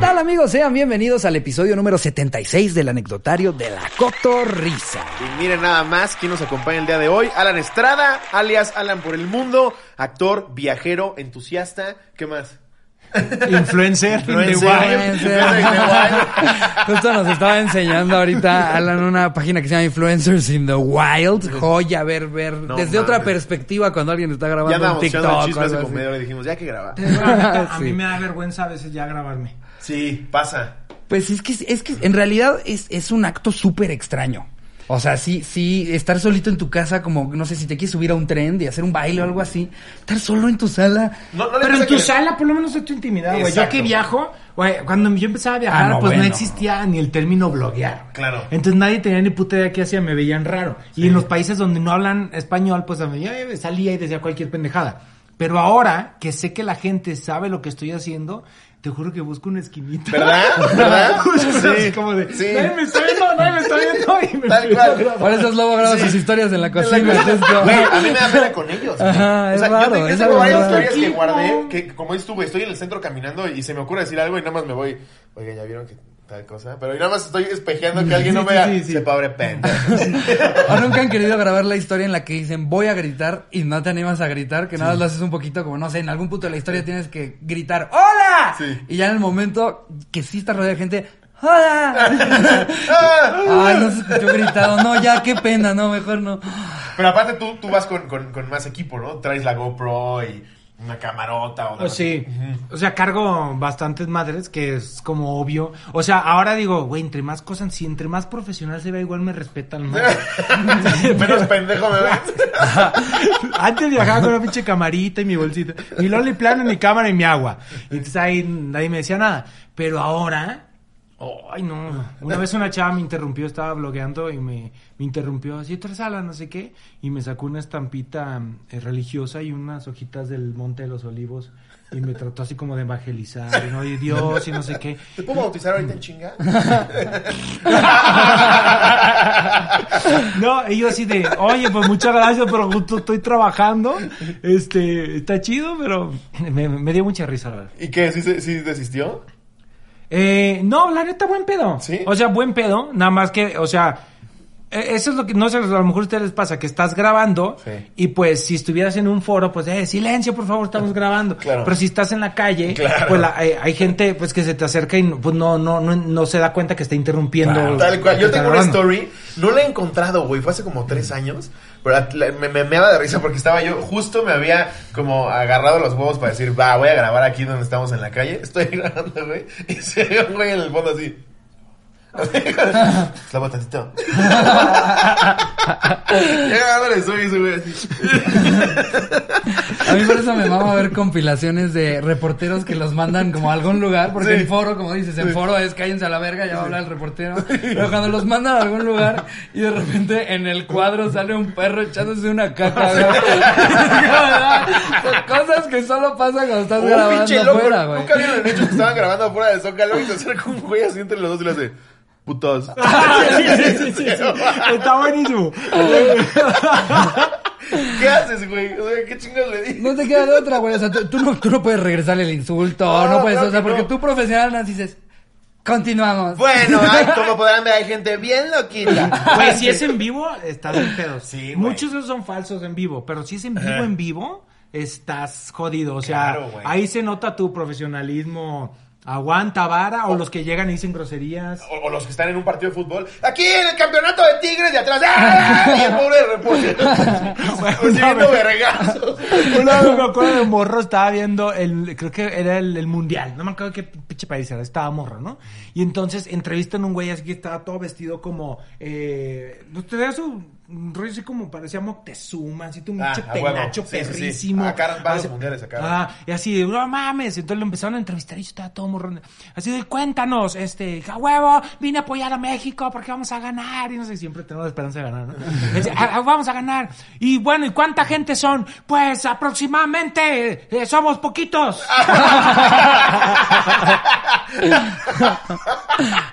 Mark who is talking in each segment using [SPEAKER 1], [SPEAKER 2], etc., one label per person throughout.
[SPEAKER 1] tal amigos? Sean bienvenidos al episodio número 76 del anecdotario de la cotorrisa.
[SPEAKER 2] Y miren nada más quién nos acompaña el día de hoy. Alan Estrada, alias Alan por el mundo, actor, viajero, entusiasta. ¿Qué más?
[SPEAKER 3] Influencer,
[SPEAKER 2] Influencer.
[SPEAKER 3] de
[SPEAKER 1] Justo nos estaba enseñando ahorita Alan una página que se llama Influencers in the Wild. Joya, ver, ver.
[SPEAKER 2] No
[SPEAKER 1] desde otra
[SPEAKER 2] mames.
[SPEAKER 1] perspectiva cuando alguien está
[SPEAKER 2] Ya
[SPEAKER 1] grabando un
[SPEAKER 2] andábamos echando
[SPEAKER 1] TikTok.
[SPEAKER 2] el
[SPEAKER 1] o
[SPEAKER 2] chisme
[SPEAKER 1] algo
[SPEAKER 2] hace
[SPEAKER 1] así.
[SPEAKER 2] como media hora y dijimos, ya que graba.
[SPEAKER 3] A
[SPEAKER 1] Sí.
[SPEAKER 3] mí me da vergüenza a veces ya grabarme.
[SPEAKER 2] Sí, pasa.
[SPEAKER 1] Pues es que, es que en realidad es, es un acto súper extraño. O sea, sí, sí, estar solito en tu casa, como, no sé, si te quieres subir a un tren y hacer un baile o algo así, estar solo en tu sala.
[SPEAKER 2] No, no les
[SPEAKER 3] Pero
[SPEAKER 2] pasa
[SPEAKER 3] en tu
[SPEAKER 2] que-
[SPEAKER 3] sala, por lo menos de tu intimidad, güey. Yo
[SPEAKER 2] Exacto.
[SPEAKER 3] que viajo, güey, cuando yo empezaba a viajar,
[SPEAKER 1] Ah, no,
[SPEAKER 3] pues no
[SPEAKER 1] bueno.
[SPEAKER 3] existía ni el término bloguear. güey.
[SPEAKER 2] Claro.
[SPEAKER 3] Entonces nadie tenía ni puta idea qué hacía, me veían raro. Y en los países donde no hablan español, pues a mí, eh, salía y decía cualquier pendejada. Pero ahora que sé que la gente sabe lo que estoy haciendo, te juro que busco una esquinita.
[SPEAKER 2] ¿Verdad? ¿Verdad?
[SPEAKER 3] sí,
[SPEAKER 2] Sí.
[SPEAKER 3] como de,
[SPEAKER 2] Sí.
[SPEAKER 3] nadie me está viendo, nadie me está viendo. Y me
[SPEAKER 2] Tal
[SPEAKER 3] empiezo a
[SPEAKER 2] cual.
[SPEAKER 3] grabar.
[SPEAKER 1] Por eso luego grabas sus historias en la cocina. entonces, como-
[SPEAKER 2] Güey, a mí me da pena con ellos. güey.
[SPEAKER 1] Ajá, es raro,
[SPEAKER 2] yo te- yo
[SPEAKER 1] es
[SPEAKER 2] tengo
[SPEAKER 1] algo
[SPEAKER 2] varias
[SPEAKER 1] raro.
[SPEAKER 2] historias que
[SPEAKER 3] Equipo.
[SPEAKER 2] guardé, que como dices tú, güey, estoy en el centro caminando y se me ocurre decir algo y nada más me voy, oiga, ya vieron que tal cosa, pero nada más estoy espejeando que alguien no
[SPEAKER 3] Sí,
[SPEAKER 2] me vea,
[SPEAKER 3] sí, sí.
[SPEAKER 2] se pobre pendejo.
[SPEAKER 1] O nunca han querido grabar la historia en la que dicen voy a gritar y no te animas a gritar, que nada más lo haces un poquito como, no sé, en algún punto de la historia tienes que gritar ¡Hola!
[SPEAKER 2] Sí.
[SPEAKER 1] Y ya en el momento que sí estás rodeado de gente, ¡Hola!
[SPEAKER 2] Ah,
[SPEAKER 1] Ay, no se escuchó gritado. No, ya, qué pena, no, mejor no.
[SPEAKER 2] Pero aparte tú, tú vas con, con, con más equipo, ¿no? Traes la GoPro y una camarota o nada más.
[SPEAKER 3] O Oh, Pues sí. O sea, cargo bastantes madres, que es como obvio. O sea, ahora digo, güey, entre más cosas, si entre más profesional se vea, igual me respetan más.
[SPEAKER 2] Menos pendejo me ves.
[SPEAKER 3] Antes viajaba con una pinche camarita y mi bolsita. Mi loli plano, mi cámara y mi agua. Y entonces ahí nadie me decía nada. Pero ahora. Ay, no. Una vez una chava me interrumpió, estaba blogueando y me, me interrumpió. Así, otra sala, no sé qué. Y me sacó una estampita eh, religiosa y unas hojitas del Monte de los Olivos. Y me trató así como de evangelizar. Y no, y Dios, y no sé qué.
[SPEAKER 2] ¿Te puedo bautizar ahorita en chinga?
[SPEAKER 3] No, y yo así de, oye, pues muchas gracias, pero justo estoy trabajando. Este, está chido, pero me, me dio mucha risa, la verdad.
[SPEAKER 2] ¿Y qué? ¿Sí, se- sí desistió?
[SPEAKER 3] Eh, no, la neta, buen pedo.
[SPEAKER 2] ¿Sí?
[SPEAKER 3] O sea, buen pedo, nada más que, o sea, eh, eso es lo que, no sé, a lo mejor a ustedes les pasa, que estás grabando
[SPEAKER 2] Sí.
[SPEAKER 3] y pues si estuvieras en un foro, pues, eh, silencio, por favor, estamos grabando.
[SPEAKER 2] Claro.
[SPEAKER 3] Pero si estás en la calle,
[SPEAKER 2] Claro.
[SPEAKER 3] pues la- eh, hay gente pues que se te acerca y pues no, no, no, no se da cuenta que está interrumpiendo.
[SPEAKER 1] Claro.
[SPEAKER 2] Tal cual.
[SPEAKER 3] que
[SPEAKER 2] Yo
[SPEAKER 3] está
[SPEAKER 2] tengo una
[SPEAKER 3] grabando.
[SPEAKER 2] story, no la he encontrado, güey. Fue hace como tres años. Pero at- la- me, me, me daba de risa porque estaba yo, justo me había como agarrado los huevos para decir, va, voy a grabar aquí donde estamos en la calle. Estoy grabando, güey. Y se ve un güey en el fondo así. Slavo tantito. Ya, ándale, soy ese güey así.
[SPEAKER 1] A mí por eso me mama ver compilaciones de reporteros que los mandan como a algún lugar, porque
[SPEAKER 2] Sí.
[SPEAKER 1] en foro, como dices, en foro es cállense a la verga, ya va a hablar el reportero. Pero cuando los mandan a algún lugar y de repente en el cuadro sale un perro echándose una caca, güey. Son cosas que solo pasan cuando estás
[SPEAKER 2] Un pinche
[SPEAKER 1] grabando
[SPEAKER 2] loco.
[SPEAKER 1] afuera, güey.
[SPEAKER 2] Nunca vieron el hecho que estaban grabando afuera del Zócalo y se acerca un güey así entre los dos y le hace, putos.
[SPEAKER 3] Sí, sí, sí, sí, sí. Está buenísimo.
[SPEAKER 2] ¿Qué haces, güey? O sea, ¿qué chingas le di?
[SPEAKER 1] No te queda de otra, güey. O sea, tú, tú no, tú no puedes regresar el insulto, no,
[SPEAKER 2] No,
[SPEAKER 1] puedes,
[SPEAKER 2] claro
[SPEAKER 1] o sea,
[SPEAKER 2] que
[SPEAKER 1] porque
[SPEAKER 2] no.
[SPEAKER 1] tú profesional no dices, continuamos.
[SPEAKER 2] Bueno, ay, como podrán ver, hay gente bien loquita.
[SPEAKER 3] Güey, Pues si es en vivo, estás en pedo.
[SPEAKER 2] Sí, güey.
[SPEAKER 3] Muchos de esos son falsos en vivo, pero si es en vivo, en vivo, estás jodido. O sea,
[SPEAKER 2] Claro, güey.
[SPEAKER 3] ahí se nota tu profesionalismo. Aguanta vara o los que llegan y dicen groserías.
[SPEAKER 2] O, o los que están en un partido de fútbol. Aquí en el campeonato de Tigres de atrás. ¡Ah! Y el pobre reportero. Recibiendo vergazos.
[SPEAKER 3] Una vez me acuerdo de morro, estaba viendo el, creo que era el, el mundial, no me acuerdo qué pinche país era, estaba morro, ¿no? Y entonces entrevistan a un güey así que estaba todo vestido como, eh, no te veas un rollo así como parecía Moctezuma, así tu
[SPEAKER 2] Ah,
[SPEAKER 3] pinche
[SPEAKER 2] a huevo.
[SPEAKER 3] penacho
[SPEAKER 2] Sí, sí, sí.
[SPEAKER 3] perrísimo.
[SPEAKER 2] Acá eran varios
[SPEAKER 3] Así-
[SPEAKER 2] mundiales, acá.
[SPEAKER 3] Ah, y así, de, no mames, entonces lo empezaron a entrevistar y yo estaba todo morrón. Así de, cuéntanos, este, a huevo, vine a apoyar a México porque vamos a ganar. Y no sé, siempre tenemos la esperanza de ganar, ¿no? Dice, "Ah, ah, vamos a ganar. Y bueno, ¿y cuánta gente son? Pues aproximadamente eh, somos poquitos.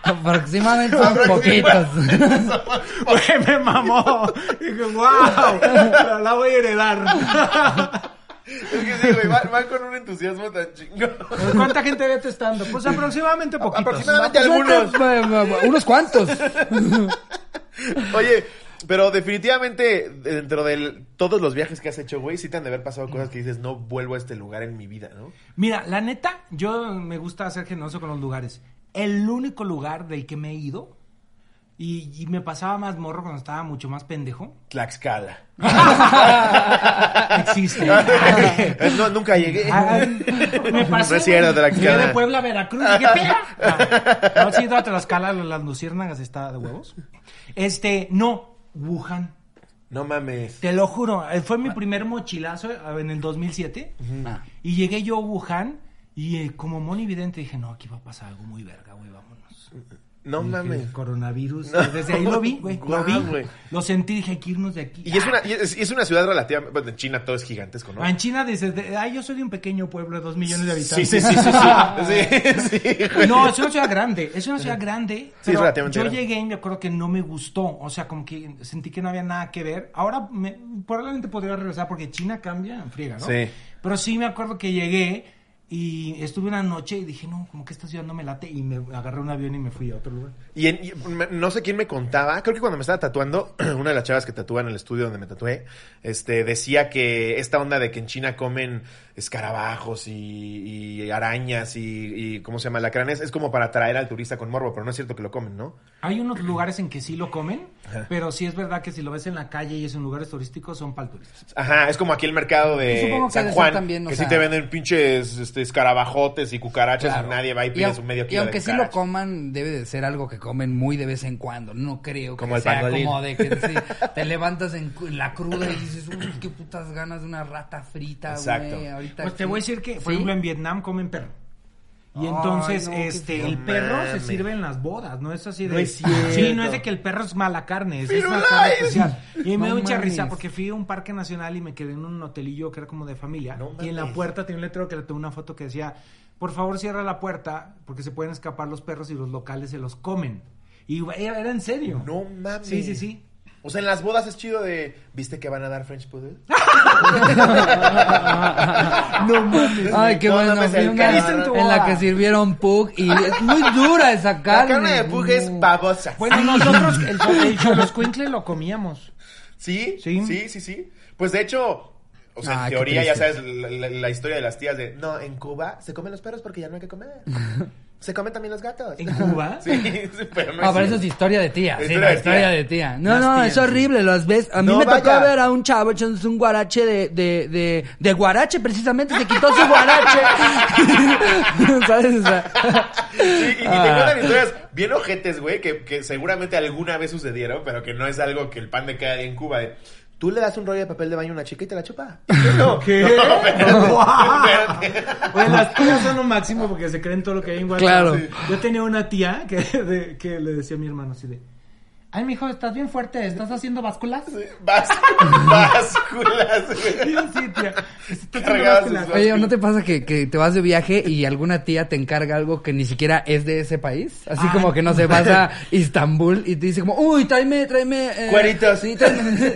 [SPEAKER 1] Aproximadamente
[SPEAKER 2] Ah,
[SPEAKER 1] son poquitos.
[SPEAKER 3] Güey, me mamó. Dije, wow, la, la voy a heredar.
[SPEAKER 2] Es que sí, güey, van, van con un entusiasmo tan chingón.
[SPEAKER 3] ¿Cuánta gente ve testando? Pues aproximadamente poquitos.
[SPEAKER 2] Aproximadamente
[SPEAKER 1] Pues
[SPEAKER 2] algunos.
[SPEAKER 1] Unos cuantos.
[SPEAKER 2] Oye, pero definitivamente dentro de todos los viajes que has hecho, güey, sí te han de haber pasado cosas que dices, no vuelvo a este lugar en mi vida, ¿no?
[SPEAKER 3] Mira, la neta, yo me gusta ser generoso con los lugares. El único lugar del que me he ido, y, y me pasaba más morro cuando estaba mucho más pendejo,
[SPEAKER 2] Tlaxcala.
[SPEAKER 3] existe.
[SPEAKER 2] no, nunca llegué.
[SPEAKER 3] Ay, Ah, me pasó.
[SPEAKER 2] No es cierto,
[SPEAKER 3] güey.
[SPEAKER 2] Tlaxcala.
[SPEAKER 3] Llegué de Puebla a Veracruz. ¿y ¿Qué pedo? No, no, sí, no, Tlaxcala, las luciérnagas está de huevos. Este, no, Wuhan.
[SPEAKER 2] No mames.
[SPEAKER 3] Te lo juro, eh, fue mi primer mochilazo eh, en el 2007.
[SPEAKER 1] Ah.
[SPEAKER 3] Y llegué yo a Wuhan y eh, como monividente dije, no, aquí va a pasar algo muy verga, güey, vámonos.
[SPEAKER 2] No
[SPEAKER 3] Dije,
[SPEAKER 2] mames.
[SPEAKER 3] El coronavirus.
[SPEAKER 2] No.
[SPEAKER 3] Desde ahí lo vi, güey.
[SPEAKER 2] Guau,
[SPEAKER 3] lo vi.
[SPEAKER 2] güey.
[SPEAKER 3] Lo sentí, dije, hay que irnos de aquí.
[SPEAKER 2] Y es una, y es, y es una ciudad relativa. Bueno, en China todo es gigantesco, ¿no?
[SPEAKER 3] Ah, En China dices, de- ay, yo soy de un pequeño pueblo de dos millones de
[SPEAKER 2] Sí,
[SPEAKER 3] habitantes.
[SPEAKER 2] sí, sí, sí, sí. Sí, sí, güey.
[SPEAKER 3] No, es una ciudad grande, es una ciudad grande.
[SPEAKER 2] es
[SPEAKER 3] pero
[SPEAKER 2] relativamente
[SPEAKER 3] yo
[SPEAKER 2] grande.
[SPEAKER 3] llegué y me acuerdo que no me gustó, o sea, como que sentí que no había nada que ver. Ahora me- probablemente podría regresar porque China cambia en friega, ¿no?
[SPEAKER 2] Sí.
[SPEAKER 3] Pero sí me acuerdo que llegué y estuve una noche y dije, no, como que esta ciudad no me late y me agarré un avión y me fui a otro lugar.
[SPEAKER 2] Y, en- y me- no sé quién me contaba, creo que cuando me estaba tatuando, una de las chavas que tatúa en el estudio donde me tatué, este, decía que esta onda de que en China comen escarabajos y, y arañas y, y, ¿cómo se llama? Lacranes, es como para atraer al turista con morbo, pero no es cierto que lo comen, ¿no?
[SPEAKER 3] Hay unos lugares en que sí lo comen,
[SPEAKER 2] Ajá.
[SPEAKER 3] pero sí es verdad que si lo ves en la calle y es en lugares turísticos son para turistas.
[SPEAKER 2] Ajá, es como aquí el mercado de
[SPEAKER 1] Yo supongo que ha
[SPEAKER 2] San
[SPEAKER 1] de ser
[SPEAKER 2] Juan,
[SPEAKER 1] también, o
[SPEAKER 2] que sí
[SPEAKER 1] sea-
[SPEAKER 2] te venden pinches este, escarabajotes y cucarachas
[SPEAKER 1] Claro.
[SPEAKER 2] y nadie va y
[SPEAKER 1] Y
[SPEAKER 2] pide
[SPEAKER 1] au-
[SPEAKER 2] su medio
[SPEAKER 1] Y
[SPEAKER 2] kilo de
[SPEAKER 1] aunque sí lo
[SPEAKER 2] cucaracha.
[SPEAKER 1] coman, debe de ser algo que comen muy de vez en cuando. No creo que
[SPEAKER 2] Como el
[SPEAKER 1] sea
[SPEAKER 2] pangolín.
[SPEAKER 1] como de que sí, te levantas en, cu- en la cruda y dices, uy, qué putas ganas de una rata frita,
[SPEAKER 2] Exacto.
[SPEAKER 1] güey. Ahorita
[SPEAKER 3] Pues te
[SPEAKER 1] aquí".
[SPEAKER 3] voy a decir que, por
[SPEAKER 1] ¿Sí?
[SPEAKER 3] ejemplo, en Vietnam comen perro. Y
[SPEAKER 1] Ay,
[SPEAKER 3] entonces,
[SPEAKER 1] no, qué
[SPEAKER 3] este,
[SPEAKER 1] feo.
[SPEAKER 3] el perro se
[SPEAKER 2] Mames.
[SPEAKER 3] sirve en las bodas, no es así de.
[SPEAKER 2] No es cierto.
[SPEAKER 3] Sí, no es de que el perro es mala carne, es, es
[SPEAKER 2] Pero
[SPEAKER 3] una
[SPEAKER 2] no
[SPEAKER 3] carne
[SPEAKER 2] es.
[SPEAKER 3] especial. Y me
[SPEAKER 1] No
[SPEAKER 3] dio mucha
[SPEAKER 1] mames.
[SPEAKER 3] risa porque fui a un parque nacional y me quedé en un hotelillo que era como de familia.
[SPEAKER 2] No
[SPEAKER 3] y en la
[SPEAKER 2] mames.
[SPEAKER 3] puerta tenía un letrero que le tomé una foto que decía: Por favor, cierra la puerta porque se pueden escapar los perros y los locales se los comen. Y güey, era, era en serio.
[SPEAKER 2] No mames.
[SPEAKER 3] Sí, sí, sí.
[SPEAKER 2] O sea, en las bodas es chido de, ¿viste que van a dar French Poodle?
[SPEAKER 3] No mames.
[SPEAKER 1] Ay, qué
[SPEAKER 2] No,
[SPEAKER 1] bueno.
[SPEAKER 2] mames,
[SPEAKER 1] fui
[SPEAKER 2] el
[SPEAKER 1] una
[SPEAKER 2] cabrón.
[SPEAKER 1] en, la que sirvieron pug y es muy dura esa
[SPEAKER 2] La
[SPEAKER 1] carne.
[SPEAKER 2] carne de pug es
[SPEAKER 1] No.
[SPEAKER 2] babosa.
[SPEAKER 3] Bueno, nosotros el, el Xoloscuincle lo comíamos.
[SPEAKER 2] ¿Sí?
[SPEAKER 3] Sí.
[SPEAKER 2] Sí, sí, sí, Pues de hecho, o sea,
[SPEAKER 1] Ah,
[SPEAKER 2] en
[SPEAKER 1] qué
[SPEAKER 2] teoría ya
[SPEAKER 1] triste.
[SPEAKER 2] sabes la, la- la historia de las tías de, no, en Cuba se comen los perros porque ya no hay que comer. Se comen también los gatos.
[SPEAKER 3] ¿En Cuba?
[SPEAKER 2] Sí, sí, pero no
[SPEAKER 1] Ah, pero eso
[SPEAKER 2] cierto.
[SPEAKER 1] es historia de tía. Sí,
[SPEAKER 2] Historia
[SPEAKER 1] la
[SPEAKER 2] de
[SPEAKER 1] historia
[SPEAKER 2] tía.
[SPEAKER 1] de tía. No,
[SPEAKER 3] Las
[SPEAKER 1] no,
[SPEAKER 3] tías,
[SPEAKER 1] es horrible. Las ves. A mí
[SPEAKER 2] No,
[SPEAKER 1] me tocó
[SPEAKER 2] vaya.
[SPEAKER 1] ver a un chavo echándose un guarache de, de, de, de guarache, precisamente. Se quitó su guarache. ¿Sabes? O sea,
[SPEAKER 2] Sí, y, y te
[SPEAKER 1] Ah.
[SPEAKER 2] cuentan historias bien ojetes, güey, que, que seguramente alguna vez sucedieron, pero que no es algo que el pan de cada día en Cuba de... Tú le das un rollo de papel de baño a una chica y te la chupa. No,
[SPEAKER 3] ¿Qué?
[SPEAKER 2] no, pero-
[SPEAKER 3] Guau.
[SPEAKER 2] espérate.
[SPEAKER 3] Oye, las tías son lo máximo porque se creen todo lo que hay en WhatsApp.
[SPEAKER 1] Claro.
[SPEAKER 3] Sí. Yo tenía una tía que, de- que le decía a mi hermano así de... Ay, mijo, estás bien fuerte. ¿Estás haciendo básculas?
[SPEAKER 2] Vas, básculas,
[SPEAKER 3] Sí,
[SPEAKER 2] güey.
[SPEAKER 3] sí, tía. Estás haciendo
[SPEAKER 2] Cargaba sus
[SPEAKER 3] básculas.
[SPEAKER 1] Oye, ¿no te pasa que, que te vas de viaje y alguna tía te encarga algo que ni siquiera es de ese país? Así
[SPEAKER 3] Ah.
[SPEAKER 1] como que no se vas a Istambul y te dice como, uy, tráeme, tráeme... eh,
[SPEAKER 2] Cueritos.
[SPEAKER 1] Sí, tráeme,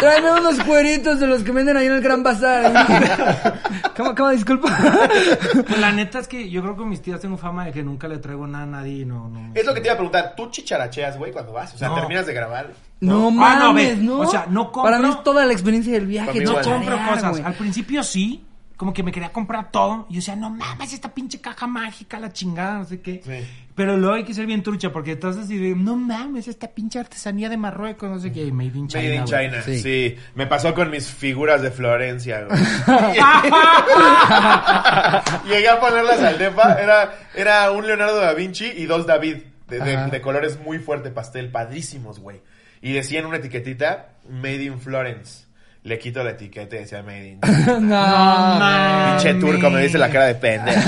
[SPEAKER 1] tráeme unos cueritos de los que venden ahí en el Gran Bazar. ¿Cómo, cómo, disculpa?
[SPEAKER 3] Pues la neta es que yo creo que mis tías tengo fama de que nunca le traigo nada a nadie y no... no me-
[SPEAKER 2] Es lo que te iba a preguntar. ¿Tú chicharacheas, güey, cuando vas? O sea,
[SPEAKER 3] No.
[SPEAKER 2] terminas de grabar.
[SPEAKER 1] No,
[SPEAKER 3] Ah, no,
[SPEAKER 1] mames,
[SPEAKER 3] ve,
[SPEAKER 1] no,
[SPEAKER 3] o sea, no compro-
[SPEAKER 1] Para mí es toda la experiencia del
[SPEAKER 2] Para
[SPEAKER 1] viaje.
[SPEAKER 2] mí
[SPEAKER 3] No
[SPEAKER 2] igual.
[SPEAKER 3] compro
[SPEAKER 1] Charear,
[SPEAKER 3] cosas.
[SPEAKER 1] güey.
[SPEAKER 3] Al principio sí, como que me quería comprar todo. Y yo decía, no mames, esta pinche caja mágica, la chingada, no sé qué.
[SPEAKER 2] Sí.
[SPEAKER 3] Pero luego hay que ser bien trucha, porque entonces de no mames, esta pinche artesanía de Marruecos, no sé qué. Made in China.
[SPEAKER 2] Made in
[SPEAKER 3] güey.
[SPEAKER 2] China.
[SPEAKER 1] Sí.
[SPEAKER 2] Sí. Me pasó con mis figuras de Florencia, güey. Llegué a ponerlas al depa. Era, era un Leonardo da Vinci y dos David. De, de-
[SPEAKER 1] Ajá.
[SPEAKER 2] de colores muy fuerte pastel. Padrísimos, güey. Y decía en una etiquetita, Made in Florence. Le quito la etiqueta y decía Made in China.
[SPEAKER 1] No, Ah,
[SPEAKER 3] No mames.
[SPEAKER 2] Pinche turco, me dice la cara de pendejo.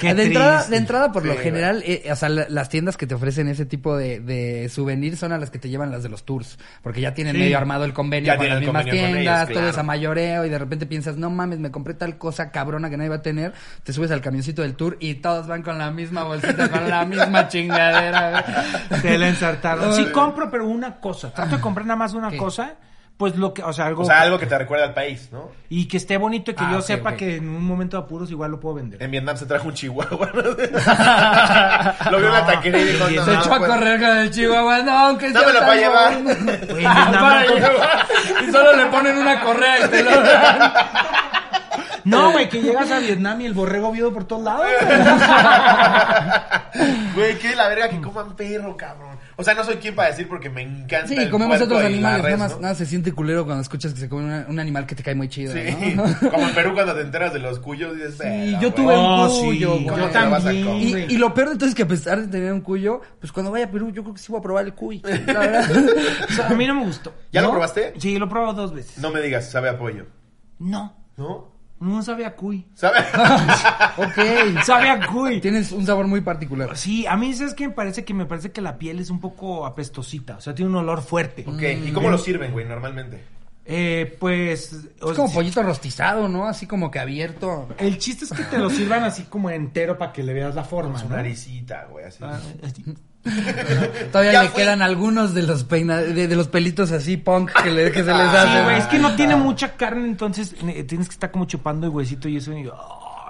[SPEAKER 3] Qué
[SPEAKER 1] de, entrada,
[SPEAKER 3] triste.
[SPEAKER 1] de entrada, por lo
[SPEAKER 2] Sí,
[SPEAKER 1] general, eh, o sea, la- las tiendas que te ofrecen ese tipo de, de souvenirs son a las que te llevan las de los tours, porque ya tienen
[SPEAKER 3] Sí.
[SPEAKER 1] medio armado el convenio
[SPEAKER 2] Ya
[SPEAKER 1] con
[SPEAKER 2] tienen
[SPEAKER 1] las
[SPEAKER 2] el
[SPEAKER 1] mismas
[SPEAKER 2] convenio con
[SPEAKER 1] tiendas,
[SPEAKER 2] ellos,
[SPEAKER 1] todo
[SPEAKER 2] claro.
[SPEAKER 1] es a mayoreo, y de repente piensas, no mames, me compré tal cosa cabrona que nadie va a tener, te subes al camioncito del tour y todos van con la misma bolsita, con la misma chingadera. güey.
[SPEAKER 3] Te la ensartaron. Sí
[SPEAKER 1] Ay.
[SPEAKER 3] compro, pero una cosa. Trato de comprar nada más una
[SPEAKER 1] ¿Qué?
[SPEAKER 3] cosa. pues lo que, o sea, algo.
[SPEAKER 2] O sea, algo que te recuerda al país, ¿no?
[SPEAKER 3] Y que esté bonito y que
[SPEAKER 1] Ah,
[SPEAKER 3] yo
[SPEAKER 1] ok,
[SPEAKER 3] sepa
[SPEAKER 1] ok.
[SPEAKER 3] que en un momento de apuros igual lo puedo vender.
[SPEAKER 2] En Vietnam se trajo un chihuahua. ¿no? lo vio en la taquería y dijo,
[SPEAKER 3] Se
[SPEAKER 2] no,
[SPEAKER 1] Se
[SPEAKER 2] no,
[SPEAKER 1] echó a
[SPEAKER 2] pues,
[SPEAKER 1] correr con el chihuahua. No, aunque
[SPEAKER 2] No
[SPEAKER 1] sea
[SPEAKER 2] me lo
[SPEAKER 1] tan
[SPEAKER 2] va a llevar.
[SPEAKER 1] bueno.
[SPEAKER 3] Güey, nada más
[SPEAKER 2] para
[SPEAKER 3] con-
[SPEAKER 2] llevar.
[SPEAKER 1] Y solo le ponen una correa y te lo dan.
[SPEAKER 3] No, güey, que llegas a Vietnam y el borrego viudo por todos lados. güey.
[SPEAKER 2] Güey, qué de la verga que coman perro, cabrón. O sea, no soy quien para decir porque me encanta.
[SPEAKER 1] Sí,
[SPEAKER 2] el
[SPEAKER 1] comemos
[SPEAKER 2] puerco
[SPEAKER 1] otros
[SPEAKER 2] y la
[SPEAKER 1] animales.
[SPEAKER 2] res,
[SPEAKER 1] nada, más,
[SPEAKER 2] ¿no?
[SPEAKER 1] nada, se siente culero cuando escuchas que se come una- un animal que te cae muy chido.
[SPEAKER 2] Sí,
[SPEAKER 1] ¿no?
[SPEAKER 2] como en Perú cuando te enteras de los cuyos dices,
[SPEAKER 1] Y
[SPEAKER 2] "Eh, la
[SPEAKER 1] yo
[SPEAKER 2] güey".
[SPEAKER 1] tuve
[SPEAKER 3] Oh,
[SPEAKER 1] un
[SPEAKER 3] sí,
[SPEAKER 1] cuyo,
[SPEAKER 3] yo
[SPEAKER 1] güey.
[SPEAKER 2] también.
[SPEAKER 1] Y,
[SPEAKER 3] güey.
[SPEAKER 1] y lo peor de todo es que a pesar de tener un cuyo, pues cuando vaya a Perú, yo creo que sí voy a probar el cuy. La verdad.
[SPEAKER 3] O sea, a mí no me gustó.
[SPEAKER 2] ¿Ya lo
[SPEAKER 3] ¿No?
[SPEAKER 2] probaste?
[SPEAKER 3] Sí, lo he probado dos veces.
[SPEAKER 2] No me digas, sabe a pollo.
[SPEAKER 3] No,
[SPEAKER 2] ¿No?
[SPEAKER 3] no sabe a cuy.
[SPEAKER 2] ¿Sabe?
[SPEAKER 1] ok.
[SPEAKER 3] Sabe a cuy.
[SPEAKER 1] Tienes un sabor muy particular.
[SPEAKER 2] Pues,
[SPEAKER 3] Sí, a mí sabes que me parece que me parece que la piel es un poco apestosita, o sea, tiene un olor fuerte.
[SPEAKER 2] ok, ¿y
[SPEAKER 1] Mm.
[SPEAKER 2] cómo lo sirven, güey, normalmente?
[SPEAKER 3] Eh, pues o
[SPEAKER 1] Es como
[SPEAKER 3] sea,
[SPEAKER 1] pollito rostizado, ¿no? Así como que abierto.
[SPEAKER 3] el chiste es que te lo sirvan así como entero para que le veas la forma,
[SPEAKER 2] Su
[SPEAKER 3] ¿no?
[SPEAKER 2] naricita, güey, así.
[SPEAKER 3] Ah, así.
[SPEAKER 1] Todavía
[SPEAKER 2] Ya
[SPEAKER 1] le
[SPEAKER 2] fui.
[SPEAKER 1] quedan algunos de los peina- de, de los pelitos así punk que, le- que se les
[SPEAKER 2] Ah,
[SPEAKER 1] hace.
[SPEAKER 3] Sí, güey, es que no tiene mucha carne, entonces eh, tienes que estar como chupando el huesito y eso y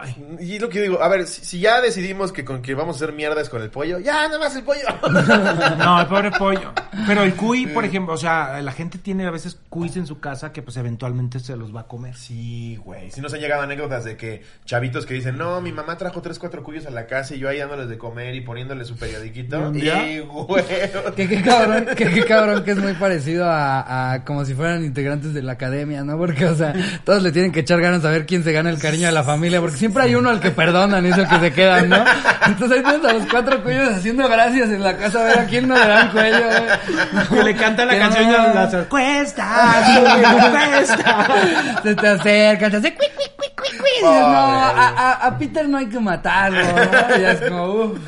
[SPEAKER 3] ay.
[SPEAKER 2] Y es lo que yo digo, a ver, si, si ya decidimos que con que vamos a hacer mierdas con el pollo, ya, nada más el pollo.
[SPEAKER 3] No, el pobre pollo. Pero el cuy, por ejemplo, o sea, la gente tiene a veces cuis en su casa que pues eventualmente se los va a comer.
[SPEAKER 2] Sí, güey. Si nos han llegado anécdotas de que chavitos que dicen, no, mi mamá trajo tres, cuatro cuyos a la casa y yo ahí dándoles de comer y poniéndoles su
[SPEAKER 3] ¿Y
[SPEAKER 2] periodiquito.
[SPEAKER 3] un
[SPEAKER 2] Y,
[SPEAKER 3] día?
[SPEAKER 2] güey.
[SPEAKER 1] Que qué cabrón, que qué cabrón que es muy parecido a, a como si fueran integrantes de la academia, ¿no? Porque, o sea, todos le tienen que echar ganas a ver quién se gana el cariño de la familia, porque siempre hay uno al que perdonan y es el que se queda, ¿no? Entonces ahí tienes a los cuatro cuyos haciendo gracias en la casa a ver a quién no le dan cuello, güey.
[SPEAKER 3] Que le canta la
[SPEAKER 1] Que
[SPEAKER 3] canción y
[SPEAKER 1] no.
[SPEAKER 3] a las cuesta, sube, cuesta.
[SPEAKER 1] Se te acerca, te hace cuic, cuic, cuic, cuic, cuic. Y dices, no, a, a- a Peter no hay que matarlo, ¿no? Y ya es como, uff.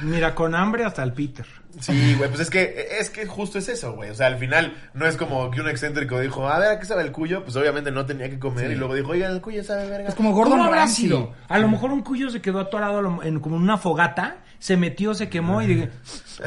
[SPEAKER 3] Mira, con hambre hasta el Peter.
[SPEAKER 2] Sí, güey, pues es que, es que justo es eso, güey. O sea, al final no es como que un excéntrico dijo, a ver, ¿a qué sabe el cuyo? Pues obviamente no tenía que comer y luego dijo, oigan, el cuyo sabe verga.
[SPEAKER 1] Es como gordo
[SPEAKER 3] ¿Cómo habrá
[SPEAKER 1] Ramsay.
[SPEAKER 3] sido? A lo mejor un cuyo se quedó atorado a lo- en como una fogata, se metió, se quememó y dije,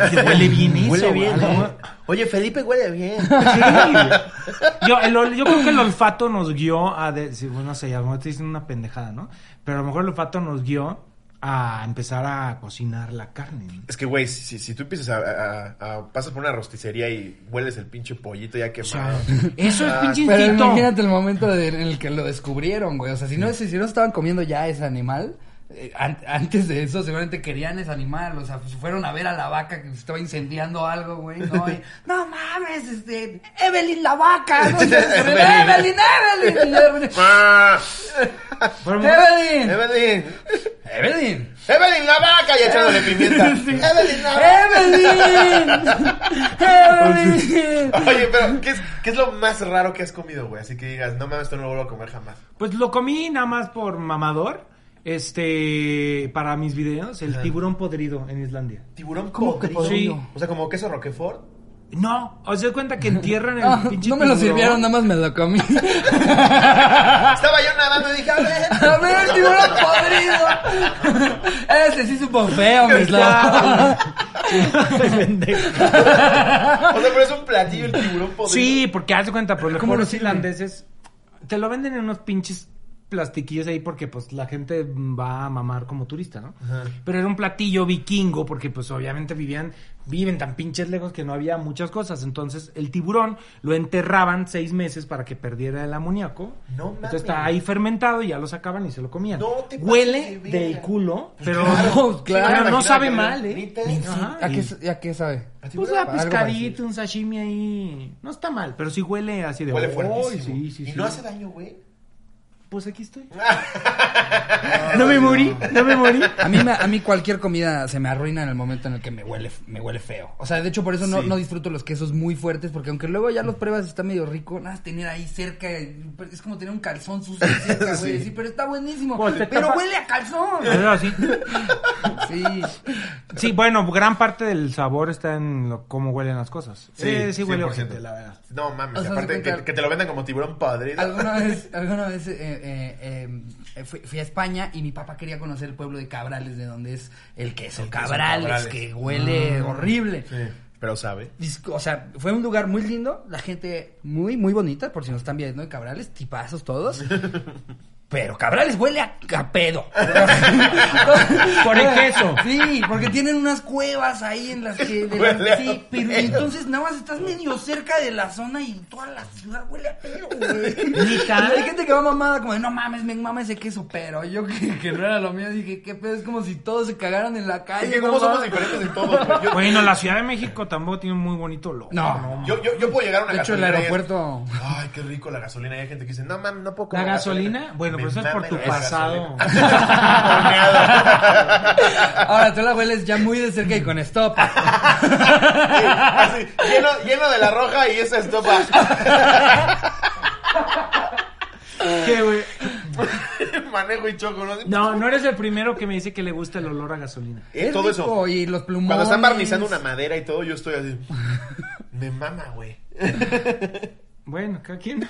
[SPEAKER 3] "Oye, huele bien eso.
[SPEAKER 2] Huele bien,
[SPEAKER 3] güey".
[SPEAKER 2] ¿no? Oye, Felipe huele bien.
[SPEAKER 3] Sí. Yo, el ol- yo creo que el olfato nos guió a de- sí, bueno, no sé, a lo mejor estoy diciendo una pendejada, ¿no? Pero a lo mejor el olfato nos guió a empezar a cocinar la carne. ¿no?
[SPEAKER 2] Es que, güey, si, si- si tú empiezas a, a- a- a- pasas por una rosticería y hueles el pinche pollito ya
[SPEAKER 3] O sea,
[SPEAKER 2] quemado.
[SPEAKER 3] eso es
[SPEAKER 2] Ah,
[SPEAKER 3] pinche
[SPEAKER 1] Pero
[SPEAKER 3] instinto.
[SPEAKER 1] imagínate el momento de- en el que lo descubrieron, güey. O sea, si no, si, si no estaban comiendo ya ese animal, eh, an- antes de eso seguramente querían ese animal. O sea, pues, fueron a ver a la vaca que se estaba incendiando algo, güey. No, Y, no mames, este, Evelyn la vaca. ¿no? Entonces, Evelyn, Evelyn, Evelyn.
[SPEAKER 2] ¡Ah!
[SPEAKER 3] Pero a lo mejor-
[SPEAKER 1] Evelyn.
[SPEAKER 2] Evelyn,
[SPEAKER 1] Evelyn.
[SPEAKER 2] Evelyn la vaca y echándole pimienta.
[SPEAKER 1] Sí.
[SPEAKER 2] Evelyn la vaca.
[SPEAKER 1] Evelyn. Evelyn.
[SPEAKER 2] Oye, pero ¿qué es, ¿qué es lo más raro que has comido, güey? Así que digas, no mames, esto no lo vuelvo a comer jamás.
[SPEAKER 3] Pues lo comí nada más por mamador. Este, para mis videos, el tiburón podrido en Islandia.
[SPEAKER 2] ¿Tiburón
[SPEAKER 1] ¿Cómo que
[SPEAKER 2] podrido?
[SPEAKER 3] podrido?
[SPEAKER 2] Sí. O sea, como queso Roquefort.
[SPEAKER 3] No, os doy cuenta que entierran el
[SPEAKER 1] Ah,
[SPEAKER 3] pinche
[SPEAKER 1] no me lo
[SPEAKER 3] tiburón.
[SPEAKER 1] sirvieron, nada más me lo comí.
[SPEAKER 2] Estaba yo nadando y dije, a ver.
[SPEAKER 1] A ver, el tiburón podrido. Ese sí supo feo, mis
[SPEAKER 3] Claro.
[SPEAKER 1] lobos.
[SPEAKER 2] O sea, pero es un platillo el tiburón podrido.
[SPEAKER 3] Sí, porque haz de cuenta, por
[SPEAKER 1] ¿Cómo
[SPEAKER 3] ejemplo,
[SPEAKER 1] lo
[SPEAKER 3] los
[SPEAKER 1] sirven?
[SPEAKER 3] islandeses te lo venden en unos pinches plastiquillos ahí porque pues la gente va a mamar como turista, ¿no?
[SPEAKER 2] Ajá.
[SPEAKER 3] Pero era un platillo vikingo porque pues obviamente vivían, viven tan pinches lejos que no había muchas cosas. Entonces el tiburón lo enterraban seis meses para que perdiera el amoníaco.
[SPEAKER 2] No mames.
[SPEAKER 3] Entonces está ahí fermentado y ya lo sacaban y se lo comían.
[SPEAKER 2] No te pases
[SPEAKER 3] Huele
[SPEAKER 2] de
[SPEAKER 3] del
[SPEAKER 2] verga.
[SPEAKER 3] culo, pero,
[SPEAKER 1] claro,
[SPEAKER 3] pero
[SPEAKER 1] claro.
[SPEAKER 3] no sabe
[SPEAKER 2] Pues Imagínate,
[SPEAKER 3] mal, ¿eh?
[SPEAKER 2] neta, sí.
[SPEAKER 3] Ajá,
[SPEAKER 1] ¿A
[SPEAKER 3] y-
[SPEAKER 1] qué, sa- a qué sabe?
[SPEAKER 3] pues
[SPEAKER 2] Algo
[SPEAKER 3] una
[SPEAKER 1] parecido.
[SPEAKER 3] pescadita, un sashimi ahí. No está mal, pero sí huele así de.
[SPEAKER 2] Huele
[SPEAKER 3] "Ay,
[SPEAKER 2] fuertísimo.
[SPEAKER 3] sí, sí,
[SPEAKER 2] y
[SPEAKER 3] sí".
[SPEAKER 2] no hace daño, güey.
[SPEAKER 3] Pues aquí estoy. no me morí, no me morí.
[SPEAKER 1] A mí, me- a mí cualquier comida se me arruina en el momento en el que me huele, me huele feo. O sea, de hecho por eso no,
[SPEAKER 2] Sí.
[SPEAKER 1] no disfruto los quesos muy fuertes, porque aunque luego ya los pruebas y está medio rico, nada, más tener ahí cerca, es como tener un calzón sucio cerca, güey.
[SPEAKER 2] Sí.
[SPEAKER 1] Sí, pero está buenísimo.
[SPEAKER 3] Pues, te
[SPEAKER 1] pero
[SPEAKER 3] tapa-
[SPEAKER 1] huele a calzón.
[SPEAKER 3] Pero sí.
[SPEAKER 1] Sí.
[SPEAKER 3] Sí, bueno, gran parte del sabor está en lo- cómo huelen las cosas. Sí, sí, huele
[SPEAKER 2] 100%.
[SPEAKER 3] ojete, la verdad.
[SPEAKER 2] No mames,
[SPEAKER 1] O sea,
[SPEAKER 2] aparte
[SPEAKER 1] se
[SPEAKER 2] que,
[SPEAKER 1] cuenta-
[SPEAKER 2] que te lo vendan como tiburón podrido.
[SPEAKER 1] Alguna vez, alguna vez eh, eh, eh, eh, fui, fui a España y mi papá quería conocer el pueblo de Cabrales, de donde es el queso,
[SPEAKER 2] El queso
[SPEAKER 1] Cabrales, Mm.
[SPEAKER 2] Cabrales.
[SPEAKER 1] que huele horrible.
[SPEAKER 2] Sí. Pero sabe.
[SPEAKER 1] Dis- O sea, fue un lugar muy lindo, la gente muy, muy bonita, por si nos están viendo, y cabrales, tipazos todos. Pero cabrales huele a, a pedo.
[SPEAKER 3] Por el queso.
[SPEAKER 1] Sí, porque tienen unas cuevas ahí en las que... de las-
[SPEAKER 2] Huele a
[SPEAKER 1] sí, pero
[SPEAKER 2] pedo.
[SPEAKER 1] entonces nada más estás medio cerca de la zona y toda la ciudad huele a pedo, güey.
[SPEAKER 3] ¿Neta?
[SPEAKER 1] Hay gente que va mamada como de, no mames, me mama ese queso, pero yo que, que no era lo mío, dije, qué pedo, es como si todos se cagaran en la calle.
[SPEAKER 2] Es que
[SPEAKER 1] no
[SPEAKER 2] como somos
[SPEAKER 1] mames.
[SPEAKER 2] diferentes en todo. güey. Yo,
[SPEAKER 3] Bueno, la Ciudad de México tampoco tiene un muy bonito olor.
[SPEAKER 1] No,
[SPEAKER 2] yo, yo, yo puedo llegar a una
[SPEAKER 1] De hecho, el
[SPEAKER 2] gasolinera y-
[SPEAKER 1] aeropuerto...
[SPEAKER 2] Ay, qué rico la gasolina. Hay gente que dice, no mames, no puedo
[SPEAKER 3] ¿La
[SPEAKER 2] comer
[SPEAKER 3] gasolina? Bueno,
[SPEAKER 2] Me
[SPEAKER 3] pero eso es por
[SPEAKER 2] mama
[SPEAKER 3] tu
[SPEAKER 2] la
[SPEAKER 3] pasado.
[SPEAKER 2] gasolina.
[SPEAKER 1] Ahora tú la hueles ya muy de cerca y con stop.
[SPEAKER 2] Así, lleno, lleno de la roja y esa estopa.
[SPEAKER 3] ¿Qué, güey?
[SPEAKER 2] Manejo y choco, ¿no?
[SPEAKER 3] No, no eres el primero que me dice que le gusta el olor a gasolina.
[SPEAKER 1] Es
[SPEAKER 2] todo
[SPEAKER 1] rico,
[SPEAKER 2] eso.
[SPEAKER 1] Y los plumones.
[SPEAKER 2] Cuando están barnizando una madera y todo, yo estoy así. Me mama, güey.
[SPEAKER 3] Bueno, cada quien.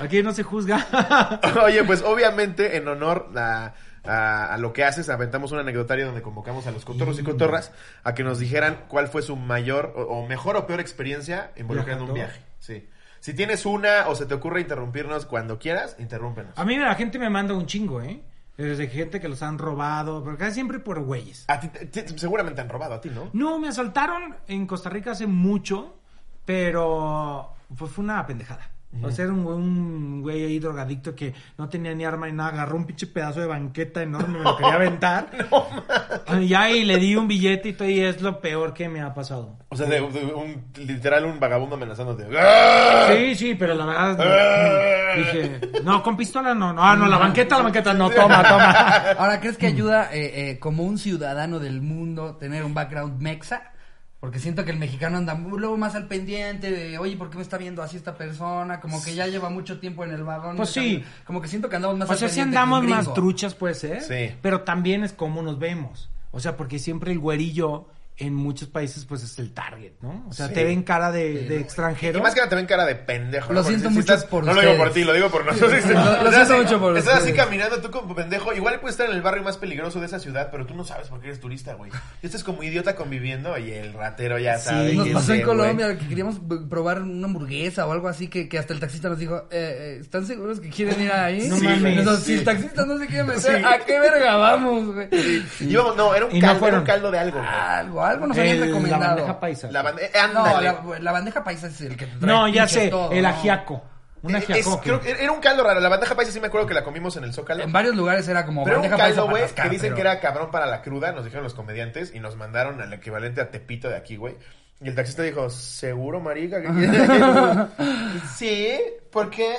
[SPEAKER 3] Aquí no se juzga.
[SPEAKER 2] Oye, pues obviamente, en honor a, a- a lo que haces, aventamos un anecdotario donde convocamos a los cotorros y cotorras a que nos dijeran cuál fue su mayor o, o mejor o peor experiencia involucrando un
[SPEAKER 3] Viajando.
[SPEAKER 2] viaje. Sí. Si tienes una o se te ocurre interrumpirnos cuando quieras, interrúmpenos.
[SPEAKER 3] A mí la gente me manda un chingo, ¿eh? Desde gente que los han robado, pero casi siempre por güeyes.
[SPEAKER 2] A ti, te- te- seguramente han robado a ti, ¿no?
[SPEAKER 3] No, me asaltaron en Costa Rica hace mucho, pero pues fue una pendejada. O sea, era un, güey- un güey ahí drogadicto que no tenía ni arma ni nada, agarró un pinche pedazo de banqueta enorme, me lo quería aventar. y ya, y le di un billete y todo, y es lo peor que me ha pasado.
[SPEAKER 2] O sea, de, de un, literal un vagabundo amenazándote.
[SPEAKER 3] Sí, sí, pero la verdad
[SPEAKER 2] Ah.
[SPEAKER 3] dije, no, con pistola no, no, ah, no, la banqueta, la banqueta, no, toma, toma.
[SPEAKER 1] Ahora, ¿crees que ayuda eh, eh, como un ciudadano del mundo tener un background mexa? Porque siento que el mexicano anda muy- luego más al pendiente de, oye, ¿por qué me está viendo así esta persona? Como que ya lleva mucho tiempo en el vagón.
[SPEAKER 3] Pues sí.
[SPEAKER 1] Como que siento que andamos más
[SPEAKER 3] O sea, si
[SPEAKER 1] pendiente que un
[SPEAKER 3] andamos
[SPEAKER 1] gringo.
[SPEAKER 3] más truchas, puede ser.
[SPEAKER 2] Sí.
[SPEAKER 3] Pero también es como nos vemos. O sea, porque siempre el güerillo en muchos países, pues es el target, ¿no? O sea,
[SPEAKER 2] Sí.
[SPEAKER 3] te ven cara de, de extranjero.
[SPEAKER 2] Y más que nada te ven cara de pendejo.
[SPEAKER 1] Lo
[SPEAKER 2] Porque
[SPEAKER 1] siento
[SPEAKER 2] si
[SPEAKER 1] mucho
[SPEAKER 2] estás-
[SPEAKER 1] por
[SPEAKER 2] No lo digo
[SPEAKER 1] ustedes.
[SPEAKER 2] por ti, lo digo por nosotros.
[SPEAKER 1] Lo- lo
[SPEAKER 2] Estás
[SPEAKER 1] siento
[SPEAKER 2] así-
[SPEAKER 1] mucho por
[SPEAKER 2] Estás así
[SPEAKER 1] ustedes.
[SPEAKER 2] caminando tú como pendejo. Igual puedes estar en el barrio más peligroso de esa ciudad, pero tú no sabes porque eres turista, güey. Y estás como idiota conviviendo y el ratero ya
[SPEAKER 3] Sí,
[SPEAKER 2] sabe.
[SPEAKER 1] Nos
[SPEAKER 2] quién
[SPEAKER 1] pasó en
[SPEAKER 2] es, güey.
[SPEAKER 1] Colombia que queríamos b- probar una hamburguesa o algo así que, que hasta el taxista nos dijo, eh, eh, ¿están seguros que quieren ir ahí?
[SPEAKER 3] No
[SPEAKER 1] Sí,
[SPEAKER 3] mames.
[SPEAKER 1] güey. Nosotros,
[SPEAKER 2] Sí.
[SPEAKER 1] Si el taxista no se quiere meter, ¿a qué verga vamos, güey?
[SPEAKER 2] Íbamos, no, era un,
[SPEAKER 3] Y no
[SPEAKER 2] caldo, era
[SPEAKER 3] fueron.
[SPEAKER 2] un caldo de algo, güey.
[SPEAKER 1] Algo, algo nos
[SPEAKER 3] El-
[SPEAKER 1] habían
[SPEAKER 3] la
[SPEAKER 1] recomendado.
[SPEAKER 3] bandeja paisa.
[SPEAKER 2] La banda. eh,
[SPEAKER 1] Ah, No,
[SPEAKER 2] ándale.
[SPEAKER 1] la, la bandeja paisa es el que te trae
[SPEAKER 3] no, ya
[SPEAKER 1] pinche
[SPEAKER 3] sé,
[SPEAKER 1] todo,
[SPEAKER 3] el
[SPEAKER 1] ¿no?
[SPEAKER 3] ajiaco. Un
[SPEAKER 2] Eh, es-
[SPEAKER 3] ajiaco.
[SPEAKER 2] creo que era un caldo raro. La bandeja paisa sí me acuerdo que la comimos en el Zócalo.
[SPEAKER 1] En varios lugares era como
[SPEAKER 2] Pero era
[SPEAKER 1] bandeja
[SPEAKER 2] un caldo,
[SPEAKER 1] paisa
[SPEAKER 2] güey,
[SPEAKER 1] patascar,
[SPEAKER 2] que dicen
[SPEAKER 1] pero-
[SPEAKER 2] que era cabrón para la cruda, nos dijeron los comediantes, y nos mandaron al equivalente a Tepito de aquí, güey. Y el taxista dijo, ¿seguro, marica? que quieres?" sí, ¿por qué?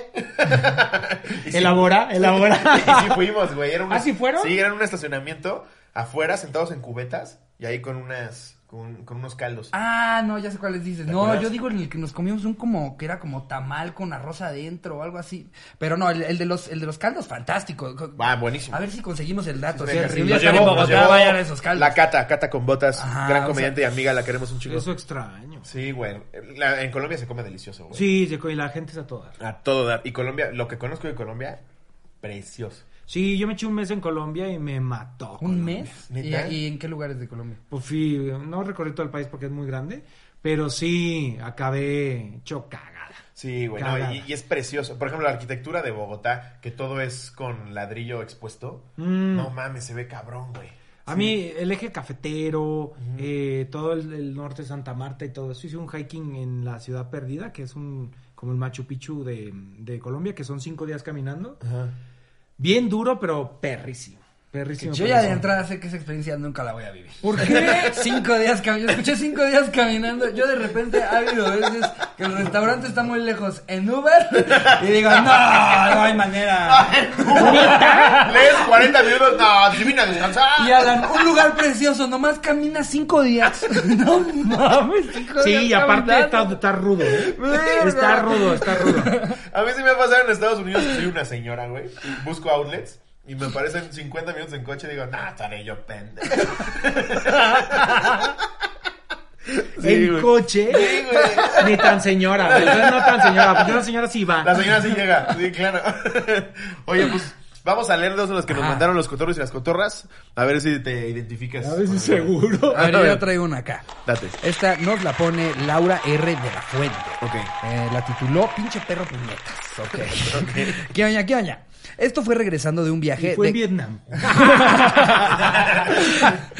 [SPEAKER 2] Y sí-
[SPEAKER 3] Elabora, elabora.
[SPEAKER 2] y sí fuimos, güey. era un-
[SPEAKER 3] ¿Ah, sí fueron?
[SPEAKER 2] Sí, era en un estacionamiento afuera, sentados en cubetas, y ahí con unas, con, con unos caldos.
[SPEAKER 1] Ah, no, ya sé cuáles dices. No,
[SPEAKER 2] acuerdas?
[SPEAKER 1] yo digo en el que nos comimos un como que era como tamal con arroz adentro o algo así. Pero no, el, el de los el de los caldos fantástico.
[SPEAKER 2] Va, buenísimo.
[SPEAKER 1] A ver si conseguimos el dato.
[SPEAKER 2] Sí,
[SPEAKER 1] si
[SPEAKER 2] sí,
[SPEAKER 1] algún
[SPEAKER 2] nos
[SPEAKER 1] día están en
[SPEAKER 2] llevó- nos
[SPEAKER 1] Bogotá,
[SPEAKER 2] llevó
[SPEAKER 1] vayan a esos caldos.
[SPEAKER 2] La Cata, Cata con botas,
[SPEAKER 1] Ajá, o
[SPEAKER 2] gran
[SPEAKER 1] sea,
[SPEAKER 2] comediante y amiga, la queremos un chico.
[SPEAKER 3] Eso extraño.
[SPEAKER 2] Sí, güey. La- en Colombia se come delicioso, güey.
[SPEAKER 3] Sí, Checo, y la gente es a toda.
[SPEAKER 2] A todo dar. Y Colombia, lo que conozco de Colombia, precioso.
[SPEAKER 3] Sí, yo me eché un mes en Colombia y me mató.
[SPEAKER 1] ¿Un
[SPEAKER 3] Colombia.
[SPEAKER 1] mes? ¿Y,
[SPEAKER 2] ¿Neta?
[SPEAKER 1] y en qué lugares de Colombia?
[SPEAKER 3] Pues fui, no recorrí todo el país porque es muy grande, pero sí acabé chocagada.
[SPEAKER 2] Sí, güey. no,
[SPEAKER 3] Cagada.
[SPEAKER 2] y, y es precioso. Por ejemplo, la arquitectura de Bogotá, que todo es con ladrillo expuesto.
[SPEAKER 3] Mm.
[SPEAKER 2] No mames, se ve cabrón, güey.
[SPEAKER 3] A mí el eje cafetero, eh, todo el, el norte de Santa Marta y todo eso. Hice un hiking en la ciudad perdida, que es un como el Machu Picchu de, de Colombia, que son cinco días caminando. Bien duro, pero perrísimo. Perrísimo.
[SPEAKER 1] Yo ya de
[SPEAKER 3] perrísimo.
[SPEAKER 1] entrada sé que esa experiencia nunca la voy a vivir.
[SPEAKER 3] ¿Por qué?
[SPEAKER 1] Cinco días caminando. Escuché cinco días caminando. Yo de repente ha habido veces que el restaurante está muy lejos en Uber y digo, no, no hay manera.
[SPEAKER 2] Lees 40 minutos. No, divina descansar.
[SPEAKER 1] Y Alan, un lugar precioso, nomás camina cinco días. No mames, cinco
[SPEAKER 3] Sí,
[SPEAKER 1] días
[SPEAKER 3] y aparte
[SPEAKER 1] caminando.
[SPEAKER 3] está, está rudo. ¿eh? Está rudo, está rudo.
[SPEAKER 2] A mí sí me ha pasado en Estados Unidos. que Soy una señora, güey. y Busco outlets. Y me aparecen 50 minutos en coche y digo, nah, estaré yo pendejo.
[SPEAKER 3] en coche,
[SPEAKER 2] Sí, güey.
[SPEAKER 3] ni tan señora. güey. Entonces no tan señora, porque una señora sí va.
[SPEAKER 2] La señora sí llega, sí, claro. Oye, pues, Vamos a leer dos de los que nos
[SPEAKER 1] Ajá.
[SPEAKER 2] mandaron los cotorros y las cotorras. A ver si te identificas.
[SPEAKER 3] A ver si seguro.
[SPEAKER 1] A ver,
[SPEAKER 2] A ver.
[SPEAKER 1] yo traigo una acá.
[SPEAKER 2] Date.
[SPEAKER 1] Esta nos la pone Laura R. de la Fuente.
[SPEAKER 2] Ok.
[SPEAKER 1] Eh, la tituló Pinche Perro Puñetas. Ok. ¿Qué oña, qué oña? Esto fue regresando de un viaje.
[SPEAKER 3] Fue en
[SPEAKER 1] de-
[SPEAKER 3] Vietnam.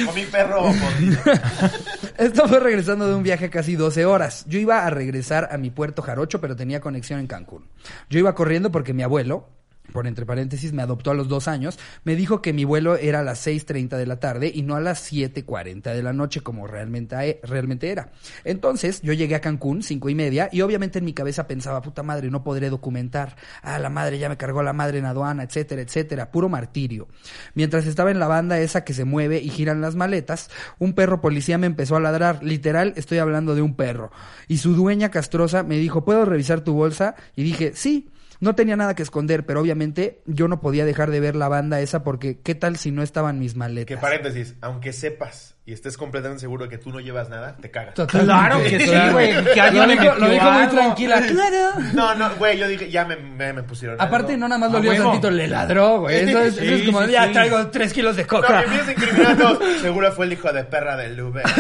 [SPEAKER 2] o mi perro o por-
[SPEAKER 1] Esto fue regresando de un viaje casi 12 horas. Yo iba a regresar a mi puerto Jarocho, pero tenía conexión en Cancún. Yo iba corriendo porque mi abuelo, por entre paréntesis, me adoptó a los dos años, me dijo que mi vuelo era a las 6.30 de la tarde y no a las 7.40 de la noche como realmente, eh, realmente era. Entonces yo llegué a Cancún, cinco y media, y obviamente en mi cabeza pensaba, puta madre, no podré documentar. Ah, la madre, ya me cargó la madre en aduana, etcétera, etcétera. Puro martirio. Mientras estaba en la banda esa que se mueve y giran las maletas, un perro policía me empezó a ladrar. Literal, estoy hablando de un perro. Y su dueña castrosa me dijo, ¿puedo revisar tu bolsa? Y dije, sí. No tenía nada que esconder, pero obviamente yo no podía dejar de ver la banda esa porque ¿qué tal si no estaban mis
[SPEAKER 2] Que
[SPEAKER 1] maletas?
[SPEAKER 2] paréntesis, aunque sepas y estés completamente seguro que tú no llevas nada, te cagas.
[SPEAKER 1] Totalmente.
[SPEAKER 3] Claro que sí, güey, que alguien
[SPEAKER 1] lo
[SPEAKER 3] le
[SPEAKER 1] dijo, lo
[SPEAKER 3] metió
[SPEAKER 1] dijo muy
[SPEAKER 3] algo.
[SPEAKER 1] tranquila. Claro.
[SPEAKER 2] No, no, güey, yo dije, ya me, me, me pusieron.
[SPEAKER 1] Aparte,
[SPEAKER 2] algo.
[SPEAKER 1] no nada más
[SPEAKER 3] A
[SPEAKER 1] lo vio
[SPEAKER 3] Ah, huevo.
[SPEAKER 1] tantito, le ladró, güey. Eso es, eso es
[SPEAKER 3] Sí,
[SPEAKER 1] como,
[SPEAKER 3] sí,
[SPEAKER 1] ya
[SPEAKER 3] sí.
[SPEAKER 1] traigo tres kilos de
[SPEAKER 2] No,
[SPEAKER 1] coca.
[SPEAKER 2] me empiezas a incriminar a todos. Seguro fue el hijo de perra del Uber.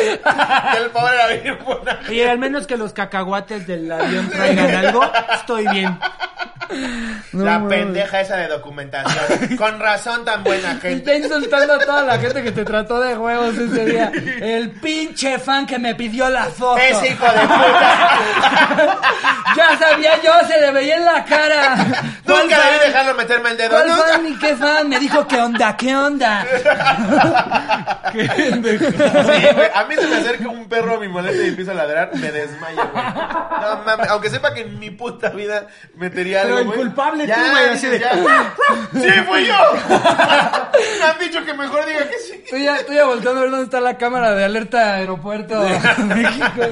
[SPEAKER 2] el pobre era bien buena.
[SPEAKER 3] Y al menos que los cacahuates del avión traigan algo, estoy bien.
[SPEAKER 1] Ah, No,
[SPEAKER 2] la
[SPEAKER 1] mames.
[SPEAKER 2] pendeja esa de documentación. Con razón tan buena
[SPEAKER 1] Y Está
[SPEAKER 2] gente.
[SPEAKER 1] insultando a toda la gente que te trató de huevos ese día. El pinche fan que me pidió la foto.
[SPEAKER 2] Ese hijo de puta.
[SPEAKER 1] Ya sabía yo, se le veía en la cara. ¿Cuál
[SPEAKER 2] Nunca debí
[SPEAKER 1] fan?
[SPEAKER 2] dejarlo meterme el dedo.
[SPEAKER 1] ¿Cuál
[SPEAKER 2] Nunca.
[SPEAKER 1] fan y qué fan? Me dijo, ¿qué onda? ¿Qué onda?
[SPEAKER 2] Sí, güey, a mí se me acerca un perro a mi maleta y empieza a ladrar, me desmayo, güey. No mames, aunque sepa que en mi puta vida metería
[SPEAKER 3] Pero
[SPEAKER 2] algo,
[SPEAKER 3] el
[SPEAKER 2] güey.
[SPEAKER 3] culpable tú, güey, así de-
[SPEAKER 1] "¡Ah!
[SPEAKER 2] ya. ¡Sí, fui yo! me han dicho que mejor diga que sí.
[SPEAKER 1] Estoy ya, estoy ya volteando a ver dónde está la cámara de alerta aeropuerto de México.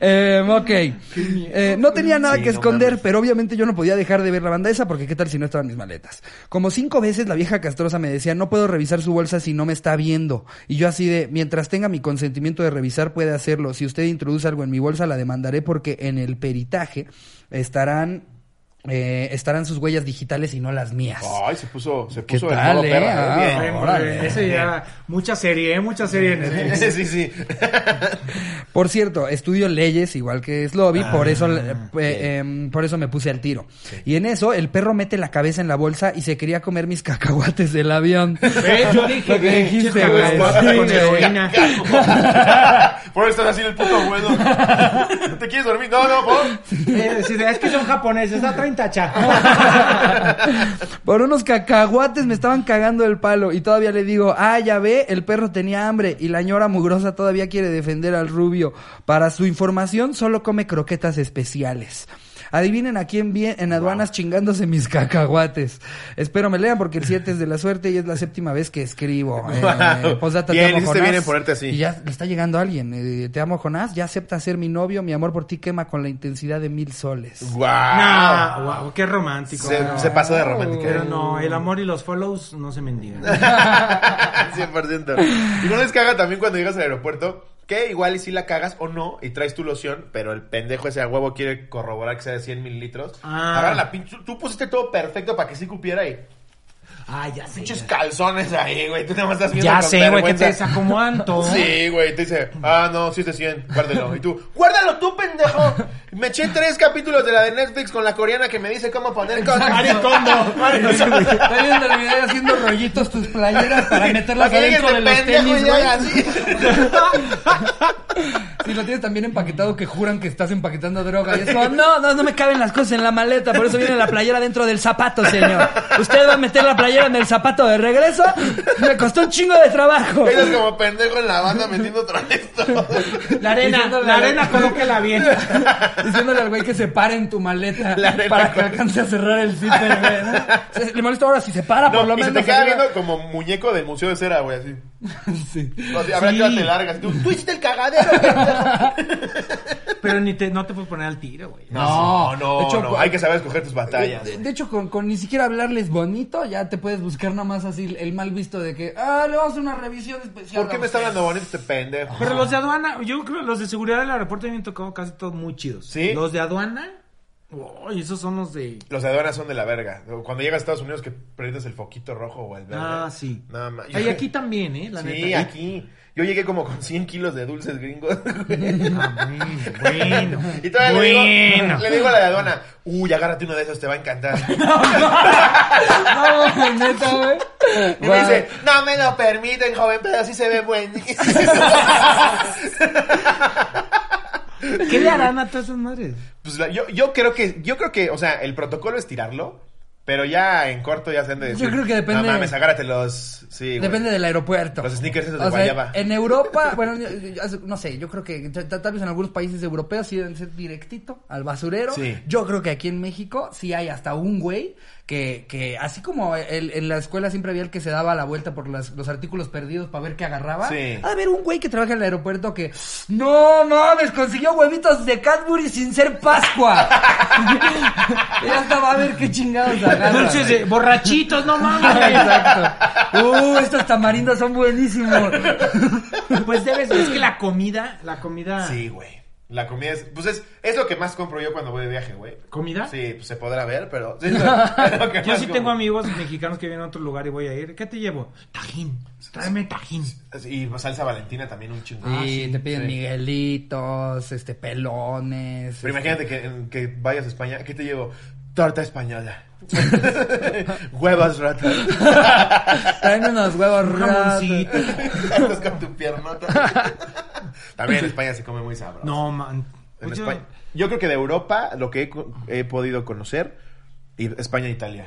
[SPEAKER 1] Eh, ok. Eh, no tenía nada
[SPEAKER 2] Sí,
[SPEAKER 1] que
[SPEAKER 2] no
[SPEAKER 1] esconder,
[SPEAKER 2] mames.
[SPEAKER 1] pero obviamente yo no podía dejar de ver la banda esa porque qué tal si no estaban mis maletas. Como cinco veces la vieja castrosa me decía, no puedo revisar su bolsa si no me está viendo. Y yo así de, mientras tenga mi consentimiento de revisar, puede hacerlo. Si usted introduce algo en mi bolsa, la demandaré porque en el peritaje estarán... eh, estarán sus huellas digitales y no las mías.
[SPEAKER 2] Ay, se puso, se
[SPEAKER 1] ¿Qué tal, eh? Ah,
[SPEAKER 2] bien.
[SPEAKER 1] órale.
[SPEAKER 3] Ese ya, mucha serie, ¿eh? mucha serie en el...
[SPEAKER 2] Sí, sí, sí.
[SPEAKER 1] Por cierto, estudio leyes igual que Slobby, por eso eh, em, por eso me puse al tiro. Y en eso el perro mete la cabeza en la bolsa y se quería comer mis cacahuates del avión.
[SPEAKER 3] Eh, yo dije,
[SPEAKER 1] Lo que
[SPEAKER 3] güey,
[SPEAKER 1] dijiste,
[SPEAKER 3] chica,
[SPEAKER 1] güey.
[SPEAKER 3] güey,
[SPEAKER 1] Sí,
[SPEAKER 3] con
[SPEAKER 1] güey.
[SPEAKER 3] heroína.
[SPEAKER 2] Por eso estás así en el puto vuelo. ¿Te quieres dormir? No, no, por.
[SPEAKER 3] Eh, sí, es que son japoneses, da 30 cha.
[SPEAKER 1] Por unos cacahuates me estaban cagando el palo y todavía le digo, ah, ya ve, el perro tenía hambre y la ñora mugrosa todavía quiere defender al rubio. Para su información, solo come croquetas especiales. Adivinen a quién vi en aduanas chingándose mis cacahuates. Espero me lean porque el 7 es de la suerte y es la séptima vez que escribo. Eh,
[SPEAKER 2] Wow.
[SPEAKER 1] postdata,
[SPEAKER 2] Bien,
[SPEAKER 1] te amo,
[SPEAKER 2] hiciste
[SPEAKER 1] Jonás.
[SPEAKER 2] bien en ponerte así.
[SPEAKER 1] Y ya le está llegando alguien. Eh, te amo, Jonás. Ya acepta ser mi novio. Mi amor por ti quema con la intensidad de mil soles.
[SPEAKER 2] ¡Guau!
[SPEAKER 3] No, guau, qué romántico.
[SPEAKER 2] Se, se pasó de romántica.
[SPEAKER 3] Pero no, el amor y los follows no se mendigan.
[SPEAKER 2] 100%. Y no les caga también cuando llegas al aeropuerto, que igual y si la cagas o no, y traes tu loción, pero el pendejo ese a huevo quiere corroborar que sea de 100 mililitros.
[SPEAKER 3] Ah.
[SPEAKER 2] Agarra la pinche. Tú pusiste todo perfecto para que sí cupiera y
[SPEAKER 3] Ah, ya sé.
[SPEAKER 2] pinches calzones ahí, güey. Tú nada más estás viendo.
[SPEAKER 3] Ya
[SPEAKER 2] con
[SPEAKER 3] sé, güey, que te
[SPEAKER 2] vergüenza.
[SPEAKER 3] desacomodan todo.
[SPEAKER 1] ¿Eh?
[SPEAKER 2] Sí, güey, te dice, ah, no, sí es de 100, guárdelo. Y tú, guárdalo tú, pendejo. Me eché tres capítulos de la de Netflix con la coreana que me dice cómo poner cosas.
[SPEAKER 3] Maricondo, maricondo.
[SPEAKER 1] Está viendo el video haciendo rollitos tus playeras para meterlas
[SPEAKER 2] Para que
[SPEAKER 1] adentro de
[SPEAKER 2] digas de
[SPEAKER 1] los
[SPEAKER 2] pendejo
[SPEAKER 1] tenis,
[SPEAKER 2] y
[SPEAKER 1] güey.
[SPEAKER 2] haga así.
[SPEAKER 1] Si lo tienes también empaquetado que juran que estás empaquetando droga. Y es como, no, no, no me caben las cosas en la maleta, por eso viene la playera dentro del zapato, señor. Usted va a meter la playera en el zapato de regreso. Me costó un chingo de trabajo.
[SPEAKER 2] Estás como pendejo en la banda metiendo otra vez todo.
[SPEAKER 3] La arena,
[SPEAKER 1] Diciéndole
[SPEAKER 3] la
[SPEAKER 1] a la-
[SPEAKER 3] arena, colóquela bien.
[SPEAKER 1] Diciéndole al güey que se pare en tu maleta
[SPEAKER 2] La arena,
[SPEAKER 1] para que
[SPEAKER 2] güey.
[SPEAKER 1] alcance a cerrar el zipper, güey. ¿no? Se- Le molesta ahora si se para, por lo
[SPEAKER 2] y se
[SPEAKER 1] menos.
[SPEAKER 2] te queda
[SPEAKER 1] arriba.
[SPEAKER 2] viendo como muñeco del museo de cera, güey, así.
[SPEAKER 1] Sí.
[SPEAKER 2] O sea, habrá
[SPEAKER 3] Sí.
[SPEAKER 2] que darte largas. Tú, tú hiciste el cagadero. pendejo.
[SPEAKER 3] Pero ni te, no te puedes poner al tiro, güey.
[SPEAKER 1] No,
[SPEAKER 2] no,
[SPEAKER 1] de hecho,
[SPEAKER 2] no.
[SPEAKER 1] cu-
[SPEAKER 2] Hay que saber escoger tus batallas.
[SPEAKER 1] Eh, De, de hecho, con, con ni siquiera hablarles bonito, ya te puedes buscar nada más así el mal visto de que, ah, le vamos a hacer una revisión especial.
[SPEAKER 2] ¿Por qué me está hablando bonito este pendejo?
[SPEAKER 3] Pero los de aduana, yo creo que los de seguridad del aeropuerto me han tocado casi todos muy chidos.
[SPEAKER 2] ¿Sí?
[SPEAKER 3] Los de aduana, Uy, esos son los de.
[SPEAKER 2] Los de aduanas son de la verga. Cuando llegas a Estados Unidos que prendes el foquito rojo o el verde.
[SPEAKER 3] Ah, sí.
[SPEAKER 2] Nada más.
[SPEAKER 3] Ay, aquí también, ¿eh? La
[SPEAKER 2] sí,
[SPEAKER 3] neta.
[SPEAKER 2] aquí. Yo llegué como con 100 kilos de dulces gringos.
[SPEAKER 3] Ah, bueno.
[SPEAKER 2] Y todavía le, digo,
[SPEAKER 3] bueno.
[SPEAKER 2] le digo a la de aduana, uy, agárrate uno de esos, te va a encantar.
[SPEAKER 1] No, neta, güey.
[SPEAKER 2] Y
[SPEAKER 1] Wow.
[SPEAKER 2] me dice, no me lo permiten, joven, pero sí se ve buenísimo.
[SPEAKER 3] ¿Qué le harán a todas esas madres?
[SPEAKER 2] Pues la- yo, yo creo que, yo creo que, o sea, el protocolo es tirarlo, pero ya en corto ya se han de decir.
[SPEAKER 1] Yo creo que depende-
[SPEAKER 2] No mames, agárrate los. Sí, güey.
[SPEAKER 1] Depende del aeropuerto.
[SPEAKER 2] Los sneakers esos de
[SPEAKER 1] O sea,
[SPEAKER 2] guayaba.
[SPEAKER 1] en Europa, bueno, yo- yo- no sé, yo creo que t- t- tal vez en algunos países europeos sí deben ser directito al basurero.
[SPEAKER 2] Sí.
[SPEAKER 1] Yo creo que aquí en México sí hay hasta un güey que, que así como el- en la escuela siempre había el que se daba la vuelta por las- los artículos perdidos para ver qué agarraba.
[SPEAKER 2] Sí.
[SPEAKER 1] Ha de haber un güey que trabaja en el aeropuerto que, no mames, consiguió huevitos de Cadbury sin ser Pascua. y hasta va a ver qué chingados agarra.
[SPEAKER 3] Dulces de borrachitos, no mames.
[SPEAKER 1] Exacto. Uh, estos tamarindos son buenísimos.
[SPEAKER 3] Pues debes, es que la comida, la comida.
[SPEAKER 2] Sí, güey. La comida es. Pues es, es lo que más compro yo cuando voy de viaje, güey.
[SPEAKER 3] ¿Comida?
[SPEAKER 2] Sí, pues se podrá ver, pero. sí, es lo- es lo que
[SPEAKER 3] ¿Ah? Yo
[SPEAKER 2] más
[SPEAKER 3] sí
[SPEAKER 2] compro.
[SPEAKER 3] tengo amigos mexicanos que vienen a otro lugar y voy a ir. ¿Qué te llevo? Tajín. Tráeme tajín.
[SPEAKER 2] Y pues, salsa valentina también un chingo.
[SPEAKER 1] Y te piden
[SPEAKER 2] Ah, Sí.
[SPEAKER 1] miguelitos, este, pelones. este,
[SPEAKER 2] Pero imagínate que, en- que vayas a España, ¿qué te llevo? Torta española. Huevos ratas.
[SPEAKER 1] Traen unos huevos
[SPEAKER 3] Un
[SPEAKER 1] raros.
[SPEAKER 3] jamoncito.
[SPEAKER 2] Estás con tu piernota. También en España se come muy sabroso.
[SPEAKER 3] No, man.
[SPEAKER 2] En
[SPEAKER 3] Pues yo-
[SPEAKER 2] España. Yo creo que de Europa, lo que he, co- he podido conocer, y España e Italia.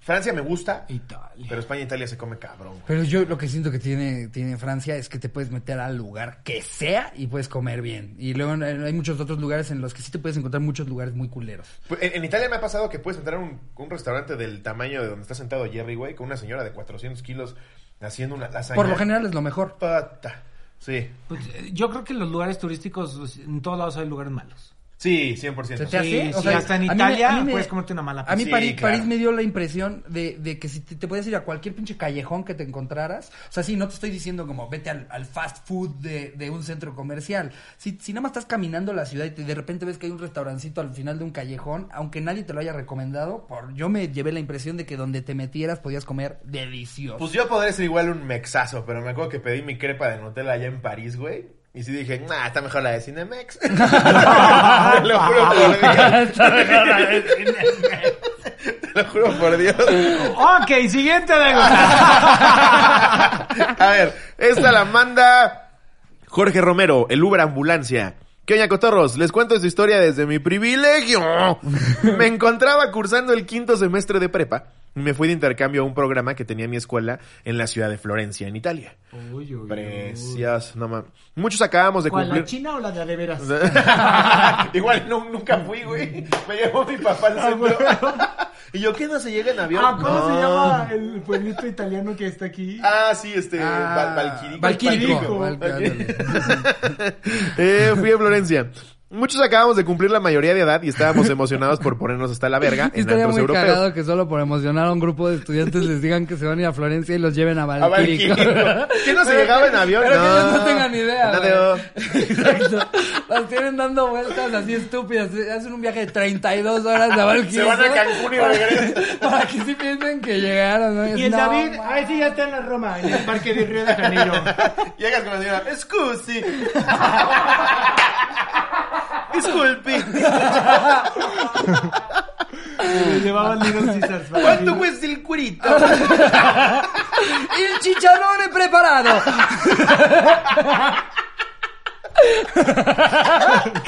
[SPEAKER 2] Francia me gusta,
[SPEAKER 3] Italia.
[SPEAKER 2] pero España e Italia se come cabrón. güey.
[SPEAKER 1] Pero yo lo que siento que tiene, tiene Francia es que te puedes meter al lugar que sea y puedes comer bien. Y luego eh, hay muchos otros lugares en los que sí te puedes encontrar muchos lugares muy culeros.
[SPEAKER 2] Pues, En, en Italia me ha pasado que puedes entrar a un, un restaurante del tamaño de donde está sentado Jerry, güey, con una señora de 400 kilos haciendo una lasaña.
[SPEAKER 1] Por lo general es lo mejor.
[SPEAKER 2] Puta. Sí,
[SPEAKER 3] Pues, eh, yo creo que los lugares turísticos, pues, en todos lados hay lugares malos.
[SPEAKER 2] sí, 100%.
[SPEAKER 1] ¿Se te
[SPEAKER 3] Sí,
[SPEAKER 1] hace?
[SPEAKER 3] sí, hasta en
[SPEAKER 1] a mí
[SPEAKER 3] Italia
[SPEAKER 1] a mí
[SPEAKER 3] puedes comerte una mala
[SPEAKER 1] A mí
[SPEAKER 2] pizza.
[SPEAKER 1] París,
[SPEAKER 2] Sí, claro.
[SPEAKER 1] París me dio la impresión de, de que si te, te puedes ir a cualquier pinche callejón que te encontraras. O sea, sí, no te estoy diciendo como vete al, al fast food de, de un centro comercial. Si, si nada más estás caminando la ciudad y te- de repente ves que hay un restaurancito al final de un callejón, aunque nadie te lo haya recomendado, por, yo me llevé la impresión de que donde te metieras podías comer delicioso.
[SPEAKER 2] Pues yo podría ser igual un mexazo, pero me acuerdo que pedí mi crepa de Nutella allá en París, güey. Y sí dije, nah, está mejor la de Cinemex. Te lo juro por Dios. Te lo juro por Dios.
[SPEAKER 3] ok, siguiente anécdota.
[SPEAKER 2] A ver, esta la manda Jorge Romero, el Uber Ambulancia. ¿Qué oña, cotorros? Les cuento esta historia desde mi privilegio. Me encontraba cursando el quinto semestre de prepa. y Me fui de intercambio a un programa que tenía mi escuela en la ciudad de Florencia, en Italia.
[SPEAKER 3] Uy, uy, uy.
[SPEAKER 2] Precioso, no mames. Muchos acabamos de
[SPEAKER 3] ¿Cuál, la
[SPEAKER 2] cumplir.
[SPEAKER 3] china o la de Adeveras?
[SPEAKER 2] Igual nu- nunca fui, güey. Me llevó mi papá al centro. y yo, ¿qué no se llega en avión?
[SPEAKER 3] Ah, ¿cómo se
[SPEAKER 2] No.
[SPEAKER 3] llama el pueblito italiano que está aquí?
[SPEAKER 2] Ah, sí, este. Val-
[SPEAKER 1] Ah,
[SPEAKER 2] Valquirico.
[SPEAKER 1] Valquírico.
[SPEAKER 3] Valquírico.
[SPEAKER 1] Val- ándale.
[SPEAKER 2] Eh, fui a Florencia. Muchos acabamos de cumplir la mayoría de edad y estábamos emocionados por ponernos hasta la verga en
[SPEAKER 1] Estaría
[SPEAKER 2] antros
[SPEAKER 1] muy
[SPEAKER 2] europeos.
[SPEAKER 1] cagado que solo por emocionar a un grupo de estudiantes les digan que se van a ir a Florencia y los lleven a
[SPEAKER 2] A
[SPEAKER 1] Valquírico.
[SPEAKER 2] Valquirico. ¿Qué no se llegaba en avión?
[SPEAKER 1] Pero que ellos no tengan idea.
[SPEAKER 2] No,
[SPEAKER 1] güey.
[SPEAKER 2] no.
[SPEAKER 1] Exacto. Las tienen dando vueltas así estúpidas. Hacen un viaje de 32 horas de Valkyrie.
[SPEAKER 2] Se van a Cancún y regresan.
[SPEAKER 1] Para que sí piensen que llegaron. ¿no?
[SPEAKER 3] Y el
[SPEAKER 1] No,
[SPEAKER 3] David,
[SPEAKER 1] ma-
[SPEAKER 3] ahí sí ya está en la Roma, en el parque de Río de Janeiro.
[SPEAKER 2] Llegas con la señora, excusi. Disculpe.
[SPEAKER 3] Le llevaban Little Caesars. para
[SPEAKER 2] ¿Cuánto
[SPEAKER 3] mí.
[SPEAKER 2] cuesta el curito?
[SPEAKER 1] El chicharrón es preparado.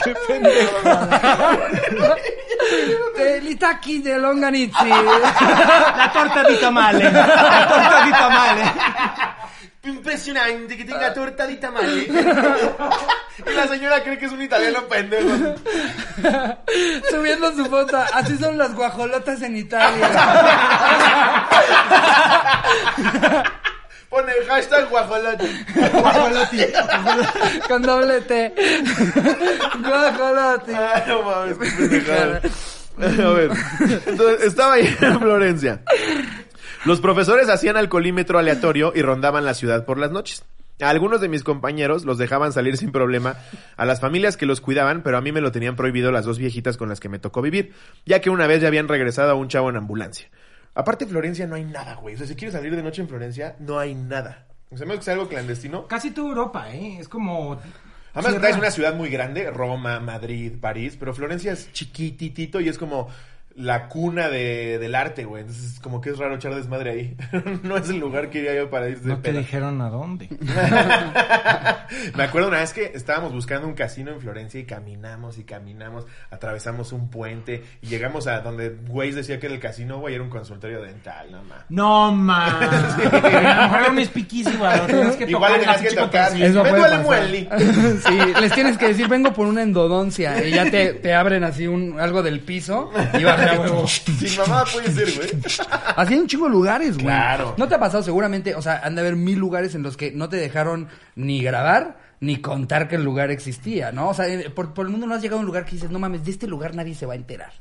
[SPEAKER 1] Qué Eh, Li tacchi de longanizzi.
[SPEAKER 3] La torta di tamale. La torta di tamale.
[SPEAKER 2] Impresionante que tenga torta de tamale. y la señora cree que es un italiano pendejo.
[SPEAKER 1] Subiendo su foto. Así son las guajolotas en Italia.
[SPEAKER 2] Pone el hashtag guajolote.
[SPEAKER 3] Guajolote.
[SPEAKER 1] Con doble T. Guajolotti.
[SPEAKER 2] Ah, no mames, qué pendejada. A ver, entonces, estaba ahí en Florencia. Los profesores hacían alcoholímetro aleatorio y rondaban la ciudad por las noches. A algunos de mis compañeros los dejaban salir sin problema a las familias que los cuidaban, pero a mí me lo tenían prohibido las dos viejitas con las que me tocó vivir, ya que una vez ya habían regresado a un chavo en ambulancia. Aparte, Florencia no hay nada, güey. O sea, si quieres salir de noche en Florencia, no hay nada. O sea, menos que sea algo clandestino.
[SPEAKER 3] Casi toda Europa, ¿eh? Es como...
[SPEAKER 2] Además,
[SPEAKER 3] Sierra.
[SPEAKER 2] está es una ciudad muy grande, Roma, Madrid, París, pero Florencia es chiquititito y es como la cuna de, del arte, güey. Entonces, es como que es raro echar desmadre ahí. no es el lugar que iría yo para irse de
[SPEAKER 3] No te
[SPEAKER 2] peda.
[SPEAKER 3] dijeron a dónde.
[SPEAKER 2] Me acuerdo una vez que estábamos buscando un casino en Florencia y caminamos y caminamos, atravesamos un puente y llegamos a donde güey decía que era el casino, güey, era un consultorio dental, no mames.
[SPEAKER 3] No, man. A lo mejor era un espiquísimo, lo tenías que
[SPEAKER 2] Igual
[SPEAKER 3] tocar,
[SPEAKER 2] le tenías
[SPEAKER 3] así,
[SPEAKER 2] que
[SPEAKER 3] chico,
[SPEAKER 2] tocar.
[SPEAKER 3] pero
[SPEAKER 2] Me
[SPEAKER 3] sí.
[SPEAKER 1] Eso puede
[SPEAKER 2] duele
[SPEAKER 1] pasar.
[SPEAKER 2] mueli.
[SPEAKER 1] Sí, les tienes que decir, vengo por una endodoncia. Y ya te, te abren así un, algo del piso y baja a huevo.
[SPEAKER 2] Sin mamá puede ser, güey.
[SPEAKER 1] Así hay un chingo de lugares, güey.
[SPEAKER 2] Claro.
[SPEAKER 1] ¿No te ha pasado seguramente? O sea, han de haber mil lugares en los que no te dejaron ni grabar ni contar que el lugar existía, ¿no? O sea, eh, por, por el mundo no has llegado a un lugar que dices, no mames, de este lugar nadie se va a enterar.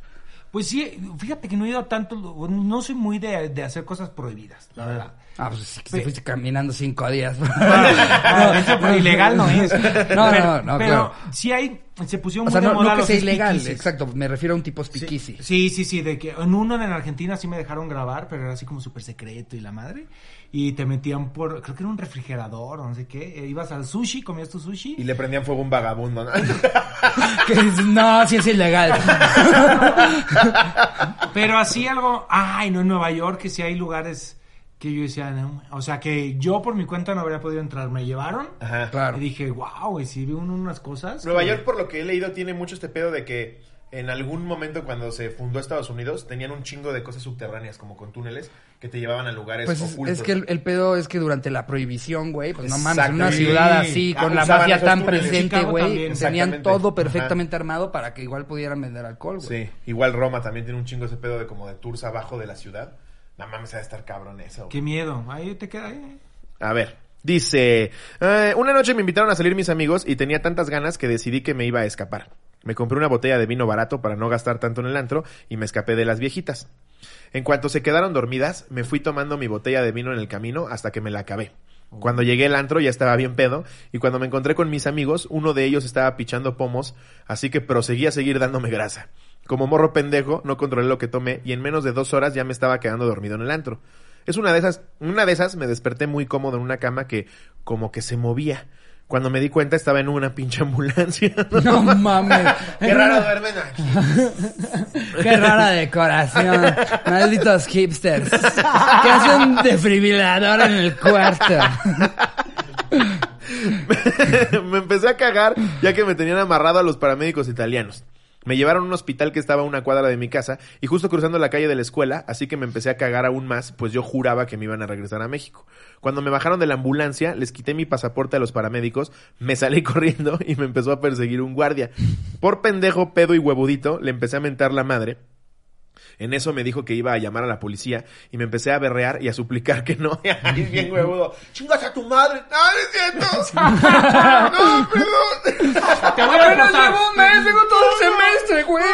[SPEAKER 3] Pues sí, fíjate que no he ido a tanto, no soy muy de, de hacer cosas prohibidas, la verdad.
[SPEAKER 1] Ah, pues sí, que
[SPEAKER 3] Pe-
[SPEAKER 1] se fuiste caminando cinco días.
[SPEAKER 3] No, de hecho, pues, ilegal no es.
[SPEAKER 1] No,
[SPEAKER 3] pero,
[SPEAKER 1] no, no,
[SPEAKER 3] pero
[SPEAKER 1] claro.
[SPEAKER 3] sí hay, se pusieron
[SPEAKER 1] O
[SPEAKER 3] muy
[SPEAKER 1] sea,
[SPEAKER 3] de
[SPEAKER 1] no,
[SPEAKER 3] moda
[SPEAKER 1] no que
[SPEAKER 3] los
[SPEAKER 1] sea ilegal,
[SPEAKER 3] espiquisis.
[SPEAKER 1] exacto. Me refiero a un tipo
[SPEAKER 3] Sí,
[SPEAKER 1] speakeasy.
[SPEAKER 3] sí, sí, sí, de que en uno en Argentina sí me dejaron grabar, pero era así como súper secreto y la madre. Y te metían por, creo que era un refrigerador o no sé qué. eh, ibas al sushi, comías tu sushi.
[SPEAKER 2] Y le prendían fuego a un vagabundo, ¿no?
[SPEAKER 1] Que dices, no, sí es ilegal.
[SPEAKER 3] Pero así algo, ay, no, en Nueva York que sí hay lugares que yo decía, no, o sea, que yo por mi cuenta no habría podido entrar. Me llevaron
[SPEAKER 2] Ajá.
[SPEAKER 1] Claro.
[SPEAKER 3] y dije, wow, y sí vi uno unas cosas.
[SPEAKER 2] Nueva
[SPEAKER 3] que-
[SPEAKER 2] York, por lo que he leído, tiene mucho este pedo de que en algún momento cuando se fundó Estados Unidos tenían un chingo de cosas subterráneas, como con túneles, que te llevaban a lugares
[SPEAKER 1] Pues es,
[SPEAKER 2] ocultos.
[SPEAKER 1] es que el, el pedo es que durante la prohibición, güey, pues no mames, en
[SPEAKER 2] Exacto,
[SPEAKER 1] una
[SPEAKER 2] sí.
[SPEAKER 1] ciudad así,
[SPEAKER 2] Ah,
[SPEAKER 1] con la
[SPEAKER 2] usaban
[SPEAKER 1] mafia
[SPEAKER 2] esos
[SPEAKER 1] tan
[SPEAKER 2] túneles.
[SPEAKER 1] presente,
[SPEAKER 3] Chicago
[SPEAKER 1] güey,
[SPEAKER 3] también.
[SPEAKER 1] tenían
[SPEAKER 2] Exactamente.
[SPEAKER 1] todo
[SPEAKER 2] Ajá.
[SPEAKER 1] perfectamente armado para que igual pudieran vender alcohol, güey.
[SPEAKER 2] Sí, igual Roma también tiene un chingo ese pedo de como de tours abajo de la ciudad. No mames, ha de estar cabrón eso.
[SPEAKER 3] Qué miedo, ahí te queda. eh.
[SPEAKER 2] A ver, dice, "Eh, una noche me invitaron a salir mis amigos y tenía tantas ganas que decidí que me iba a escapar. Me compré una botella de vino barato para no gastar tanto en el antro y me escapé de las viejitas. En cuanto se quedaron dormidas, me fui tomando mi botella de vino en el camino hasta que me la acabé. Cuando llegué al antro ya estaba bien pedo y cuando me encontré con mis amigos, uno de ellos estaba pichando pomos, así que proseguí a seguir dándome grasa. Como morro pendejo, no controlé lo que tomé y en menos de dos horas ya me estaba quedando dormido en el antro. Es una de esas, una de esas me desperté muy cómodo en una cama que como que se movía. Cuando me di cuenta estaba en una pinche ambulancia.
[SPEAKER 1] No mames.
[SPEAKER 2] Qué raro duermen aquí.
[SPEAKER 1] Qué rara decoración. Malditos hipsters. ¿Qué hacen defibrilador en el cuarto?
[SPEAKER 2] me empecé a cagar ya que me tenían amarrado a los paramédicos italianos. Me llevaron a un hospital que estaba a una cuadra de mi casa y justo cruzando la calle de la escuela, así que me empecé a cagar aún más, pues yo juraba que me iban a regresar a México. Cuando me bajaron de la ambulancia, les quité mi pasaporte a los paramédicos, me salí corriendo y me empezó a perseguir un guardia. Por pendejo, pedo y huevudito, le empecé a mentar la madre. En eso me dijo que iba a llamar a la policía y me empecé a berrear y a suplicar que no. Ay, bien huevudo. ¡Chingas a tu madre! ¡No, no es cierto! ¡No, perdón!
[SPEAKER 3] Te voy a reportar.
[SPEAKER 1] mes, llevo todo el semestre, güey.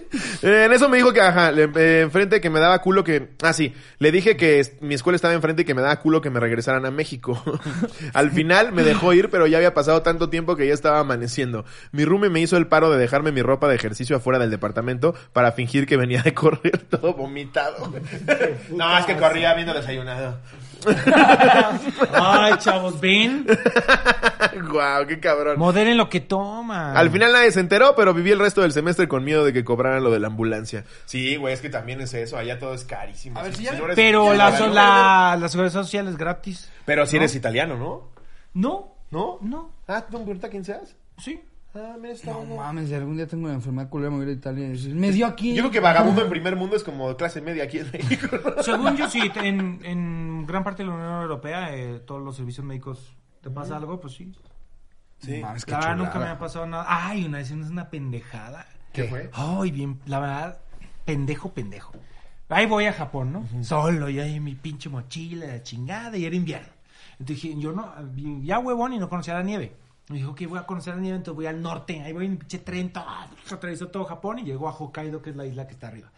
[SPEAKER 2] Eh, en eso me dijo que, ajá, le- eh, enfrente que me daba culo que... Ah, sí. Le dije que es- mi escuela estaba enfrente y que me daba culo que me regresaran a México. Al final me dejó ir, pero ya había pasado tanto tiempo que ya estaba amaneciendo. Mi roomie me hizo el paro de dejarme mi ropa de ejercicio afuera del departamento para fingir que venía de correr todo vomitado. no, es que corría habiendo desayunado.
[SPEAKER 3] Ay, chavos, ven.
[SPEAKER 2] Guau, qué cabrón.
[SPEAKER 3] Moderen lo que toman.
[SPEAKER 2] Al final nadie se enteró, pero viví el resto del semestre con miedo de que cobraran lo de la ambulancia. Sí, güey, es que también es eso. Allá todo es carísimo.
[SPEAKER 1] A ver,
[SPEAKER 2] Sí,
[SPEAKER 1] si ya-
[SPEAKER 2] no eres-
[SPEAKER 3] Pero
[SPEAKER 2] sí,
[SPEAKER 3] la,
[SPEAKER 2] no,
[SPEAKER 3] so-
[SPEAKER 2] no,
[SPEAKER 3] la, la seguridad social es gratis.
[SPEAKER 2] no. Pero si eres italiano, ¿no?
[SPEAKER 3] No,
[SPEAKER 2] ¿No?
[SPEAKER 3] no,
[SPEAKER 2] Ah, ¿tú no importa quién seas?
[SPEAKER 3] sí.
[SPEAKER 2] Ah, mira, está
[SPEAKER 1] No
[SPEAKER 2] bueno.
[SPEAKER 1] mames, si algún día tengo una enfermedad culera, me voy a ir a Italia y decir, me dio aquí.
[SPEAKER 2] Yo creo que vagabundo en primer mundo es como clase media aquí en México.
[SPEAKER 3] Según yo, sí, en, en gran parte de la Unión Europea, eh, todos los servicios médicos, ¿te pasa algo? Pues sí.
[SPEAKER 2] Sí.
[SPEAKER 1] Mames, qué
[SPEAKER 3] La verdad, nunca me
[SPEAKER 1] Ah, chulada.
[SPEAKER 3] ha pasado nada. Ay, una vez es una pendejada.
[SPEAKER 2] ¿Qué fue?
[SPEAKER 3] Ay, bien, la verdad, pendejo, pendejo. Ahí voy a Japón, ¿no? Solo, y ahí mi pinche mochila, la chingada, y era invierno. Entonces dije, yo no, ya huevón y no conocía la nieve. Me dijo, ok, voy a conocer la nieve, entonces voy al norte, ahí voy en pinche tren, todo, atravesó todo Japón y llegó a Hokkaido, que es la isla que está arriba.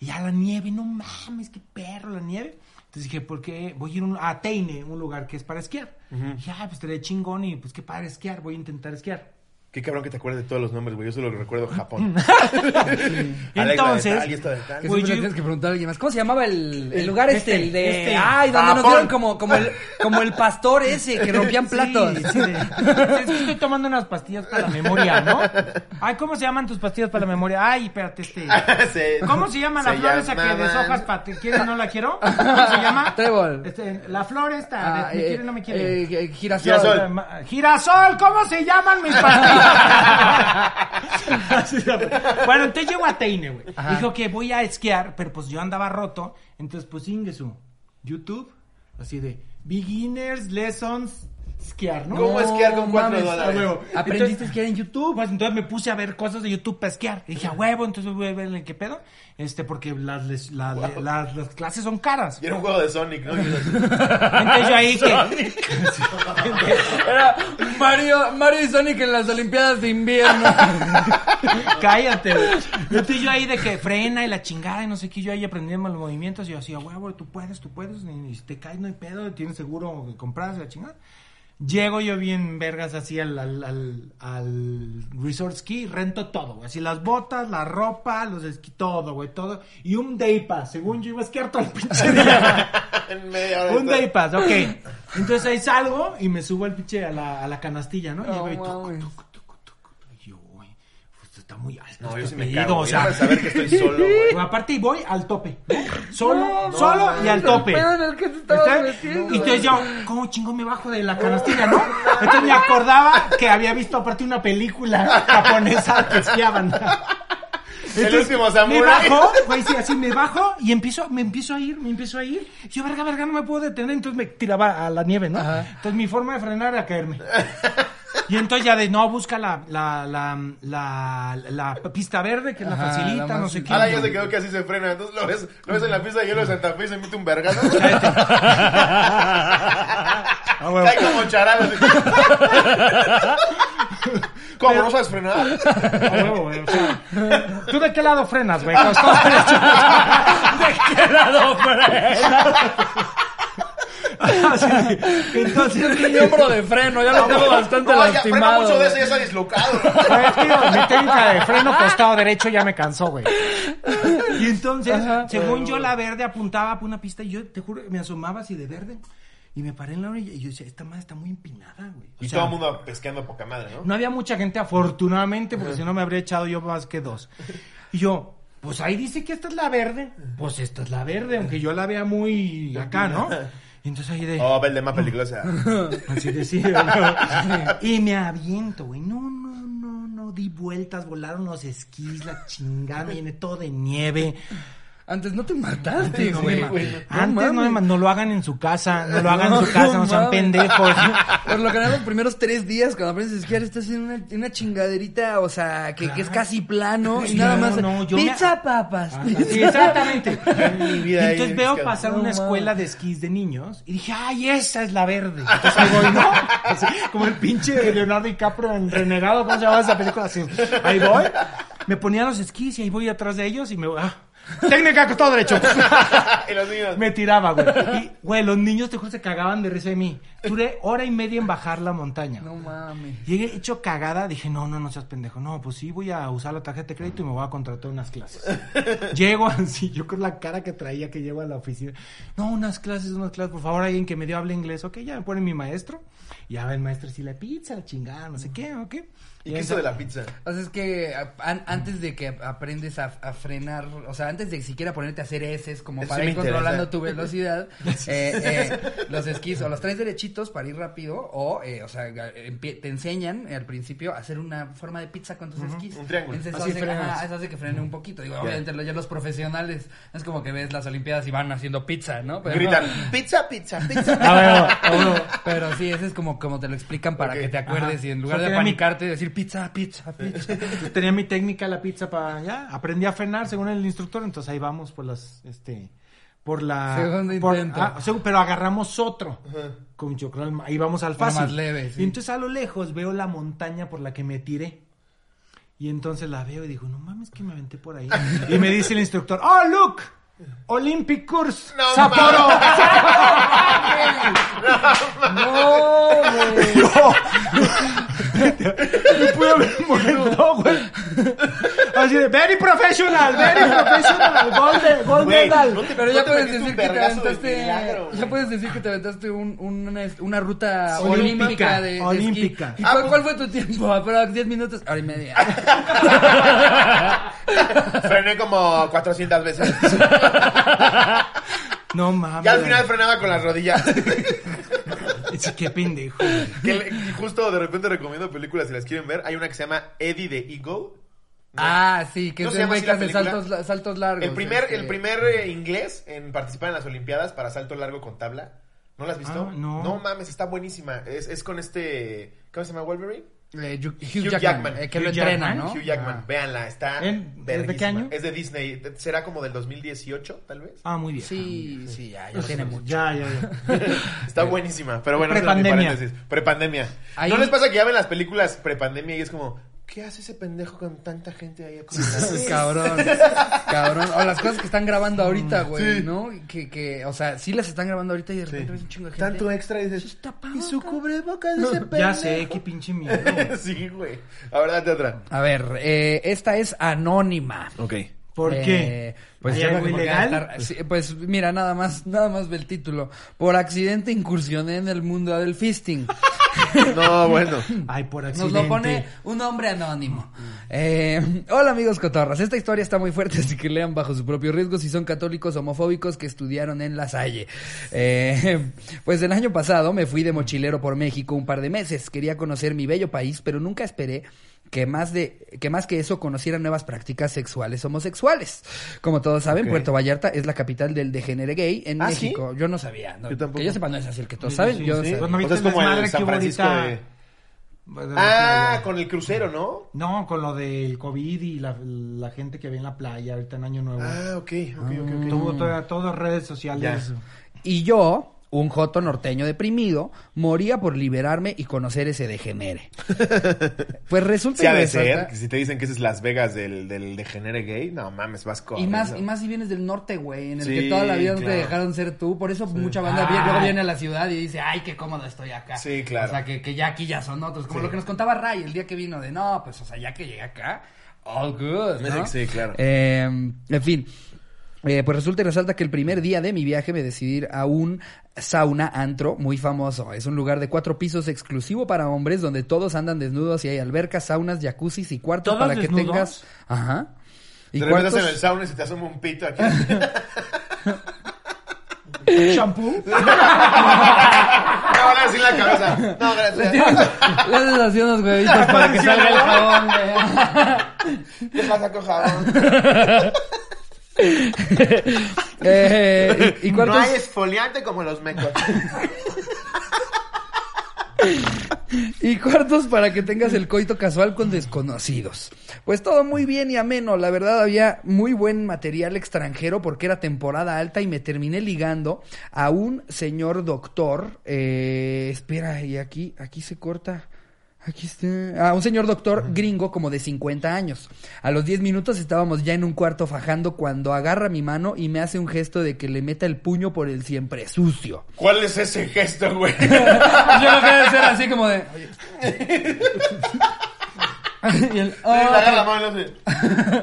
[SPEAKER 3] Y ya la nieve, no mames, qué perro la nieve. Entonces dije, ¿por qué? Voy a ir un- a Teine, un lugar que es para esquiar. Dije, ah, pues estaría chingón y pues qué padre esquiar, voy a intentar esquiar.
[SPEAKER 2] Qué cabrón que te acuerdes de todos los nombres, güey. Yo solo recuerdo Japón.
[SPEAKER 3] Entonces,
[SPEAKER 1] Que siempre
[SPEAKER 3] Güey, yo-
[SPEAKER 1] le tienes que preguntar a alguien más. ¿Cómo se llamaba el, el lugar este?
[SPEAKER 3] este,
[SPEAKER 1] El de.
[SPEAKER 3] este.
[SPEAKER 1] Ay, donde nos
[SPEAKER 2] Japón.
[SPEAKER 1] dieron como, como, el, como el pastor ese que rompían platos.
[SPEAKER 3] Sí, sí, de- Es que estoy tomando unas pastillas para la memoria, ¿no? Ay, ¿cómo se llaman tus pastillas para la memoria? Ay, espérate, este. ¿Cómo se llama la flor esa que deshojas para te quiere no la quiero? ¿Cómo se llama?
[SPEAKER 1] Trébol.
[SPEAKER 3] Este, la flor esta,
[SPEAKER 1] Ah,
[SPEAKER 3] de me
[SPEAKER 1] eh,
[SPEAKER 3] quiere no me quiere.
[SPEAKER 1] eh, eh, girasol.
[SPEAKER 2] Girasol.
[SPEAKER 3] Eh, ma- Girasol, ¿cómo se llaman mis pastillas? Así se llama. bueno, entonces llego a Teine, güey.
[SPEAKER 1] Ajá.
[SPEAKER 3] Dijo que voy a esquiar, pero pues yo andaba roto. Entonces, pues su YouTube, así de Beginners Lessons Esquiar, ¿no?
[SPEAKER 2] ¿Cómo esquiar con
[SPEAKER 1] No
[SPEAKER 2] cuatro
[SPEAKER 1] mames,
[SPEAKER 2] dólares?
[SPEAKER 1] a huevo. Aprendiste a
[SPEAKER 3] Entonces-
[SPEAKER 1] esquiar en YouTube.
[SPEAKER 3] Pues entonces me puse a ver cosas de YouTube para esquiar. Y dije, a huevo, entonces voy a ver en qué pedo. Este, porque las, les- la-
[SPEAKER 2] Wow.
[SPEAKER 3] las- las clases son caras.
[SPEAKER 2] Y era un juego de Sonic, ¿no? Y así,
[SPEAKER 3] Entonces yo ahí que.
[SPEAKER 1] Era Mario, Mario y Sonic en las Olimpiadas de invierno.
[SPEAKER 3] Cállate, güey. Entonces yo ahí de que frena y la chingada y no sé qué, yo ahí aprendiendo los movimientos y yo así, "A huevo, tú puedes, tú puedes, y si te caes no hay pedo, tienes seguro que compras la chingada. Llego yo bien vergas así al, al, al, al resort ski, rento todo, güey. Así las botas, la ropa, los esquí, todo, güey, todo. Y un day pass, según yo iba a esquiar todo el pinche día.
[SPEAKER 2] en media hora
[SPEAKER 3] Un
[SPEAKER 2] estaba-
[SPEAKER 3] day pass, ok. Entonces ahí salgo y me subo al pinche a la, a la canastilla, ¿no? Y
[SPEAKER 1] No
[SPEAKER 3] llego y tuc,
[SPEAKER 1] mames.
[SPEAKER 3] tuc, tuc, tuc. Y yo, güey, pues, está muy alto.
[SPEAKER 2] No,
[SPEAKER 3] este
[SPEAKER 2] yo sí me
[SPEAKER 3] apellido,
[SPEAKER 2] cago.
[SPEAKER 3] O
[SPEAKER 2] O
[SPEAKER 3] sea,
[SPEAKER 2] saber que estoy solo, güey.
[SPEAKER 3] Pero aparte y voy al tope. ¿no? Solo,
[SPEAKER 1] No,
[SPEAKER 3] solo
[SPEAKER 1] no,
[SPEAKER 3] y al
[SPEAKER 1] el
[SPEAKER 3] tope.
[SPEAKER 1] pedo en el que te estabas
[SPEAKER 3] ¿Está?
[SPEAKER 1] metiendo.
[SPEAKER 3] y entonces yo, ¿cómo chingón me bajo de la canastilla, no? Entonces me acordaba que había visto aparte una película japonesa que espiaban.
[SPEAKER 2] El último
[SPEAKER 3] me
[SPEAKER 2] samurái.
[SPEAKER 3] bajo, güey, sí, así me bajo y empiezo, me empiezo a ir, me empiezo a ir. Yo, verga, verga, no me puedo detener, entonces me tiraba a la nieve, ¿no?
[SPEAKER 1] Ajá.
[SPEAKER 3] Entonces mi forma de frenar era caerme. Y entonces ya de, no, busca la, la, la, la, la pista verde, que es la
[SPEAKER 1] Ajá,
[SPEAKER 3] facilita,
[SPEAKER 1] la más
[SPEAKER 3] no sé qué.
[SPEAKER 2] Ahora Ah, ya se quedó que así se frena. Entonces lo ves, lo ves en la pista de hielo de Santa Fe y se mete un vergazo. Cae como charada. así. ¿Cómo no sabes frenar?
[SPEAKER 3] A huevo, güey, o sea, ¿Tú de qué lado frenas, güey? Con todo derecho. Así de- Entonces,
[SPEAKER 1] Mi hombro de freno, ya lo tengo bastante
[SPEAKER 2] Ah, No, ya, frena
[SPEAKER 1] lastimado.
[SPEAKER 2] mucho de eso y ya está dislocado.
[SPEAKER 3] güey, tío, mi técnica de freno costado derecho ya me cansó, güey. Y entonces,
[SPEAKER 1] Ajá.
[SPEAKER 3] según yo, la verde apuntaba para una pista y yo, te juro, me asomaba así de verde. Y me paré en la orilla y yo decía, esta madre está muy empinada, güey. O
[SPEAKER 2] Y
[SPEAKER 3] sea,
[SPEAKER 2] todo el mundo pescando poca madre, ¿no?
[SPEAKER 3] No había mucha gente, afortunadamente, porque si no me habría echado yo más que dos. Y yo, pues ahí dice que esta es la verde. Pues esta es la verde, aunque yo la vea muy acá, ¿no? Y entonces ahí de...
[SPEAKER 2] Oh, vende más películas.
[SPEAKER 3] Así de sí, ¿no? Y me aviento, güey. No, no, no, no. Di vueltas, volaron los esquís, la chingada, viene todo de nieve.
[SPEAKER 1] Antes no te mataste,
[SPEAKER 3] No
[SPEAKER 1] güey.
[SPEAKER 3] me ma-
[SPEAKER 1] No
[SPEAKER 3] Antes no, me
[SPEAKER 1] mames.
[SPEAKER 3] ma- no lo hagan en su casa, no lo hagan en su
[SPEAKER 1] No,
[SPEAKER 3] casa, no sean
[SPEAKER 1] mames.
[SPEAKER 3] pendejos.
[SPEAKER 1] Por lo general, los primeros tres días, cuando aprendes a esquiar, estás en una, en una chingaderita, o sea, que, que es casi plano y
[SPEAKER 3] Sí,
[SPEAKER 1] nada
[SPEAKER 3] no,
[SPEAKER 1] más.
[SPEAKER 3] no, yo me-
[SPEAKER 1] pizza, papas.
[SPEAKER 3] Sí, exactamente.
[SPEAKER 2] mi
[SPEAKER 3] Y
[SPEAKER 2] vida ahí
[SPEAKER 3] entonces
[SPEAKER 2] en
[SPEAKER 3] veo
[SPEAKER 2] Escazú.
[SPEAKER 3] pasar
[SPEAKER 1] No
[SPEAKER 3] una
[SPEAKER 1] mames.
[SPEAKER 3] escuela de esquís de niños y dije, ay, esa es la verde. Entonces ahí voy, ¿no? Así, como el pinche de Leonardo DiCaprio en Renegado, ¿cómo se llama esa película? Así, ahí voy, me ponía los esquís y ahí voy atrás de ellos y me voy, ah, técnica con todo derecho.
[SPEAKER 2] Y los niños.
[SPEAKER 3] Me tiraba, güey. Y, güey, los niños, te juro, se cagaban de risa de mí. Duré hora y media en bajar la montaña.
[SPEAKER 1] No mames.
[SPEAKER 3] Llegué hecho cagada, dije, no, no, no seas pendejo. No, pues sí, voy a usar la tarjeta de crédito y me voy a contratar unas clases. llego así, yo con la cara que traía que llego a la oficina. No, unas clases, unas clases, por favor, alguien que me dio hable inglés. Ok, ya me pone mi maestro. Ya va el maestro, sí, la pizza, la chingada, no sé qué, ok.
[SPEAKER 2] ¿Y qué es eso de la pizza?
[SPEAKER 1] O sea, es que a- an- antes de que aprendes a, a frenar, o sea, antes de siquiera ponerte a hacer S, como
[SPEAKER 2] Eso
[SPEAKER 1] para
[SPEAKER 2] sí
[SPEAKER 1] ir
[SPEAKER 2] me interesa.
[SPEAKER 1] controlando tu velocidad, eh, eh, los esquís o los traes derechitos para ir rápido, o, eh, o sea, empie- te enseñan al principio a hacer una forma de pizza con tus esquís.
[SPEAKER 2] un triángulo.
[SPEAKER 1] Entonces, eso,
[SPEAKER 3] Así
[SPEAKER 1] hace,
[SPEAKER 3] frenas.
[SPEAKER 1] ajá, eso hace que frene un poquito. Digo, obviamente, lo- ya los profesionales, no es como que ves las Olimpiadas y van haciendo pizza, ¿no?
[SPEAKER 2] Pues,
[SPEAKER 1] Pero,
[SPEAKER 2] Gritan, pizza, pizza, pizza.
[SPEAKER 3] A ver, a ver, a ver.
[SPEAKER 1] Pero sí, ese es como, como te lo explican para
[SPEAKER 2] Ok.
[SPEAKER 1] que te acuerdes
[SPEAKER 3] Ajá.
[SPEAKER 1] y en lugar
[SPEAKER 3] O
[SPEAKER 1] de
[SPEAKER 3] sea, que era mi-
[SPEAKER 1] panicarte decir pizza, pizza, pizza.
[SPEAKER 3] Entonces, tenía mi técnica la pizza para allá. Aprendí a frenar según el instructor, entonces ahí vamos por las, este, por la.
[SPEAKER 1] Segundo
[SPEAKER 3] por-
[SPEAKER 1] intento.
[SPEAKER 3] ah, segu- pero agarramos otro. Con yo creo, ahí vamos al
[SPEAKER 1] Uno
[SPEAKER 3] fácil.
[SPEAKER 1] más leve, sí.
[SPEAKER 3] Y entonces a lo lejos veo la montaña por la que me tiré. Y entonces la veo y digo, no mames que me aventé por ahí. Y me dice el instructor, oh, look, Olympic Course,
[SPEAKER 2] No
[SPEAKER 3] Sapporo.
[SPEAKER 1] No, güey.
[SPEAKER 3] Me pude haber muerto, güey. Así de, very professional, very professional, gold, de- gold
[SPEAKER 2] Güey,
[SPEAKER 3] medal.
[SPEAKER 2] no te-
[SPEAKER 1] Pero ya
[SPEAKER 2] te
[SPEAKER 1] puedes
[SPEAKER 2] metiste
[SPEAKER 1] decir que
[SPEAKER 2] un
[SPEAKER 1] te
[SPEAKER 2] vergazo de
[SPEAKER 1] aventaste.
[SPEAKER 2] milagro, güey.
[SPEAKER 1] Ya puedes decir que te aventaste un- un- una, es- una ruta
[SPEAKER 3] Olímpica,
[SPEAKER 1] olímpica de. de esquí.
[SPEAKER 3] olímpica.
[SPEAKER 1] ¿Y
[SPEAKER 2] Ah,
[SPEAKER 1] cuál,
[SPEAKER 2] pues-
[SPEAKER 1] cuál fue tu tiempo? Pero 10 minutos, hora y media.
[SPEAKER 2] Frené como 400 veces.
[SPEAKER 3] No mames.
[SPEAKER 2] Ya al final frenaba con las rodillas.
[SPEAKER 3] Es que qué pendejo. güey.
[SPEAKER 2] Que le- y justo de repente recomiendo películas si las quieren ver. Hay una que se llama Eddie the Eagle.
[SPEAKER 1] Ah, sí, que
[SPEAKER 2] ¿No
[SPEAKER 1] es
[SPEAKER 2] se
[SPEAKER 1] el
[SPEAKER 2] llama
[SPEAKER 1] güey
[SPEAKER 2] así
[SPEAKER 1] que
[SPEAKER 2] la
[SPEAKER 1] hace
[SPEAKER 2] película?
[SPEAKER 1] saltos, la- saltos largos.
[SPEAKER 2] El primer,
[SPEAKER 1] este.
[SPEAKER 2] el primer eh, inglés en participar en las Olimpiadas para salto largo con tabla. ¿No la has visto?
[SPEAKER 3] Ah, no.
[SPEAKER 2] mames, está buenísima. Es, es con este. ¿Cómo se llama Wolverine?
[SPEAKER 1] Eh, Hugh, Hugh
[SPEAKER 2] Hugh
[SPEAKER 1] Jackman,
[SPEAKER 2] Jackman.
[SPEAKER 1] eh, que
[SPEAKER 3] Hugh
[SPEAKER 1] lo entrena,
[SPEAKER 3] Jackman,
[SPEAKER 1] ¿no?
[SPEAKER 2] Hugh Jackman.
[SPEAKER 1] Ah.
[SPEAKER 2] Véanla, está.
[SPEAKER 3] ¿En- desde qué
[SPEAKER 2] verguísima.
[SPEAKER 3] año?
[SPEAKER 2] Es de Disney. Será como del 2018, tal vez.
[SPEAKER 3] Ah, muy bien.
[SPEAKER 1] Sí, sí, ya, ya tiene mucho.
[SPEAKER 3] Ya, ya, ya.
[SPEAKER 2] Está buenísima, pero bueno,
[SPEAKER 3] Prepandemia.
[SPEAKER 2] Prepandemia. Prepandemia.
[SPEAKER 1] Ahí-
[SPEAKER 2] ¿No les pasa que ya ven las películas prepandemia y es como, ¿qué hace ese pendejo con tanta gente ahí acumulada?
[SPEAKER 1] Cabrón, cabrón. O las cosas que están grabando ahorita, güey,
[SPEAKER 2] Sí.
[SPEAKER 1] ¿no? Que, que, o sea, sí las están grabando ahorita y de repente ves un chingo de gente. Pues
[SPEAKER 2] Tanto extra y dices,
[SPEAKER 1] tapabocas.
[SPEAKER 2] ¿y su cubrebocas de ese pendejo?
[SPEAKER 3] Ya sé, qué pinche miedo. güey.
[SPEAKER 2] sí, güey. A ver, date otra.
[SPEAKER 1] A ver, eh, esta es anónima.
[SPEAKER 2] Ok.
[SPEAKER 3] ¿Por
[SPEAKER 1] Eh,
[SPEAKER 3] qué?
[SPEAKER 1] Pues
[SPEAKER 3] ¿Hay
[SPEAKER 1] yo creo
[SPEAKER 3] algo
[SPEAKER 1] que porque
[SPEAKER 3] ilegal?
[SPEAKER 1] va a estar- sí, pues mira, nada más, nada más ve el título. Por accidente incursioné en el mundo del fisting.
[SPEAKER 2] No, bueno.
[SPEAKER 3] Ay, por
[SPEAKER 1] Nos
[SPEAKER 3] accidente.
[SPEAKER 1] lo pone un hombre anónimo. Eh, hola amigos cotorras, esta historia está muy fuerte, así que lean bajo su propio riesgo si son católicos homofóbicos que estudiaron en La Salle. Eh, pues el año pasado me fui de mochilero por México un par de meses. Quería conocer mi bello país, pero nunca esperé que más de que más que eso conociera nuevas prácticas sexuales homosexuales. Como todos saben, Puerto Vallarta es la capital del degenere gay en
[SPEAKER 2] ¿Ah, sí?
[SPEAKER 1] México. Yo no sabía, no,
[SPEAKER 2] Yo tampoco.
[SPEAKER 1] que yo sepa no es así el que todos
[SPEAKER 3] Sí,
[SPEAKER 1] saben.
[SPEAKER 3] sí,
[SPEAKER 1] yo
[SPEAKER 3] sí.
[SPEAKER 1] sabía.
[SPEAKER 3] Pues no
[SPEAKER 2] O sea,
[SPEAKER 3] viste
[SPEAKER 2] es como
[SPEAKER 3] el
[SPEAKER 2] el
[SPEAKER 3] desmadre
[SPEAKER 2] San
[SPEAKER 3] que
[SPEAKER 2] Francisco
[SPEAKER 3] hubo
[SPEAKER 2] de...
[SPEAKER 3] ahorita. Pues,
[SPEAKER 2] Ah, con el crucero, ¿no?
[SPEAKER 3] No, con lo del COVID y la, la gente que ve en la playa ahorita en Año Nuevo.
[SPEAKER 2] Ah, ok, ok, ok, ok.
[SPEAKER 3] Tuvo toda- todas redes sociales.
[SPEAKER 2] Ya.
[SPEAKER 1] Y yo, un joto norteño deprimido, moría por liberarme y conocer ese degenere. Pues resulta
[SPEAKER 2] Sí ha de
[SPEAKER 1] resulta-
[SPEAKER 2] ser, que si te dicen que esa es Las Vegas del, del degenere gay, no mames, vas con
[SPEAKER 1] Y más, y más si vienes del norte, güey, en el que
[SPEAKER 2] Sí,
[SPEAKER 1] toda la vida no te
[SPEAKER 2] claro. Ah.
[SPEAKER 1] dejaron ser tú. Por eso mucha banda vie-
[SPEAKER 3] Ay.
[SPEAKER 1] luego viene a la ciudad y dice, ay, qué cómodo estoy acá.
[SPEAKER 2] Sí, claro.
[SPEAKER 1] O sea, que, que ya aquí ya son otros. Como lo que nos contaba Ray el día que vino de, no, pues, o sea, ya que llegué acá, all good, ¿no?
[SPEAKER 2] Sí, claro.
[SPEAKER 1] Eh, en fin. Eh, pues resulta y resalta que el primer día de mi viaje me decidí ir a un sauna antro muy famoso. Es un lugar de cuatro pisos exclusivo para hombres donde todos andan desnudos y hay albercas, saunas, jacuzzis y cuartos
[SPEAKER 3] ¿Todos
[SPEAKER 1] para que
[SPEAKER 3] desnudos?
[SPEAKER 1] tengas. Ajá.
[SPEAKER 2] De
[SPEAKER 1] Y
[SPEAKER 2] repente
[SPEAKER 1] cuartos-
[SPEAKER 2] estás en el sauna y se te asoma un pito aquí.
[SPEAKER 3] ¿Shampoo?
[SPEAKER 2] Me van a decir la cabeza. No, gracias.
[SPEAKER 1] Le haces así unos huevitos para que salga el jabón, güey.
[SPEAKER 2] ¿Qué pasa con jabón?
[SPEAKER 1] Eh, y, y cuartos,
[SPEAKER 2] No hay esfoliante como los mecos.
[SPEAKER 1] y cuartos para que tengas el coito casual con desconocidos. Pues todo muy bien y ameno. La verdad había muy buen material extranjero porque era temporada alta y me terminé ligando a un señor doctor. Eh, espera, y aquí, aquí se corta. Aquí está. Ah, un señor doctor gringo como de 50 años. A los 10 minutos estábamos ya en un cuarto fajando cuando agarra mi mano y me hace un gesto de que le meta el puño por el siempre sucio.
[SPEAKER 2] ¿Cuál es ese gesto, güey?
[SPEAKER 1] Yo lo quería hacer así como de. y el, oh,
[SPEAKER 2] Le agarra la mano y le hace,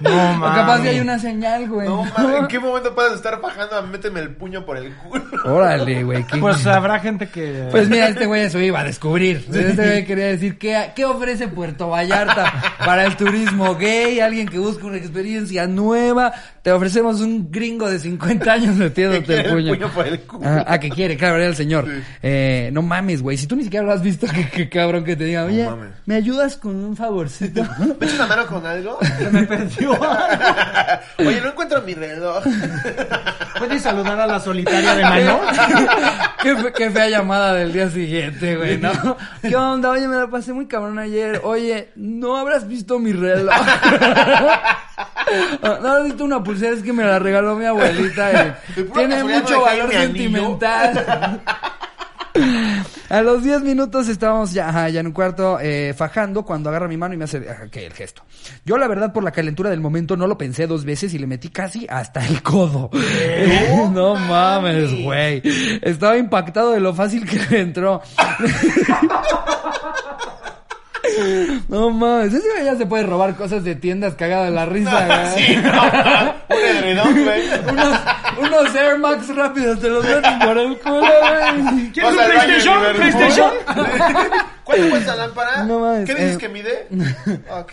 [SPEAKER 3] No,
[SPEAKER 1] o
[SPEAKER 3] mames.
[SPEAKER 1] capaz de hay una señal, güey.
[SPEAKER 2] No, madre, ¿en qué momento puedes estar bajando a méteme el puño por el culo?
[SPEAKER 1] Órale, güey. qué- Pues,
[SPEAKER 3] Pues habrá gente que...
[SPEAKER 1] mira, este güey eso iba a descubrir. Este güey quería decir, ¿qué, ¿qué ofrece Puerto Vallarta para el turismo gay? Alguien que busca una experiencia nueva. Te ofrecemos un gringo de 50 años metiéndote el
[SPEAKER 2] Quiere
[SPEAKER 1] puño.
[SPEAKER 2] por el culo.
[SPEAKER 1] Ah, ah, que quiere, claro, era el señor.
[SPEAKER 2] Sí.
[SPEAKER 1] Eh, no mames, güey. Si tú ni siquiera lo has visto, qué, qué cabrón que te diga, oye,
[SPEAKER 2] mames.
[SPEAKER 1] ¿me ayudas con un favorcito?
[SPEAKER 2] ¿Me echas la mano con algo?
[SPEAKER 3] me perdió.
[SPEAKER 2] Oye, no encuentro mi reloj.
[SPEAKER 3] ¿Puedes saludar a la solitaria de mano?
[SPEAKER 1] qué, fe- qué fea llamada del día siguiente, güey, ¿no? ¿Qué onda? Oye, me la pasé muy cabrón ayer. Oye, ¿no habrás visto mi reloj? Ah, ¿No habrás visto una pulsera? Es que me la regaló mi abuelita. eh.
[SPEAKER 2] De pura
[SPEAKER 1] Tiene
[SPEAKER 2] casualidad no
[SPEAKER 1] mucho
[SPEAKER 2] dejé ahí
[SPEAKER 1] valor
[SPEAKER 2] mi anillo.
[SPEAKER 1] sentimental. A los 10 minutos estábamos ya, ajá, ya en un cuarto eh, fajando cuando agarra mi mano y me hace ajá, que el gesto. Yo, la verdad, por la calentura del momento no lo pensé dos veces y le metí casi hasta el codo. no mames, güey. Estaba impactado de lo fácil que le entró. No mames, ese güey ya se puede robar cosas de tiendas cagada de la risa, güey.
[SPEAKER 2] Sí, no, un edredón, güey.
[SPEAKER 1] Unos, unos Air Max rápidos te los meten por el culo, güey.
[SPEAKER 3] ¿Quieres
[SPEAKER 2] Vas
[SPEAKER 3] un
[SPEAKER 2] al baño y
[SPEAKER 3] PlayStation?
[SPEAKER 2] ver-
[SPEAKER 3] ¿PlayStation?
[SPEAKER 2] ¿Cuánto cuesta la lámpara?
[SPEAKER 1] No mames,
[SPEAKER 2] ¿Qué dices
[SPEAKER 1] eh.
[SPEAKER 2] que mide? Ok.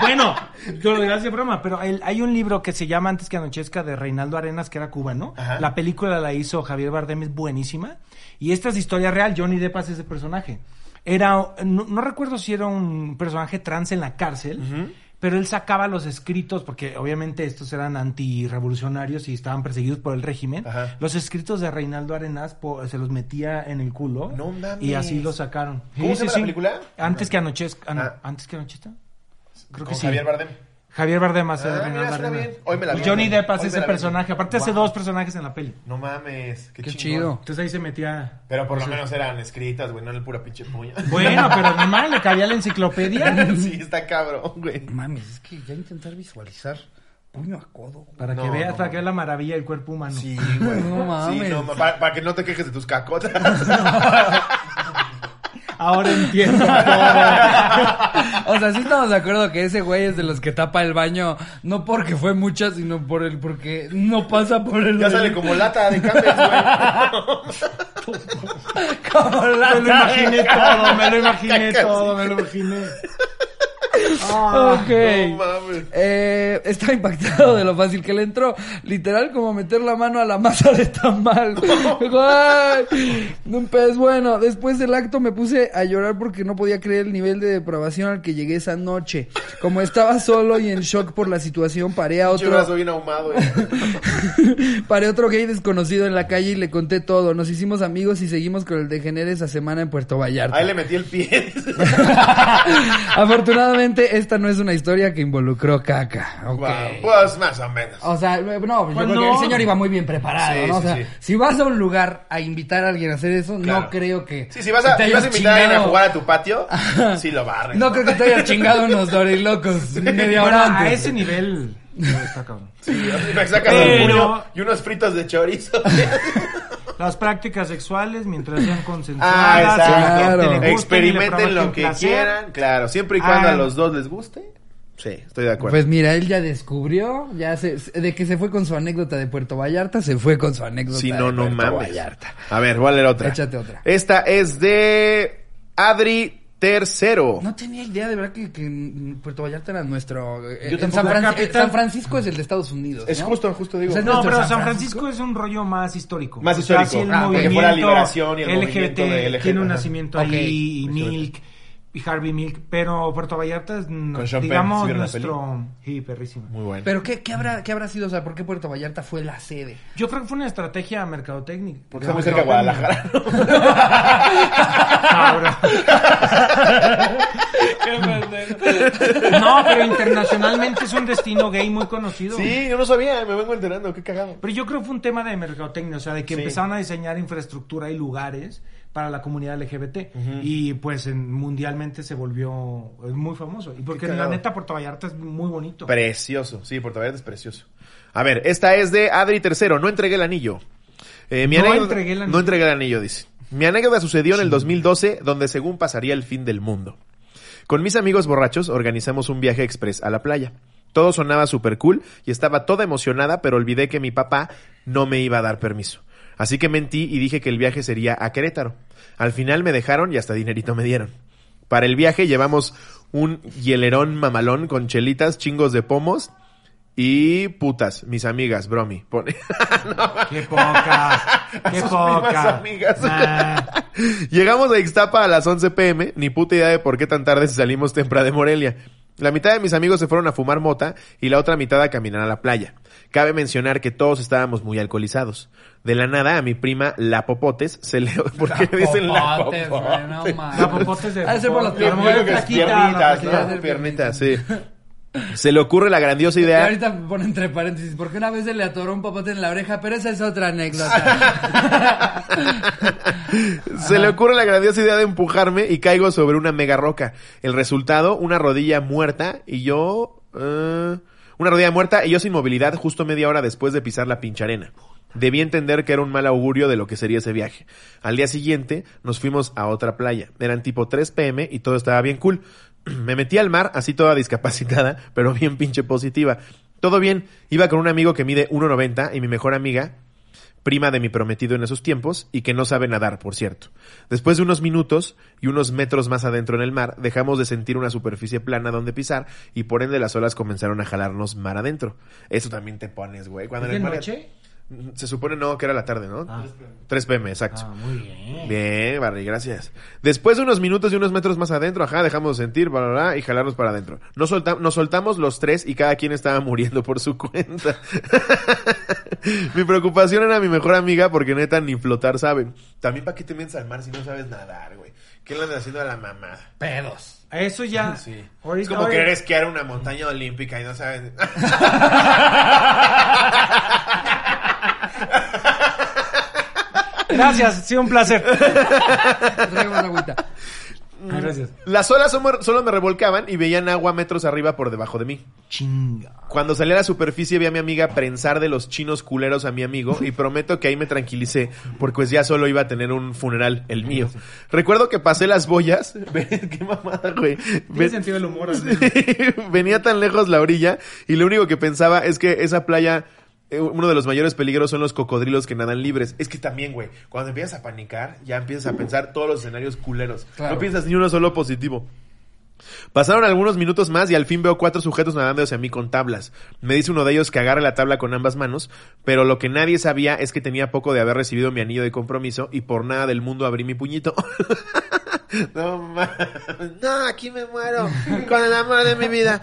[SPEAKER 3] Bueno, yo lo digo así de broma, pero el- hay un libro que se llama Antes que anochezca de Reinaldo Arenas, que era cubano.
[SPEAKER 2] Ajá.
[SPEAKER 3] La película la hizo Javier Bardem, es buenísima. Y esta es historia real, Johnny Depp hace ese personaje. Era, no, no recuerdo si era un personaje trans en la cárcel, pero él sacaba los escritos, porque obviamente estos eran antirrevolucionarios y estaban perseguidos por el régimen.
[SPEAKER 2] Ajá.
[SPEAKER 3] Los escritos de Reinaldo Arenas po- se los metía en el culo
[SPEAKER 2] No mames.
[SPEAKER 3] y así los sacaron.
[SPEAKER 2] ¿Cómo se llama la película?
[SPEAKER 3] Antes que anochezca. ah, no,
[SPEAKER 2] Ah.
[SPEAKER 3] ¿Antes que anochezca? Creo que
[SPEAKER 2] Con
[SPEAKER 3] sí.
[SPEAKER 2] Javier Bardem.
[SPEAKER 3] Javier Bardem hace
[SPEAKER 2] Ah,
[SPEAKER 3] de
[SPEAKER 2] mira,
[SPEAKER 3] Reinaldo
[SPEAKER 2] suena
[SPEAKER 3] Arenas.
[SPEAKER 2] bien. Hoy me la
[SPEAKER 3] Y
[SPEAKER 2] vi.
[SPEAKER 3] Johnny Depp
[SPEAKER 2] Hoy
[SPEAKER 3] hace
[SPEAKER 2] me
[SPEAKER 3] ese
[SPEAKER 2] la vi.
[SPEAKER 3] personaje. Aparte hace dos personajes en la peli.
[SPEAKER 2] No mames, qué,
[SPEAKER 1] Qué
[SPEAKER 2] chingón.
[SPEAKER 1] chido.
[SPEAKER 3] Entonces ahí se metía...
[SPEAKER 2] Pero por lo menos eran escritas, güey, no era pura pinche puña.
[SPEAKER 3] Bueno,
[SPEAKER 1] pues,
[SPEAKER 3] pero normal, le cabía la enciclopedia.
[SPEAKER 2] sí, está cabrón, güey.
[SPEAKER 1] Mames, es que ya intentar visualizar puño a codo. güey.
[SPEAKER 3] Para que
[SPEAKER 2] No,
[SPEAKER 3] veas
[SPEAKER 2] no.
[SPEAKER 3] para que veas la maravilla del cuerpo humano.
[SPEAKER 2] Sí, güey.
[SPEAKER 1] No mames.
[SPEAKER 2] Sí, no, ma- para, para que no te quejes de tus cacotas.
[SPEAKER 3] Ahora entiendo todo.
[SPEAKER 1] O sea, sí estamos de acuerdo que ese güey es de los que tapa el baño, no porque fue mucha, sino por el porque no pasa por el
[SPEAKER 2] ya sale como lata de cambios, güey.
[SPEAKER 1] Como la-
[SPEAKER 3] Me lo imaginé todo, me lo imaginé todo, me lo imaginé. Ah,
[SPEAKER 1] Ok.
[SPEAKER 2] No mames.
[SPEAKER 1] Eh, estaba impactado de lo fácil que le entró. Literal, como meter la mano a la masa de tamal. Guay. Un pez bueno. Después del acto me puse a llorar porque no podía creer el nivel de depravación al que llegué esa noche. Como estaba solo y en shock por la situación, paré a
[SPEAKER 2] Pinche brazo
[SPEAKER 1] otro.
[SPEAKER 2] bien ahumado, güey.
[SPEAKER 1] paré a otro gay desconocido en la calle y le conté todo. Nos hicimos amigos y seguimos con el degenere esa semana en Puerto Vallarta.
[SPEAKER 2] Ahí le metí el pie.
[SPEAKER 1] Afortunadamente, esta no es una historia que involucró caca. Ok.
[SPEAKER 2] Guau, pues más o menos.
[SPEAKER 1] O sea, no, yo
[SPEAKER 3] Pues
[SPEAKER 1] creo que
[SPEAKER 3] no.
[SPEAKER 1] el señor iba muy bien preparado,
[SPEAKER 2] Sí,
[SPEAKER 1] ¿no? O
[SPEAKER 2] sí,
[SPEAKER 1] sea,
[SPEAKER 2] sí.
[SPEAKER 1] si vas a un lugar a invitar a alguien a hacer eso,
[SPEAKER 2] Claro.
[SPEAKER 1] no creo que.
[SPEAKER 2] Sí, si vas a,
[SPEAKER 1] te
[SPEAKER 2] si
[SPEAKER 1] hayas
[SPEAKER 2] vas a invitar a alguien a
[SPEAKER 1] chingado-
[SPEAKER 2] jugar a tu patio, sí lo barres.
[SPEAKER 1] No creo que te haya chingado unos dorilocos media
[SPEAKER 3] Bueno,
[SPEAKER 1] hora
[SPEAKER 3] a
[SPEAKER 1] antes.
[SPEAKER 3] ese nivel... no, está cabrón.
[SPEAKER 2] Sí, así me sacas un
[SPEAKER 3] Pero-
[SPEAKER 2] puño y unos fritos de chorizo.
[SPEAKER 3] Las prácticas sexuales mientras sean consensuadas.
[SPEAKER 2] ah,
[SPEAKER 1] exacto.
[SPEAKER 3] que a la gente le
[SPEAKER 1] gusten y
[SPEAKER 2] exacto.
[SPEAKER 3] gusten y le
[SPEAKER 2] Experimenten lo
[SPEAKER 3] provoquen
[SPEAKER 2] que
[SPEAKER 3] placer.
[SPEAKER 2] quieran, claro. Siempre y cuando
[SPEAKER 3] Ah.
[SPEAKER 2] a los dos les guste. Sí, estoy de acuerdo.
[SPEAKER 1] Pues mira, él ya descubrió, ya se, de que se fue con su anécdota de Puerto Vallarta, se fue con su anécdota
[SPEAKER 2] Si
[SPEAKER 1] de
[SPEAKER 2] no, no
[SPEAKER 1] Puerto
[SPEAKER 2] mames.
[SPEAKER 1] Vallarta.
[SPEAKER 2] A ver, voy a leer otra.
[SPEAKER 1] Échate otra.
[SPEAKER 2] Esta es de Adri Tercero.
[SPEAKER 1] No tenía idea de verdad que, que en Puerto Vallarta era nuestro. eh,
[SPEAKER 2] Yo
[SPEAKER 1] en
[SPEAKER 2] tampoco.
[SPEAKER 1] San, Fran-
[SPEAKER 3] La capital.
[SPEAKER 1] San Francisco es el de Estados Unidos.
[SPEAKER 2] Es
[SPEAKER 1] ¿no?
[SPEAKER 2] justo, justo digo.
[SPEAKER 1] O sea,
[SPEAKER 3] No,
[SPEAKER 1] nuestro
[SPEAKER 3] pero
[SPEAKER 1] San
[SPEAKER 3] San Francisco es un rollo más histórico.
[SPEAKER 2] Más
[SPEAKER 3] O sea,
[SPEAKER 2] histórico.
[SPEAKER 3] sí,
[SPEAKER 2] Ah,
[SPEAKER 3] el
[SPEAKER 2] porque fue la
[SPEAKER 3] movimiento
[SPEAKER 2] liberación y el movimiento de
[SPEAKER 3] LGT,
[SPEAKER 2] LGT,
[SPEAKER 3] tiene un
[SPEAKER 2] ajá.
[SPEAKER 3] nacimiento
[SPEAKER 1] Ok,
[SPEAKER 3] ahí, y
[SPEAKER 2] justamente.
[SPEAKER 3] Milk, y Harvey Milk, pero Puerto Vallarta es, mm,
[SPEAKER 2] Con Sean Penn, ¿sí
[SPEAKER 3] digamos,
[SPEAKER 2] vieron la
[SPEAKER 3] nuestro... Sí, perrísimo.
[SPEAKER 2] Muy bueno.
[SPEAKER 1] Pero ¿qué, qué habrá, ¿qué habrá sido? O sea, ¿por qué Puerto Vallarta fue la sede?
[SPEAKER 3] Yo creo que fue una estrategia mercadotécnica.
[SPEAKER 2] Porque está muy cerca de Guadalajara. ¿no?
[SPEAKER 3] Cabrón. no, pero internacionalmente es un destino gay muy conocido.
[SPEAKER 2] Sí, yo no sabía, me vengo enterando, qué cagado.
[SPEAKER 3] Pero yo creo que fue un tema de mercadotecnia, o sea, de que
[SPEAKER 2] Sí.
[SPEAKER 3] empezaron a diseñar infraestructura y lugares para la comunidad LGBT. Y pues en- mundialmente se volvió eh, muy famoso. Y porque
[SPEAKER 2] Qué
[SPEAKER 3] la
[SPEAKER 2] cagado.
[SPEAKER 3] neta Puerto Vallarta es muy bonito.
[SPEAKER 2] Precioso, sí, Puerto Vallarta es precioso. A ver, esta es de Adri Tercero, no entregué el anillo. Eh, mi
[SPEAKER 3] No
[SPEAKER 2] anécdota-
[SPEAKER 3] entregué el anillo.
[SPEAKER 2] No entregué el anillo, dice. Mi anécdota sucedió en el 2012, donde según pasaría el fin del mundo. Con mis amigos borrachos organizamos un viaje express a la playa. Todo sonaba súper cool y estaba toda emocionada, pero olvidé que mi papá no me iba a dar permiso. Así que mentí y dije que el viaje sería a Querétaro. Al final me dejaron y hasta dinerito me dieron. Para el viaje llevamos un hielerón mamalón con chelitas, chingos de pomos y putas, mis amigas, bromi. Pone.
[SPEAKER 3] ¡Qué poca!
[SPEAKER 2] A
[SPEAKER 3] ¡Qué
[SPEAKER 2] sus mismas
[SPEAKER 3] poca!
[SPEAKER 2] amigas.
[SPEAKER 3] Nah.
[SPEAKER 2] Llegamos a Ixtapa a las 11 pm, ni puta idea de por qué tan tarde si salimos temprano de Morelia. La mitad de mis amigos se fueron a fumar mota y la otra mitad a caminar a la playa. Cabe mencionar que todos estábamos muy alcoholizados. De la nada a mi prima La Popotes se le... ¿Por qué le dicen La
[SPEAKER 1] Popotes, güey, no
[SPEAKER 2] Popotes?
[SPEAKER 1] mames.
[SPEAKER 3] La popotes de
[SPEAKER 2] Ah,
[SPEAKER 1] Ha de ser por los
[SPEAKER 3] popotes.
[SPEAKER 2] Yo- yo creo que es
[SPEAKER 3] Flaquita, la
[SPEAKER 2] piernitas,
[SPEAKER 3] flaquita.
[SPEAKER 2] ¿no? Piernitas, sí. Se le ocurre la grandiosa
[SPEAKER 1] Y
[SPEAKER 2] idea.
[SPEAKER 1] ahorita pone entre paréntesis, porque una vez se le atoró un papote en la oreja, pero esa es otra anécdota.
[SPEAKER 2] Se le ocurre la grandiosa idea de empujarme y caigo sobre una mega roca. El resultado, una rodilla muerta y yo... eh, una rodilla muerta y yo sin movilidad justo media hora después de pisar la pinche arena. Debí entender que era un mal augurio de lo que sería ese viaje. Al día siguiente nos fuimos a otra playa. Eran tipo 3 pm y todo estaba bien cool. Me metí al mar, así toda discapacitada, pero bien pinche positiva. Todo bien, iba con un amigo que mide 1,90 y mi mejor amiga, prima de mi prometido en esos tiempos y que no sabe nadar, por cierto. Después de unos minutos y unos metros más adentro en el mar, dejamos de sentir una superficie plana donde pisar y por ende las olas comenzaron a jalarnos mar adentro. Eso también te pones, güey. Cuando en
[SPEAKER 3] ¿Es de
[SPEAKER 2] el mar-
[SPEAKER 3] noche?
[SPEAKER 2] Se supone no, que era la tarde, ¿no?
[SPEAKER 3] Ah.
[SPEAKER 2] 3 pm, exacto.
[SPEAKER 3] Ah, muy bien.
[SPEAKER 2] Bien, Barry, gracias. Después de unos minutos y unos metros más adentro, ajá, dejamos de sentir, bla, bla, bla, y jalarnos para adentro. Nos, solta- nos soltamos los tres y cada quien estaba muriendo por su cuenta. mi preocupación era mi mejor amiga porque neta ni flotar saben. También para qué te metes al mar si no sabes nadar, güey. ¿Qué le andas haciendo a la mamada?
[SPEAKER 1] Pedos.
[SPEAKER 3] Eso ya.
[SPEAKER 2] Sí.
[SPEAKER 3] Ah, Ahorita-
[SPEAKER 2] es como
[SPEAKER 3] ahorita-
[SPEAKER 2] querer esquiar una montaña olímpica y no sabes.
[SPEAKER 3] Gracias, ha sido un placer. Ah,
[SPEAKER 1] Traigo una agüita.
[SPEAKER 3] Gracias.
[SPEAKER 2] Las olas solo- solo me revolcaban y veían agua metros arriba por debajo de mí.
[SPEAKER 3] Chinga.
[SPEAKER 2] Cuando salí a la superficie vi a mi amiga prensar de los chinos culeros a mi amigo y prometo que ahí me tranquilicé, porque pues ya solo iba a tener un funeral, el mío. Recuerdo que pasé las boyas. Ve, Qué mamada, güey. Ve-
[SPEAKER 3] Tiene sentido el humor. así.
[SPEAKER 2] Venía tan lejos la orilla y lo único que pensaba es que esa playa, eh, uno de los mayores peligros son los cocodrilos que nadan libres. Es que también, güey, cuando empiezas a panicar, ya empiezas a pensar todos los escenarios culeros.
[SPEAKER 1] Claro.
[SPEAKER 2] No piensas ni uno solo positivo. Pasaron algunos minutos más y al fin veo cuatro sujetos nadando hacia mí con tablas. Me dice uno de ellos que agarre la tabla con ambas manos, pero lo que nadie sabía es que tenía poco de haber recibido mi anillo de compromiso y por nada del mundo abrí mi puñito. no mames, no, aquí me muero con el amor de mi vida.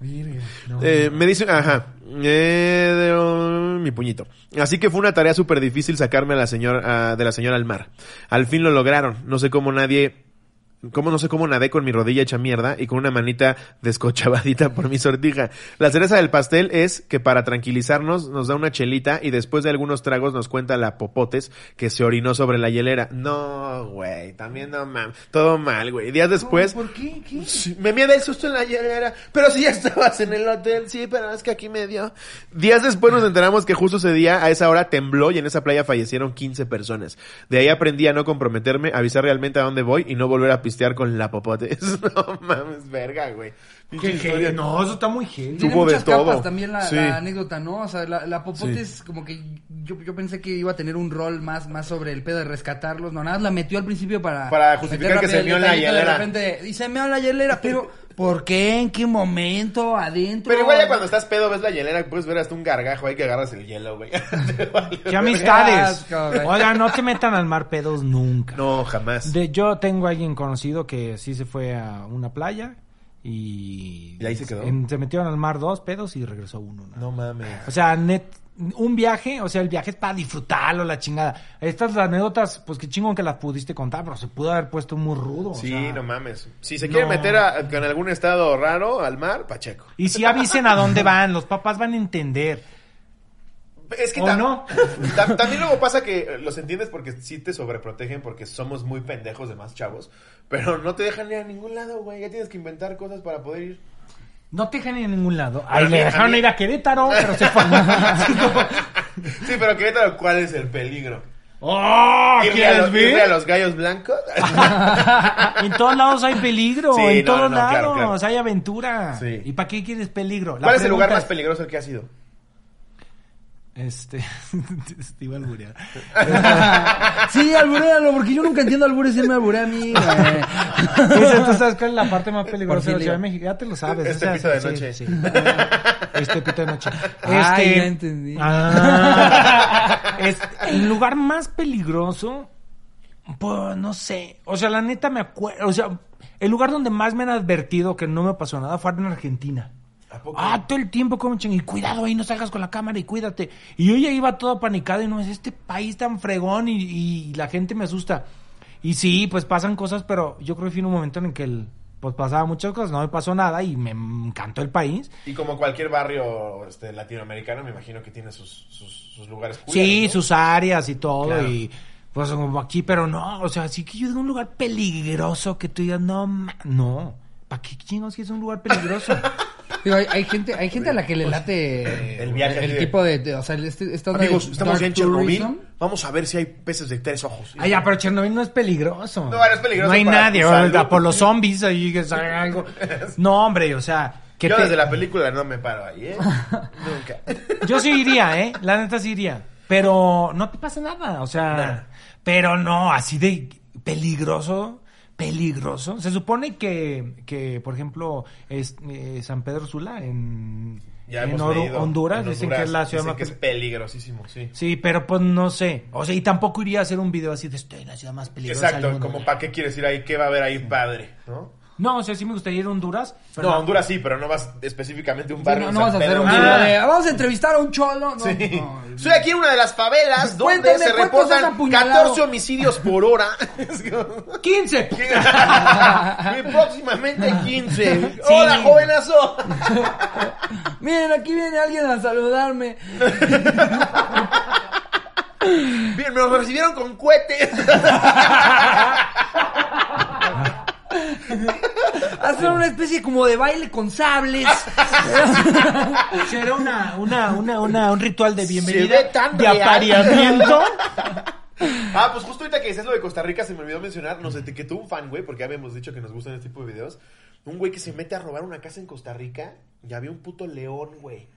[SPEAKER 3] Virgen, no.
[SPEAKER 2] Eh, me dice, ajá, eh, de- oh, mi puñito. Así que fue una tarea súper difícil sacarme a la señora, a- de la señora al mar. Al fin lo lograron. No sé cómo nadie, cómo no sé cómo nadé con mi rodilla hecha mierda y con una manita descochabadita por mi sortija. La cereza del pastel es que para tranquilizarnos nos da una chelita y después de algunos tragos nos cuenta la popotes que se orinó sobre la hielera. No, güey, también no mames. Todo mal, güey. Días después,
[SPEAKER 1] ¿Por qué? ¿Qué?
[SPEAKER 2] Sí, me mía el susto en la hielera. Pero si ya estabas en el hotel, sí, pero es que aquí me dio. Días después nos enteramos que justo ese día, a esa hora, tembló y en esa playa fallecieron 15 personas. De ahí aprendí a no comprometerme, avisar realmente a dónde voy y no volver a pistear con la popote. No mames, verga, güey. Pinche
[SPEAKER 3] Qué
[SPEAKER 2] historia.
[SPEAKER 3] gen- No, eso está muy genial.
[SPEAKER 1] Tiene
[SPEAKER 2] Tuvo
[SPEAKER 1] muchas
[SPEAKER 2] de todo.
[SPEAKER 1] capas también la,
[SPEAKER 2] Sí.
[SPEAKER 1] la anécdota, ¿no? O sea, la, la popote
[SPEAKER 2] Sí.
[SPEAKER 1] es como que yo, yo pensé que iba a tener un rol más, más sobre el pedo de rescatarlos. No, nada, más la metió al principio para...
[SPEAKER 2] Para justificar
[SPEAKER 1] meter
[SPEAKER 2] que se
[SPEAKER 1] rápido
[SPEAKER 2] meó
[SPEAKER 1] el
[SPEAKER 2] en la
[SPEAKER 1] detallito de
[SPEAKER 2] hielera.
[SPEAKER 1] repente, y se meó en la hielera, pero ¿por qué? ¿En qué momento? ¿Adentro?
[SPEAKER 2] Pero igual ya cuando estás pedo, ves la hielera, puedes ver hasta un gargajo ahí que agarras el hielo, güey. Te vale.
[SPEAKER 3] Qué amistades.
[SPEAKER 1] Qué asco, güey.
[SPEAKER 3] Oigan, no te metan al mar pedos nunca.
[SPEAKER 2] No, jamás.
[SPEAKER 3] De, yo tengo a alguien conocido que sí se fue a una playa y...
[SPEAKER 2] ¿Y ahí se quedó?
[SPEAKER 3] en- se metieron al mar dos pedos y regresó uno. ¿no?
[SPEAKER 2] No mames.
[SPEAKER 3] O sea, net, un viaje, o sea, el viaje es para disfrutarlo, la chingada. Estas anécdotas, pues qué chingón que las pudiste contar, pero se pudo haber puesto muy rudo. o
[SPEAKER 2] Sí,
[SPEAKER 3] sea.
[SPEAKER 2] no mames. Si se quiere
[SPEAKER 3] no.
[SPEAKER 2] meter a- con algún estado raro al mar, Pacheco.
[SPEAKER 3] Y si avisen a dónde van, los papás van a entender.
[SPEAKER 2] Es que
[SPEAKER 3] ¿O
[SPEAKER 2] tam-
[SPEAKER 3] no?
[SPEAKER 2] tam- también luego pasa que eh, los entiendes porque sí te sobreprotegen porque somos muy pendejos de más chavos, pero no te dejan ir a ningún lado, güey. Ya tienes que inventar cosas para poder ir.
[SPEAKER 3] No te dejan ir a ningún lado. Ahí
[SPEAKER 2] a
[SPEAKER 3] le
[SPEAKER 2] mí- a
[SPEAKER 3] dejaron
[SPEAKER 2] mí-
[SPEAKER 3] ir a Querétaro, pero se fueron.
[SPEAKER 2] Sí, pero Querétaro, ¿cuál es el peligro?
[SPEAKER 3] ¡Oh!
[SPEAKER 2] ¿Irle a,
[SPEAKER 3] ¿Quieres
[SPEAKER 2] los, irle a
[SPEAKER 3] ver?
[SPEAKER 2] los gallos blancos?
[SPEAKER 3] Ah, En todos lados hay peligro,
[SPEAKER 2] Sí, no,
[SPEAKER 3] en todos
[SPEAKER 2] no,
[SPEAKER 3] lados
[SPEAKER 2] claro, claro.
[SPEAKER 3] hay aventura.
[SPEAKER 2] Sí.
[SPEAKER 3] ¿Y para qué quieres peligro? La
[SPEAKER 2] ¿Cuál es el lugar
[SPEAKER 3] pregunta
[SPEAKER 2] más peligroso al que has ido?
[SPEAKER 3] Este, te iba a alburear.
[SPEAKER 1] Sí, alburéalo, porque yo nunca entiendo albures, él me alburea a mí. güey.
[SPEAKER 3] Entonces, ¿tú sabes cuál es la parte más peligrosa
[SPEAKER 1] Porfirio.
[SPEAKER 3] de la Ciudad de México? Ya te lo sabes.
[SPEAKER 2] Este
[SPEAKER 3] o sea,
[SPEAKER 2] pito de
[SPEAKER 3] sí,
[SPEAKER 2] noche.
[SPEAKER 3] sí. Ah, Este pito de noche.
[SPEAKER 1] Ah,
[SPEAKER 3] Este-
[SPEAKER 1] ya entendí.
[SPEAKER 3] Ah. Es el lugar más peligroso, pues, no sé. O sea, la neta me acuerdo, o sea, el lugar donde más me han advertido que no me pasó nada fue en Argentina.
[SPEAKER 2] ¿A poco?
[SPEAKER 3] Ah, todo el tiempo como ching, y cuidado ahí, no salgas con la cámara y cuídate. Y yo ya iba todo panicado y no es este país tan fregón y, y la gente me asusta. Y sí, pues pasan cosas, pero yo creo que fue un momento en el que el pues pasaba muchas cosas, no me pasó nada y me encantó el país.
[SPEAKER 2] Y como cualquier barrio este, latinoamericano, me imagino que tiene sus, sus, sus lugares.
[SPEAKER 3] sí,
[SPEAKER 2] culeros, ¿no?
[SPEAKER 3] sus áreas y todo
[SPEAKER 2] Claro.
[SPEAKER 3] y pues como aquí, pero no, o sea, sí que yo digo un lugar peligroso que tú digas, no, ma- no, ¿para qué chingos que es un lugar peligroso?
[SPEAKER 1] Digo, hay, hay gente, hay gente a la que le late
[SPEAKER 2] Pues, el viaje así de-
[SPEAKER 1] tipo de, de- o sea, este, esta onda de
[SPEAKER 2] Amigos, estamos
[SPEAKER 1] dark
[SPEAKER 2] en Chernobyl.
[SPEAKER 1] tourism.
[SPEAKER 2] Vamos a ver si hay peces de tres ojos.
[SPEAKER 3] Ah, ya, pero Chernobyl no es peligroso.
[SPEAKER 2] No, no es peligroso
[SPEAKER 3] No hay
[SPEAKER 2] para
[SPEAKER 3] nadie,
[SPEAKER 2] tu
[SPEAKER 3] ¿verdad?
[SPEAKER 2] salud.
[SPEAKER 3] por los zombies ahí que salgan algo. No, hombre, o sea, que
[SPEAKER 2] Yo
[SPEAKER 3] te-
[SPEAKER 2] desde la película no me paro ahí, ¿eh? Nunca.
[SPEAKER 3] Yo sí iría, ¿eh? La neta sí iría. Pero no te pasa nada, o sea... Pero no, así de peligroso, peligroso. Se supone que, que por ejemplo, es, eh, San Pedro Sula en,
[SPEAKER 2] Ya
[SPEAKER 3] en
[SPEAKER 2] hemos
[SPEAKER 3] Oru-
[SPEAKER 2] leído.
[SPEAKER 3] Honduras,
[SPEAKER 2] En
[SPEAKER 3] dicen que es la ciudad
[SPEAKER 2] dicen
[SPEAKER 3] más...
[SPEAKER 2] que es peligrosísimo, sí.
[SPEAKER 3] Sí, pero pues no sé. O sea, y tampoco iría a hacer un video así de estoy en la ciudad más peligrosa del
[SPEAKER 2] Exacto,
[SPEAKER 3] mundo".
[SPEAKER 2] como para qué quieres ir ahí, qué va a haber ahí padre, ¿no?
[SPEAKER 3] No, o sea, sí me gustaría ir a Honduras. pero
[SPEAKER 2] no, a Honduras sí, pero no vas específicamente a un
[SPEAKER 1] Sí,
[SPEAKER 2] barrio.
[SPEAKER 1] no,
[SPEAKER 2] en
[SPEAKER 1] no
[SPEAKER 2] San
[SPEAKER 1] vas a hacer
[SPEAKER 2] Pedro.
[SPEAKER 1] un
[SPEAKER 3] Ah.
[SPEAKER 1] video de, vamos a entrevistar a un cholo. No,
[SPEAKER 2] Sí.
[SPEAKER 1] no.
[SPEAKER 2] Soy aquí en una de las favelas donde
[SPEAKER 1] Cuéntame,
[SPEAKER 2] se
[SPEAKER 1] ¿cuántos has
[SPEAKER 2] reportan
[SPEAKER 1] apuñalado?
[SPEAKER 2] 14 homicidios por hora. Es como-
[SPEAKER 3] 15.
[SPEAKER 2] Y próximamente 15.
[SPEAKER 3] Sí.
[SPEAKER 2] Hola, jovenazo.
[SPEAKER 1] Miren, aquí viene alguien a saludarme.
[SPEAKER 2] Bien, me los recibieron con cohetes.
[SPEAKER 1] Hacer una especie como de baile con sables.
[SPEAKER 3] Será una, una, una, una, un ritual de
[SPEAKER 2] Se
[SPEAKER 3] bienvenida,
[SPEAKER 2] ve tan
[SPEAKER 3] de
[SPEAKER 2] real.
[SPEAKER 3] apareamiento.
[SPEAKER 2] Ah, pues justo ahorita que decías lo de Costa Rica, se me olvidó mencionar, nos etiquetó un fan, güey, porque ya habíamos dicho que nos gustan este tipo de videos. Un güey que se mete a robar una casa en Costa Rica y había un puto león, güey.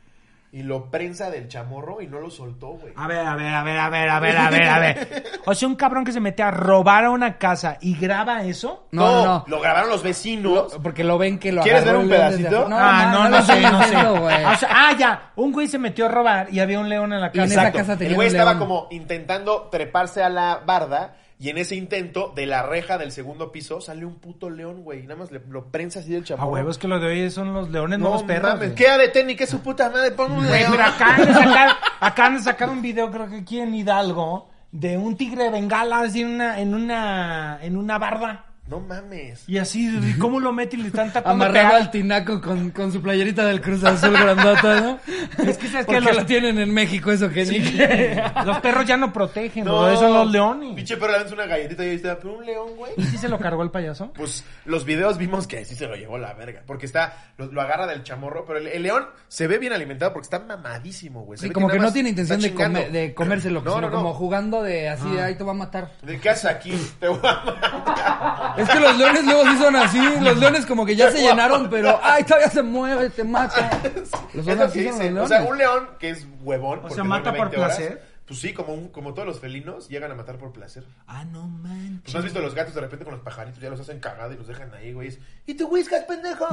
[SPEAKER 2] Y lo prensa del chamorro y no lo soltó, güey.
[SPEAKER 3] A ver, a ver, a ver, a ver, a ver, a ver, a ver. O sea, un cabrón que se mete a robar a una casa y graba eso.
[SPEAKER 1] No, no,
[SPEAKER 2] Lo grabaron los vecinos.
[SPEAKER 1] no. Porque lo ven que lo
[SPEAKER 2] ¿Quieres
[SPEAKER 1] agarró
[SPEAKER 2] ver un
[SPEAKER 1] el león desde
[SPEAKER 2] pedacito?
[SPEAKER 1] afu-
[SPEAKER 3] ah,
[SPEAKER 1] ma,
[SPEAKER 3] no, no,
[SPEAKER 1] le
[SPEAKER 3] sé,
[SPEAKER 1] estoy
[SPEAKER 3] no sé.
[SPEAKER 1] mintiendo, güey.
[SPEAKER 3] O sea, ah, ya, un güey se metió a robar y había un león en la
[SPEAKER 1] en
[SPEAKER 3] casa.
[SPEAKER 1] esa casa
[SPEAKER 2] El
[SPEAKER 1] tenía
[SPEAKER 2] güey
[SPEAKER 1] un
[SPEAKER 2] estaba
[SPEAKER 1] león.
[SPEAKER 2] como intentando treparse a la barda y en ese intento de la reja del segundo piso sale un puto león, güey. y Nada más le- lo prensa así del
[SPEAKER 3] A
[SPEAKER 2] chamorro.
[SPEAKER 3] huevos que lo de hoy son los leones
[SPEAKER 2] no
[SPEAKER 3] nuevos perros.
[SPEAKER 2] mames,
[SPEAKER 3] güey.
[SPEAKER 2] ¿qué ADT ni qué su puta madre? Pon un
[SPEAKER 3] Güey,
[SPEAKER 2] león.
[SPEAKER 3] pero acaban de sacar, acaban de sacar un video, creo que aquí en Hidalgo, de un tigre de bengala así en una, en una, en una barda.
[SPEAKER 2] No mames.
[SPEAKER 3] Y así, ¿y ¿cómo lo mete y le están tapando?
[SPEAKER 1] Amarrado
[SPEAKER 3] pegar?
[SPEAKER 1] al tinaco con, con su playerita del Cruz Azul grandota, ¿no?
[SPEAKER 3] Es que sabes que
[SPEAKER 1] Porque
[SPEAKER 3] los-
[SPEAKER 1] lo tienen en México eso que ni que-
[SPEAKER 3] Los perros ya no protegen, no, son los leones.
[SPEAKER 2] Pinche perro le lanza una galletita y ahí está. Pero un león, güey.
[SPEAKER 3] ¿Y si se lo cargó el payaso?
[SPEAKER 2] Pues los videos vimos que sí se lo llevó la verga. Porque está, lo, lo agarra del chamorro. Pero el, el león se ve bien alimentado porque está mamadísimo, güey. Se
[SPEAKER 1] Sí,
[SPEAKER 2] ve
[SPEAKER 1] como que
[SPEAKER 2] nada
[SPEAKER 1] no
[SPEAKER 2] más
[SPEAKER 1] tiene intención
[SPEAKER 2] está
[SPEAKER 1] de, comer-
[SPEAKER 2] chingando.
[SPEAKER 1] de comérselo,
[SPEAKER 2] No,
[SPEAKER 1] sino
[SPEAKER 2] no, Ah. no.
[SPEAKER 1] como jugando de así, de, ahí te va a matar.
[SPEAKER 2] ¿De qué haces aquí? Te voy a matar.
[SPEAKER 1] Es que los leones luego sí son así, los leones como que ya se llenaron, pero ay, todavía se mueve, te mata. Los
[SPEAKER 2] Es
[SPEAKER 1] leones
[SPEAKER 2] lo que
[SPEAKER 1] así son
[SPEAKER 2] dicen. O
[SPEAKER 1] los
[SPEAKER 2] sea,
[SPEAKER 1] leones.
[SPEAKER 2] un león que es huevón. porque
[SPEAKER 3] sea,
[SPEAKER 2] duerme
[SPEAKER 3] mata por
[SPEAKER 2] 20 horas,
[SPEAKER 3] placer.
[SPEAKER 2] Pues sí, como, un- como todos los felinos llegan a matar por placer.
[SPEAKER 3] Ah, no
[SPEAKER 2] Pues
[SPEAKER 3] manches.
[SPEAKER 2] has visto los gatos de repente con los pajaritos, ya los hacen cagado y los dejan ahí, güey. Es, ¿Y tu whiskas, pendejo?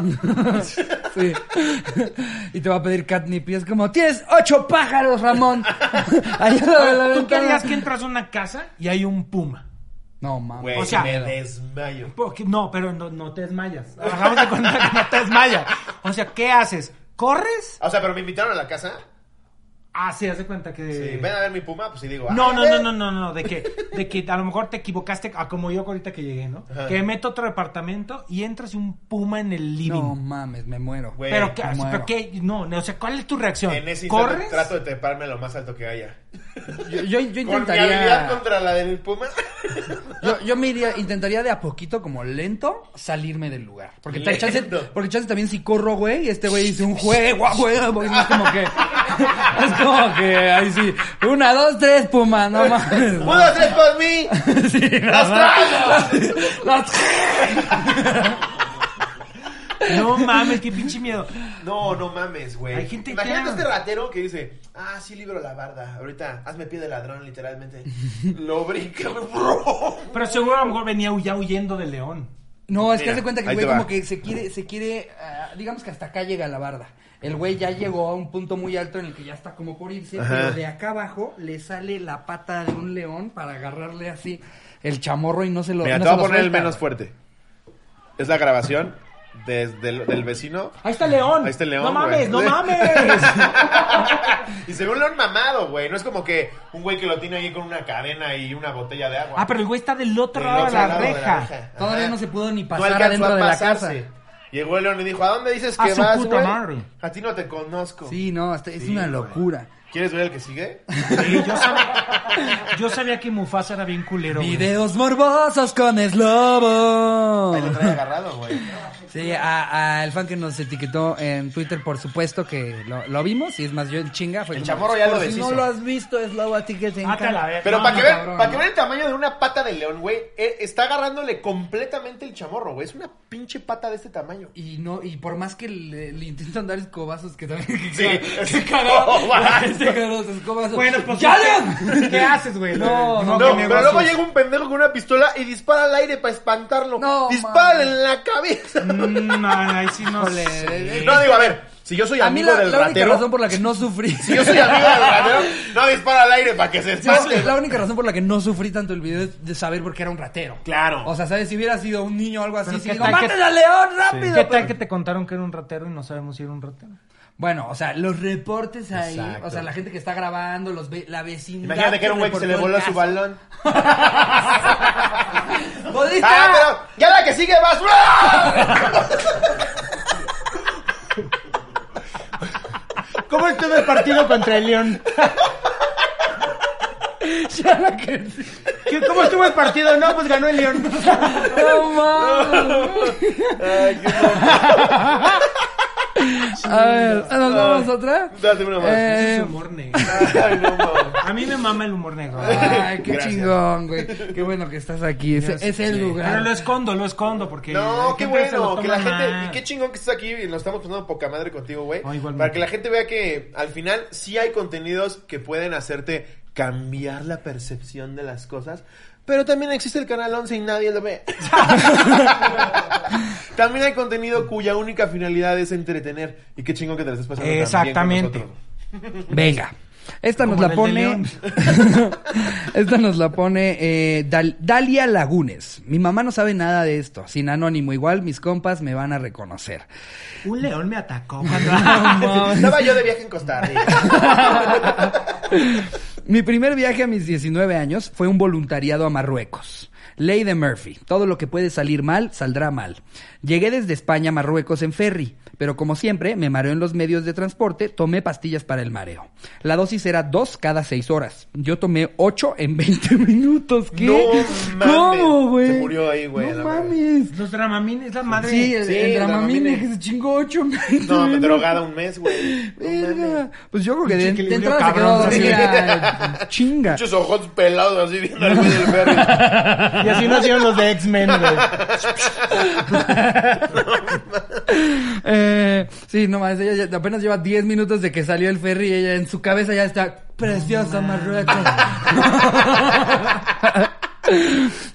[SPEAKER 1] Sí. Y te va a pedir catnip y es como, tienes ocho pájaros, Ramón. Ayúdame de la
[SPEAKER 3] ¿Tú qué
[SPEAKER 1] ventana.
[SPEAKER 3] harías que entras a una casa y hay un puma?
[SPEAKER 1] No, mames.
[SPEAKER 2] Güey,
[SPEAKER 3] O sea,
[SPEAKER 2] me desmayo.
[SPEAKER 3] Porque, no, pero no, no te desmayas. Hagamos de cuenta que no te desmayas. O sea, ¿qué haces? ¿Corres?
[SPEAKER 2] O sea, pero me invitaron a la casa.
[SPEAKER 3] Ah, sí, haz de cuenta que...
[SPEAKER 2] Sí, ven a ver mi puma, pues sí digo.
[SPEAKER 3] No,
[SPEAKER 2] "Ay,
[SPEAKER 3] no,
[SPEAKER 2] güey".
[SPEAKER 3] no, no, no, no, de que, de que a lo mejor te equivocaste, ah, como yo ahorita que llegué, ¿no?
[SPEAKER 2] Ajá.
[SPEAKER 3] Que meto otro departamento y entras y un puma en el living.
[SPEAKER 1] No mames, me muero.
[SPEAKER 2] Güey.
[SPEAKER 3] pero, ¿qué,
[SPEAKER 1] me
[SPEAKER 3] haces?
[SPEAKER 1] muero.
[SPEAKER 3] pero qué, no, no, o sea, ¿cuál es tu reacción?
[SPEAKER 2] En ese instante
[SPEAKER 3] ¿Corres?
[SPEAKER 2] trato de treparme lo más alto que haya.
[SPEAKER 1] Yo, yo, yo
[SPEAKER 2] Con mi habilidad
[SPEAKER 1] intentaría.
[SPEAKER 2] contra la del puma.
[SPEAKER 1] Yo, yo me iría, intentaría de a poquito, como lento, salirme del lugar. Porque tal chance,
[SPEAKER 2] Lento.
[SPEAKER 1] porque chance también si corro, güey, este güey dice un juego, güey, güey, no es como que. Es como que ahí sí. Una, dos, tres, puma, no mames.
[SPEAKER 2] ¡Uno, dos, tres por mí!
[SPEAKER 1] Sí,
[SPEAKER 2] ¡Los traigo!
[SPEAKER 1] Las-
[SPEAKER 3] No mames, qué pinche miedo.
[SPEAKER 2] No, no mames, güey.
[SPEAKER 3] Hay gente que
[SPEAKER 2] Imagínate
[SPEAKER 3] ama.
[SPEAKER 2] este ratero que dice, ah, sí libro la barda. Ahorita, hazme pie de ladrón, literalmente. Lo brinca, güey.
[SPEAKER 3] Pero seguro a lo mejor venía ya huyendo de león.
[SPEAKER 1] No, es que
[SPEAKER 2] Mira,
[SPEAKER 1] hace cuenta que el
[SPEAKER 2] ahí
[SPEAKER 1] güey
[SPEAKER 2] te va.
[SPEAKER 1] como que se quiere, se quiere, ah, digamos que hasta acá llega la barda. El güey ya llegó a un punto muy alto en el que ya está como por irse, pero de acá abajo le sale la pata de un león para agarrarle así el chamorro y no se lo. no se lo suelta.
[SPEAKER 2] fuerte. Es la grabación desde el del vecino.
[SPEAKER 3] Ahí está León.
[SPEAKER 2] Ahí está León,
[SPEAKER 3] No mames,
[SPEAKER 2] güey.
[SPEAKER 3] no mames.
[SPEAKER 2] Y se ve un león mamado, güey. No es como que un güey que lo tiene ahí con una cadena y una botella de agua.
[SPEAKER 3] ah, pero el güey está del otro
[SPEAKER 2] Del
[SPEAKER 3] lado de
[SPEAKER 2] otro
[SPEAKER 3] la
[SPEAKER 2] lado de la
[SPEAKER 3] reja.
[SPEAKER 2] reja.
[SPEAKER 1] Todavía
[SPEAKER 2] Ajá.
[SPEAKER 1] no se pudo ni
[SPEAKER 2] No
[SPEAKER 1] pasar
[SPEAKER 2] alcanzó
[SPEAKER 1] adentro
[SPEAKER 2] a
[SPEAKER 1] de la casa. Ah,
[SPEAKER 2] pasarse. Llegó el león y dijo, ¿a dónde dices
[SPEAKER 3] A
[SPEAKER 2] que
[SPEAKER 3] su
[SPEAKER 2] vas,
[SPEAKER 3] puta
[SPEAKER 2] güey?
[SPEAKER 3] madre.
[SPEAKER 2] A ti no te conozco.
[SPEAKER 1] Sí, no, hasta- es
[SPEAKER 2] Sí,
[SPEAKER 1] una
[SPEAKER 2] güey.
[SPEAKER 1] locura.
[SPEAKER 2] ¿Quieres ver el que sigue?
[SPEAKER 3] Sí, yo, sabía, yo sabía que Mufasa era bien culero. güey.
[SPEAKER 1] Videos morbosos con
[SPEAKER 2] Ahí lo
[SPEAKER 1] Slobo.
[SPEAKER 2] trae agarrado, güey.
[SPEAKER 1] Sí, a, a el fan que nos etiquetó en Twitter, por supuesto que lo, lo vimos, y es más, yo en chinga. Fue
[SPEAKER 2] El
[SPEAKER 1] como,
[SPEAKER 2] chamorro ya
[SPEAKER 1] por
[SPEAKER 2] lo
[SPEAKER 1] si
[SPEAKER 2] deshizo.
[SPEAKER 1] no lo has visto, Slobo, a ti que te
[SPEAKER 3] Vete a Ah, la
[SPEAKER 1] encanta.
[SPEAKER 3] verga.
[SPEAKER 2] Pero
[SPEAKER 3] No,
[SPEAKER 2] para que
[SPEAKER 3] no,
[SPEAKER 2] vean,
[SPEAKER 1] cabrón,
[SPEAKER 2] para que
[SPEAKER 1] no.
[SPEAKER 2] vean el tamaño de una pata de león, güey, eh, está agarrándole completamente el chamorro, güey. Es una pinche pata de este tamaño.
[SPEAKER 1] Y no, y por más que le, le intentan dar escobazos que también que
[SPEAKER 2] Sí,
[SPEAKER 1] se- se
[SPEAKER 2] es-
[SPEAKER 1] cagaron,
[SPEAKER 2] escobazo.
[SPEAKER 1] se cagaron los escobazos.
[SPEAKER 3] Bueno, pues.
[SPEAKER 1] ¡Ya,
[SPEAKER 3] ¿qué-
[SPEAKER 1] Leon!
[SPEAKER 3] ¿Qué haces, güey?
[SPEAKER 1] No,
[SPEAKER 2] No,
[SPEAKER 1] no,
[SPEAKER 3] qué
[SPEAKER 2] pero luego
[SPEAKER 3] negocios.
[SPEAKER 2] llega un pendejo con una pistola y dispara al aire para espantarlo.
[SPEAKER 1] No,
[SPEAKER 2] dispara
[SPEAKER 1] mames.
[SPEAKER 2] en la cabeza.
[SPEAKER 3] Mm, no, ahí sí no
[SPEAKER 1] Híjole,
[SPEAKER 3] sé.
[SPEAKER 2] No, digo, a ver, si yo soy
[SPEAKER 1] A mí
[SPEAKER 2] amigo
[SPEAKER 1] la,
[SPEAKER 2] del
[SPEAKER 1] la única
[SPEAKER 2] ratero.
[SPEAKER 1] razón por la que no sufrí.
[SPEAKER 2] Si yo soy amigo del ratero, no dispara al aire para que se
[SPEAKER 1] Sí, es
[SPEAKER 2] espante.
[SPEAKER 1] que la única razón por la que no sufrí tanto el video es de saber por qué era un ratero.
[SPEAKER 2] Claro.
[SPEAKER 1] O sea, ¿sabes? Si hubiera sido un niño o algo así,
[SPEAKER 3] Pero
[SPEAKER 1] sí
[SPEAKER 3] ¿qué
[SPEAKER 1] digo,
[SPEAKER 3] tal que-
[SPEAKER 1] ¡maten a León rápido!
[SPEAKER 3] ¿Qué
[SPEAKER 1] pero-
[SPEAKER 3] tal que te contaron que era un ratero y no sabemos si era un ratero?
[SPEAKER 1] Bueno, o sea, los reportes ahí,
[SPEAKER 2] Exacto.
[SPEAKER 1] o sea, la gente que está grabando, los ve- la vecindad.
[SPEAKER 2] Imagínate que era un güey que se le voló su balón.
[SPEAKER 1] ¡Bolita!
[SPEAKER 2] ¡Ah, pero! ¡Ya la que sigue vas! ¡Ah!
[SPEAKER 3] ¿Cómo estuvo el partido contra el León?
[SPEAKER 1] Ya la que-
[SPEAKER 3] ¿Qué- ¿Cómo estuvo el partido? No, pues ganó el León.
[SPEAKER 1] ¡No mames!
[SPEAKER 2] Ay, qué bueno.
[SPEAKER 1] A ver, ¿nos vamos a otra?
[SPEAKER 2] Date una más.
[SPEAKER 1] Eh,
[SPEAKER 3] Es humor negro.
[SPEAKER 2] Ay, no, mames.
[SPEAKER 3] A mí me mama el humor negro.
[SPEAKER 1] Ay, qué
[SPEAKER 2] Gracias.
[SPEAKER 1] chingón, güey. Qué bueno que estás aquí. Ese- es el
[SPEAKER 3] Pero
[SPEAKER 1] lugar.
[SPEAKER 3] lo escondo, lo escondo porque.
[SPEAKER 2] No,
[SPEAKER 3] la
[SPEAKER 2] qué
[SPEAKER 3] gente se lo
[SPEAKER 2] bueno,
[SPEAKER 3] toma
[SPEAKER 2] que la gente,
[SPEAKER 3] mal.
[SPEAKER 2] y qué chingón que estés aquí y nos estamos poniendo poca madre contigo, güey.
[SPEAKER 3] No, igualmente.
[SPEAKER 2] para que la gente vea que al final sí hay contenidos que pueden hacerte cambiar la percepción de las cosas, pero también existe el canal 11 y nadie lo ve. también hay contenido cuya única finalidad es entretener y qué chingón que te lo estés pasando tan bien con
[SPEAKER 3] Exactamente.
[SPEAKER 2] nosotros.
[SPEAKER 1] Venga. Esta nos
[SPEAKER 3] Como
[SPEAKER 1] la
[SPEAKER 3] el de
[SPEAKER 1] pone.
[SPEAKER 3] León.
[SPEAKER 1] Esta nos la pone eh, Dal- Dalia Lagunes. Mi mamá no sabe nada de esto. Sin anónimo, igual mis compas me van a reconocer.
[SPEAKER 3] Un león me atacó cuando.
[SPEAKER 2] Estaba yo de viaje en Costa Rica.
[SPEAKER 1] Mi primer viaje a mis 19 años fue un voluntariado a Marruecos. Ley de Murphy. Todo lo que puede salir mal, saldrá mal. Llegué desde España a Marruecos en ferry, pero como siempre, me mareó en los medios de transporte, tomé pastillas para el mareo. La dosis era dos cada seis horas. Yo tomé ocho en 20 minutos. ¿Qué?
[SPEAKER 2] No mames.
[SPEAKER 1] ¿Cómo, güey?
[SPEAKER 2] Se murió ahí, güey,
[SPEAKER 1] No
[SPEAKER 2] la
[SPEAKER 1] mames.
[SPEAKER 3] Los Dramamine es la madre.
[SPEAKER 1] Sí, el,
[SPEAKER 2] Sí,
[SPEAKER 1] el
[SPEAKER 2] el
[SPEAKER 1] Dramamine
[SPEAKER 2] Dramamine.
[SPEAKER 1] que se chingó ocho. en 20
[SPEAKER 2] No, me
[SPEAKER 1] minutos.
[SPEAKER 2] drogada un mes, güey. No mames.
[SPEAKER 1] Verga. Pues yo creo que de,
[SPEAKER 3] Pinche
[SPEAKER 1] de
[SPEAKER 3] equilibrio
[SPEAKER 1] entrada se quedó
[SPEAKER 3] cabrón, así.
[SPEAKER 1] dormida. Chinga.
[SPEAKER 2] Muchos ojos pelados así viendo al güey del ferry.
[SPEAKER 3] Y así nacieron los de X-Men, güey.
[SPEAKER 1] Eh, sí, no más, ella ya- apenas lleva 10 minutos de que salió el ferry y ella en su cabeza ya está preciosa Marruecos.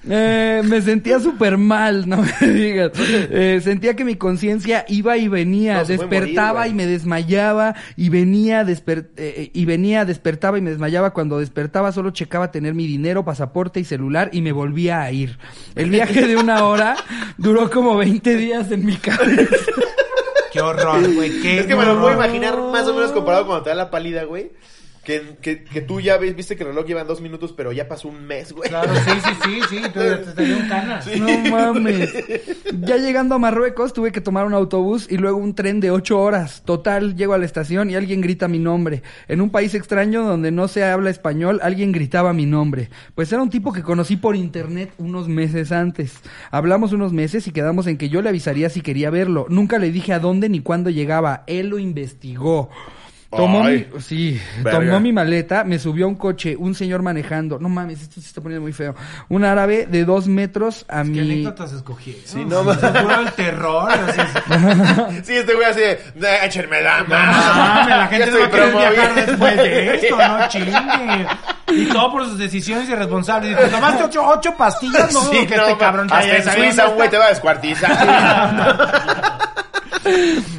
[SPEAKER 1] Eh, me sentía súper mal, no me digas. Eh, sentía que mi conciencia iba y venía,
[SPEAKER 2] No, se puede
[SPEAKER 1] despertaba
[SPEAKER 2] morir,
[SPEAKER 1] y
[SPEAKER 2] güey.
[SPEAKER 1] me desmayaba y venía, desper- eh, y venía, despertaba y me desmayaba. Cuando despertaba solo checaba tener mi dinero, pasaporte y celular y me volvía a ir. El viaje de una hora duró como 20 días en mi cabeza.
[SPEAKER 3] Qué horror, güey. Qué
[SPEAKER 2] Es que me lo
[SPEAKER 3] horror.
[SPEAKER 2] puedo imaginar más o menos comparado cuando te da la pálida, güey. Que, que, que tú ya ves, viste que el reloj llevan dos minutos, pero ya pasó un mes, güey.
[SPEAKER 3] Claro, sí, sí, sí, sí. Tú te, te dio un canas.
[SPEAKER 2] Sí.
[SPEAKER 1] No mames. Ya llegando a Marruecos tuve que tomar un autobús y luego un tren de ocho horas. Total, llego a la estación y alguien grita mi nombre. En un país extraño donde no se habla español, alguien gritaba mi nombre. Pues era un tipo que conocí por internet unos meses antes. Hablamos unos meses y quedamos en que yo le avisaría si quería verlo. Nunca le dije a dónde ni cuándo llegaba. Él lo investigó. Tomó
[SPEAKER 2] Ay.
[SPEAKER 1] mi, sí,
[SPEAKER 2] Verga.
[SPEAKER 1] tomó mi maleta, me subió a un coche, un señor manejando. No mames, esto se está poniendo muy feo. Un árabe de dos metros a
[SPEAKER 3] ¿Qué
[SPEAKER 1] mi.
[SPEAKER 3] anécdotas escogí?
[SPEAKER 2] Sí,
[SPEAKER 3] Sí,
[SPEAKER 2] no
[SPEAKER 3] no,
[SPEAKER 2] mames.
[SPEAKER 3] el terror. así es.
[SPEAKER 2] Sí, este güey así de, "Nah, échenme la
[SPEAKER 3] No
[SPEAKER 2] mano.
[SPEAKER 3] mames, la gente
[SPEAKER 2] Ah, Ya
[SPEAKER 3] no va a
[SPEAKER 2] estoy
[SPEAKER 3] querer viajar
[SPEAKER 2] promovido.
[SPEAKER 3] después de esto, no chingue. Y todo por sus decisiones irresponsables. Dices, tomaste ocho, ocho pastillas, no dudo
[SPEAKER 2] Sí,
[SPEAKER 3] que
[SPEAKER 2] no,
[SPEAKER 3] este cabrón te
[SPEAKER 2] hasta
[SPEAKER 3] haya
[SPEAKER 2] en
[SPEAKER 3] sabido
[SPEAKER 2] Suiza
[SPEAKER 3] dónde
[SPEAKER 2] un güey te va a descuartizar.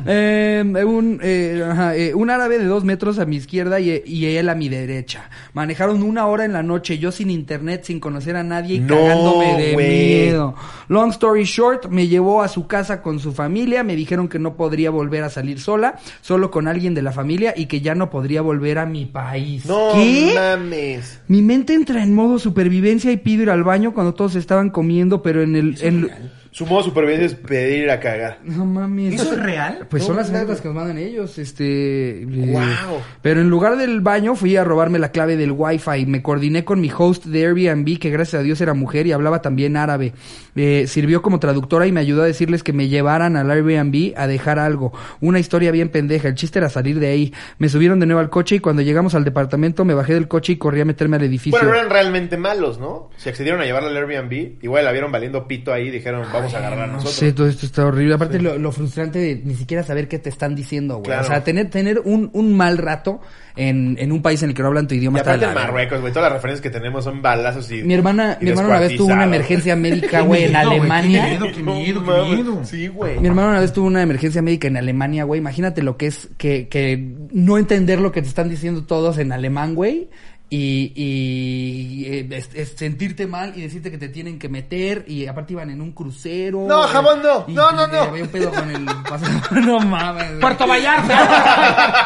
[SPEAKER 1] Eh, un, eh, ajá, eh, un árabe de dos metros a mi izquierda y, y él a mi derecha. Manejaron una hora en la noche, yo sin internet, sin conocer a nadie y
[SPEAKER 2] No,
[SPEAKER 1] cagándome de
[SPEAKER 2] güey.
[SPEAKER 1] miedo. Long story short, me llevó a su casa con su familia, me dijeron que no podría volver a salir sola, solo con alguien de la familia y que ya no podría volver a mi país.
[SPEAKER 2] No
[SPEAKER 1] ¿Qué?
[SPEAKER 2] mames.
[SPEAKER 1] Mi mente entra en modo supervivencia y pido ir al baño cuando todos estaban comiendo, pero en el... en-
[SPEAKER 2] Su modo de supervivencia es pedir a cagar.
[SPEAKER 1] No mames.
[SPEAKER 3] ¿Eso es real?
[SPEAKER 1] Pues son
[SPEAKER 2] No
[SPEAKER 1] las
[SPEAKER 2] mames.
[SPEAKER 1] anécdotas que nos mandan ellos, este... eh,
[SPEAKER 2] Guau.
[SPEAKER 1] Pero en lugar del baño fui a robarme la clave del wifi. Me coordiné con mi host de Airbnb, que gracias a Dios era mujer y hablaba también árabe. Eh, sirvió como traductora y me ayudó a decirles que me llevaran al Airbnb a dejar algo. Una historia bien pendeja. El chiste era salir de ahí. Me subieron de nuevo al coche y cuando llegamos al departamento me bajé del coche y corrí a meterme al edificio.
[SPEAKER 2] Bueno, no eran realmente malos, ¿no? Si accedieron a llevarla al Airbnb, igual la vieron valiendo pito ahí y dijeron, vamos a agarrar
[SPEAKER 1] No
[SPEAKER 2] nosotros.
[SPEAKER 1] sé, todo esto está horrible. Aparte, lo, lo frustrante de ni siquiera saber qué te están diciendo, güey.
[SPEAKER 2] Claro.
[SPEAKER 1] O sea, tener, tener un, un mal rato en, en un país en el que no hablan tu
[SPEAKER 2] Y
[SPEAKER 1] idioma. está de
[SPEAKER 2] aparte en
[SPEAKER 1] la verga.
[SPEAKER 2] Marruecos, güey, todas las referencias que tenemos son balazos y.
[SPEAKER 1] Mi hermana,
[SPEAKER 2] y
[SPEAKER 1] mi hermana una vez tuvo una
[SPEAKER 2] descuartizados.
[SPEAKER 1] emergencia médica,
[SPEAKER 3] Qué
[SPEAKER 1] güey, en
[SPEAKER 3] miedo, güey, qué
[SPEAKER 1] Alemania.
[SPEAKER 3] miedo. Qué
[SPEAKER 2] No
[SPEAKER 3] miedo, qué
[SPEAKER 2] mames.
[SPEAKER 3] miedo.
[SPEAKER 2] Sí, güey.
[SPEAKER 1] Mi hermana una vez tuvo una emergencia médica en Alemania, güey. Imagínate lo que es que, que no entender lo que te están diciendo todos en alemán, güey. Y, y eh, es- es sentirte mal y decirte que te tienen que meter. Y aparte iban en un crucero.
[SPEAKER 2] No,
[SPEAKER 1] güey.
[SPEAKER 2] jamón no.
[SPEAKER 1] Y-
[SPEAKER 2] No, no,
[SPEAKER 1] y
[SPEAKER 2] no.
[SPEAKER 1] había un pedo con el pasaporte. No mames. güey.
[SPEAKER 3] Puerto Vallarta.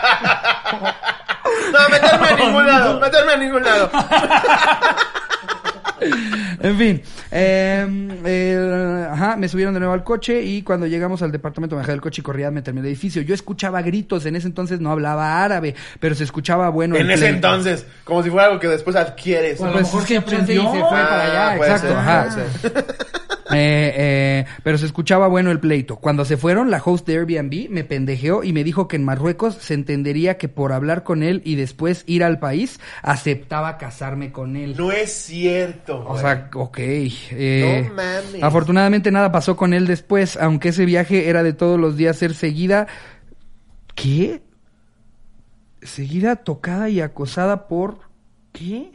[SPEAKER 2] No, meterme a ningún lado, meterme a ningún lado.
[SPEAKER 1] En fin, eh, eh, ajá, me subieron de nuevo al coche y cuando llegamos al departamento me bajé del coche y corrí a meterme al edificio. Yo escuchaba gritos, en ese entonces no hablaba árabe, pero se escuchaba bueno.
[SPEAKER 2] en
[SPEAKER 1] el
[SPEAKER 2] ese
[SPEAKER 1] play.
[SPEAKER 2] entonces, como si fuera algo que después adquieres.
[SPEAKER 3] Bueno, A lo
[SPEAKER 1] Pues
[SPEAKER 3] mejor
[SPEAKER 1] es
[SPEAKER 3] se
[SPEAKER 1] que chance y
[SPEAKER 3] aprendió.
[SPEAKER 1] se fue para
[SPEAKER 2] Ah,
[SPEAKER 1] allá,
[SPEAKER 2] puede
[SPEAKER 1] exacto,
[SPEAKER 2] ser,
[SPEAKER 1] ajá.
[SPEAKER 2] puede ser.
[SPEAKER 1] Eh, eh, pero se escuchaba bueno el pleito. Cuando se fueron, la host de Airbnb me pendejeó y me dijo que en Marruecos se entendería que por hablar con él y después ir al país, aceptaba casarme con él.
[SPEAKER 2] No es cierto,
[SPEAKER 1] O
[SPEAKER 2] güey.
[SPEAKER 1] sea, ok. eh,
[SPEAKER 2] No mames.
[SPEAKER 1] Afortunadamente nada pasó con él después, aunque ese viaje era de todos los días ser seguida. ¿Qué? Seguida, tocada y acosada por. ¿Qué?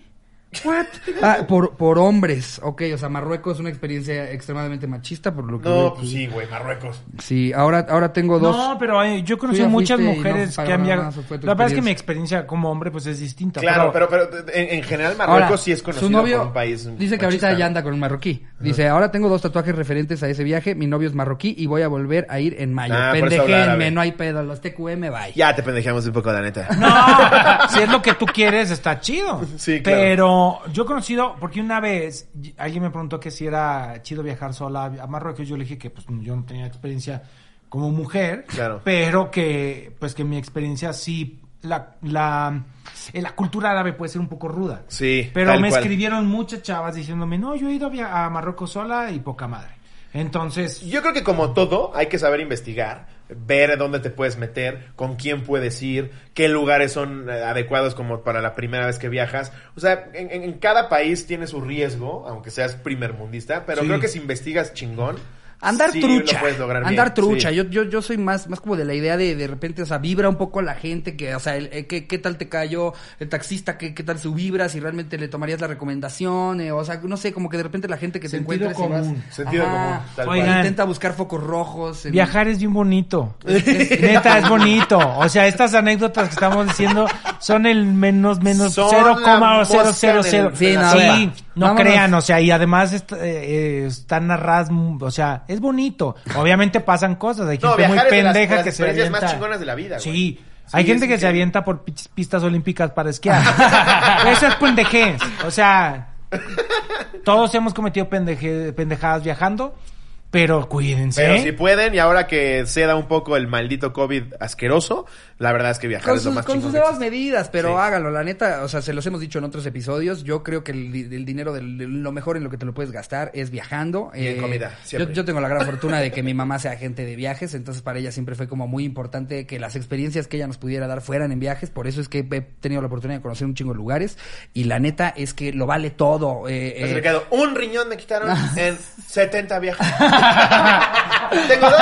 [SPEAKER 1] ¿What? Ah, por, por hombres. Ok, o sea, Marruecos es una experiencia extremadamente machista, por lo que.
[SPEAKER 2] No,
[SPEAKER 1] veo
[SPEAKER 2] pues
[SPEAKER 1] aquí.
[SPEAKER 2] sí, güey, Marruecos.
[SPEAKER 1] Sí, ahora, ahora tengo dos.
[SPEAKER 3] No, pero eh, yo conocí
[SPEAKER 1] Tú ya
[SPEAKER 3] a muchas
[SPEAKER 1] fuiste y no
[SPEAKER 3] mujeres
[SPEAKER 1] fue
[SPEAKER 3] que
[SPEAKER 1] para
[SPEAKER 3] han
[SPEAKER 1] nada,
[SPEAKER 3] viajado.
[SPEAKER 1] eso fue tu
[SPEAKER 3] La verdad es que
[SPEAKER 1] experiencia.
[SPEAKER 3] mi experiencia como hombre pues es distinta.
[SPEAKER 2] Claro, pero, pero, en, en general Marruecos
[SPEAKER 1] Ahora,
[SPEAKER 2] sí es conocido
[SPEAKER 1] su novio
[SPEAKER 2] como un país
[SPEAKER 1] Dice que ahorita
[SPEAKER 2] machista,
[SPEAKER 1] ya
[SPEAKER 2] ¿no?
[SPEAKER 1] anda con un marroquí. Dice, ahora tengo dos tatuajes referentes a ese viaje. Mi novio es marroquí y voy a volver a ir en mayo.
[SPEAKER 2] Ah, por eso habla árabe.
[SPEAKER 1] Pendejenme, no hay pedo. Los TQM, bye.
[SPEAKER 2] Ya te pendejamos un poco, la neta.
[SPEAKER 3] No, si es lo que tú quieres, está chido.
[SPEAKER 2] Sí, claro.
[SPEAKER 3] Pero yo he conocido, porque una vez y- alguien me preguntó que si era chido viajar sola a Marruecos, yo le dije que pues yo no tenía experiencia como mujer,
[SPEAKER 2] Claro.
[SPEAKER 3] pero que pues que mi experiencia sí, la, la, eh, la cultura árabe puede ser un poco ruda.
[SPEAKER 2] Sí,
[SPEAKER 3] Pero
[SPEAKER 2] tal
[SPEAKER 3] me
[SPEAKER 2] cual.
[SPEAKER 3] escribieron muchas chavas diciéndome, no, yo he ido a, via- a Marruecos sola y poca madre. Entonces,
[SPEAKER 2] Yo creo que como todo, hay que saber investigar, ver dónde te puedes meter, con quién puedes ir, qué lugares son eh, adecuados como para la primera vez que viajas. O sea, en, en- en cada país tiene su riesgo, aunque seas primermundista, pero
[SPEAKER 3] Sí.
[SPEAKER 2] creo que si investigas chingón,
[SPEAKER 1] Andar
[SPEAKER 2] sí
[SPEAKER 1] trucha.
[SPEAKER 2] lo puedes lograr
[SPEAKER 1] andar
[SPEAKER 2] bien,
[SPEAKER 1] trucha.
[SPEAKER 2] sí.
[SPEAKER 1] Yo, yo, yo soy más, más como de la idea de de repente, o sea, vibra un poco la gente, que, o sea, el- eh, ¿qué, qué tal te cayó el taxista? ¿Qué, qué tal su vibra? Si realmente le tomarías la recomendación, eh, o sea, no sé, como que de repente la gente que
[SPEAKER 3] Sentido
[SPEAKER 1] te encuentras y
[SPEAKER 3] común,
[SPEAKER 1] vas-
[SPEAKER 2] sentido
[SPEAKER 1] Ajá.
[SPEAKER 2] común, tal
[SPEAKER 3] Oigan,
[SPEAKER 2] cual.
[SPEAKER 1] Intenta buscar focos rojos. en- este
[SPEAKER 3] Viajar es bien bonito. Neta, es bonito. O sea, estas anécdotas que estamos diciendo son el menos, menos
[SPEAKER 2] Son la mosca
[SPEAKER 3] 0,000.
[SPEAKER 2] en el-
[SPEAKER 1] Sí,
[SPEAKER 3] Sí,
[SPEAKER 1] no,
[SPEAKER 3] no,
[SPEAKER 1] a ver, vámonos.
[SPEAKER 3] crean. O sea, y además est- eh, eh, están narradas, mm, o sea, es bonito. Obviamente pasan cosas. Hay
[SPEAKER 2] No,
[SPEAKER 3] gente muy
[SPEAKER 2] viajar es de las,
[SPEAKER 3] pendeja
[SPEAKER 2] las
[SPEAKER 3] que se
[SPEAKER 2] experiencias
[SPEAKER 3] avienta.
[SPEAKER 2] más chingonas de la vida, güey.
[SPEAKER 3] Sí. Hay
[SPEAKER 2] Sí, es
[SPEAKER 3] gente que se
[SPEAKER 2] increíble.
[SPEAKER 3] avienta por pinches pistas olímpicas para esquiar. Eso es pendejez. O sea, todos hemos cometido pendeje- pendejadas viajando, pero cuídense.
[SPEAKER 2] Pero si pueden, y ahora que ceda un poco el maldito COVID asqueroso, la verdad es que viajar
[SPEAKER 1] Con
[SPEAKER 2] es lo
[SPEAKER 1] sus,
[SPEAKER 2] más
[SPEAKER 1] con sus
[SPEAKER 2] chingón. que
[SPEAKER 1] nuevas
[SPEAKER 2] existe.
[SPEAKER 1] medidas, pero
[SPEAKER 2] Sí.
[SPEAKER 1] háganlo, la neta, o sea, se los hemos dicho en otros episodios, yo creo que el, di- el dinero, del- de lo mejor en lo que te lo puedes gastar es viajando. eh,
[SPEAKER 2] Y en comida,
[SPEAKER 1] yo,
[SPEAKER 2] siempre.
[SPEAKER 1] yo tengo la gran fortuna de que mi mamá sea agente de viajes, entonces para ella siempre fue como muy importante que las experiencias que ella nos pudiera dar fueran en viajes, por eso es que he tenido la oportunidad de conocer un chingo de lugares y la neta es que lo vale todo. eh,
[SPEAKER 2] Pues,
[SPEAKER 1] eh,
[SPEAKER 2] Ricardo, un riñón me quitaron en 70 viajes. Tengo dos.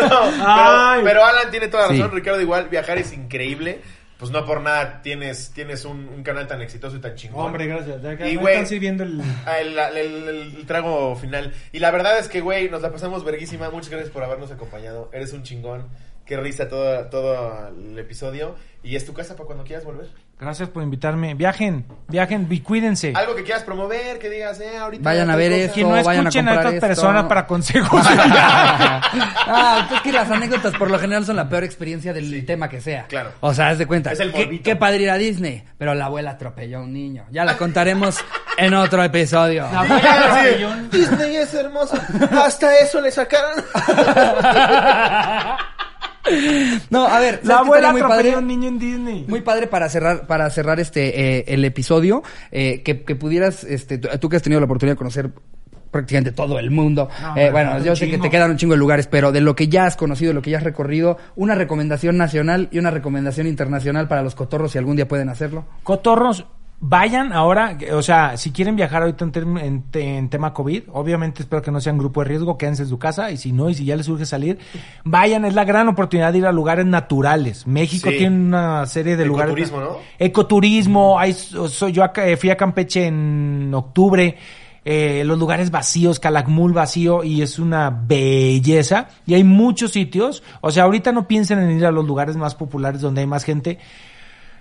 [SPEAKER 2] no, pero,
[SPEAKER 3] Ay.
[SPEAKER 2] pero Alan tiene toda la razón.
[SPEAKER 1] Sí.
[SPEAKER 2] Ricardo, igual viajar es increíble. pues no por nada tienes, tienes un, un canal tan exitoso y tan chingón.
[SPEAKER 3] Hombre, gracias. De acá
[SPEAKER 2] Y,
[SPEAKER 3] me
[SPEAKER 2] güey,
[SPEAKER 3] están sirviendo el.
[SPEAKER 2] Ah, El, el- el- el trago final. Y la verdad es que, güey, nos la pasamos verguísima. Muchas gracias por habernos acompañado. Eres un chingón. Qué risa todo, todo el episodio. Y es tu casa para cuando quieras volver.
[SPEAKER 3] Gracias por invitarme. Viajen, viajen y cuídense.
[SPEAKER 2] Algo que quieras promover, que digas, eh, ahorita.
[SPEAKER 1] Vayan a
[SPEAKER 2] tal
[SPEAKER 1] ver
[SPEAKER 2] cosa.
[SPEAKER 1] esto.
[SPEAKER 3] Que no
[SPEAKER 1] vayan a
[SPEAKER 3] escuchen a,
[SPEAKER 1] comprar
[SPEAKER 3] estas
[SPEAKER 1] esto.
[SPEAKER 3] personas para consejos.
[SPEAKER 1] ah, pues es que las anécdotas por lo general son la peor experiencia del tema que sea.
[SPEAKER 2] claro.
[SPEAKER 1] O sea, haz de cuenta.
[SPEAKER 2] Es el
[SPEAKER 1] ¿qué,
[SPEAKER 2] morbito.
[SPEAKER 1] qué padre ir a Disney, pero la abuela atropelló a un niño. Ya la contaremos en otro episodio.
[SPEAKER 3] La
[SPEAKER 2] Y llegan así de,
[SPEAKER 3] Pabellón.
[SPEAKER 2] Disney es hermoso. Hasta eso le sacaron.
[SPEAKER 1] no, a ver, ¿sabes
[SPEAKER 3] La
[SPEAKER 1] qué
[SPEAKER 3] abuela
[SPEAKER 1] estaría muy padre?
[SPEAKER 3] atropelló a un niño en Disney.
[SPEAKER 1] Muy padre para cerrar, para cerrar este eh, el episodio, eh, que, que pudieras, este, tú tú que has tenido la oportunidad de conocer prácticamente todo el mundo. Eh,
[SPEAKER 3] No, hombre,
[SPEAKER 1] bueno,
[SPEAKER 3] un
[SPEAKER 1] yo sé que
[SPEAKER 3] chingo.
[SPEAKER 1] te quedan un chingo de lugares, pero de lo que ya has conocido, de lo que ya has recorrido, una recomendación nacional y una recomendación internacional para los cotorros si algún día pueden hacerlo.
[SPEAKER 3] Cotorros, vayan ahora, o sea, si quieren viajar ahorita en, term- en te- en tema COVID, obviamente espero que no sean grupo de riesgo, quédense en su casa y si no, y si ya les surge salir, vayan, es la gran oportunidad de ir a lugares naturales. México
[SPEAKER 2] Sí.
[SPEAKER 3] tiene una serie de lugares.
[SPEAKER 2] Ecoturismo, ¿no?
[SPEAKER 3] Ecoturismo, hay, so- soy yo acá- eh, fui a Campeche en octubre. eh, los lugares vacíos, Calakmul vacío y es una belleza y hay muchos sitios, o sea, ahorita no piensen en ir a los lugares más populares donde hay más gente,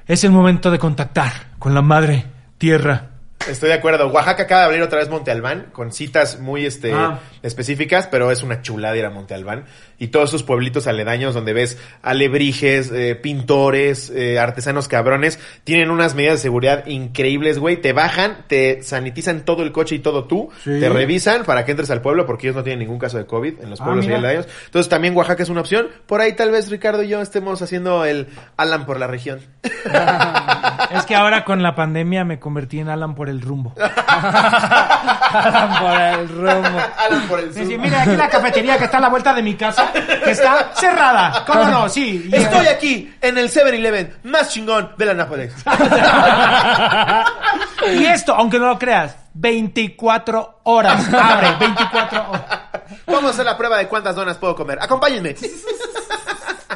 [SPEAKER 3] es el momento de contactar con la madre tierra.
[SPEAKER 2] Estoy de acuerdo. Oaxaca acaba de abrir otra vez Monte Albán con citas muy este,
[SPEAKER 3] Ah.
[SPEAKER 2] específicas, pero es una chulada ir a Monte Albán. Y todos sus pueblitos aledaños donde ves alebrijes, eh, pintores, eh, artesanos cabrones, tienen unas medidas de seguridad increíbles, güey. Te bajan, te sanitizan todo el coche y todo tú,
[SPEAKER 3] Sí.
[SPEAKER 2] te revisan para que entres al pueblo porque ellos no tienen ningún caso de COVID en los
[SPEAKER 3] Ah,
[SPEAKER 2] pueblos y
[SPEAKER 3] mira.
[SPEAKER 2] aledaños. Entonces también Oaxaca es una opción. Por ahí tal vez Ricardo y yo estemos haciendo el Alan por la región.
[SPEAKER 3] Es que ahora con la pandemia me convertí en Alan por el rumbo.
[SPEAKER 1] por el rumbo.
[SPEAKER 2] Alan por el
[SPEAKER 3] Es
[SPEAKER 2] sur.
[SPEAKER 3] decir, mira aquí la cafetería que está a la vuelta de mi casa, que está cerrada. ¿Cómo no? Sí. y-
[SPEAKER 2] Estoy aquí en el 7-Eleven más chingón de la Nápoles.
[SPEAKER 3] Y esto, aunque no lo creas, 24 horas. Abre, 24 horas.
[SPEAKER 2] Vamos a hacer la prueba de cuántas donas puedo comer. Acompáñenme.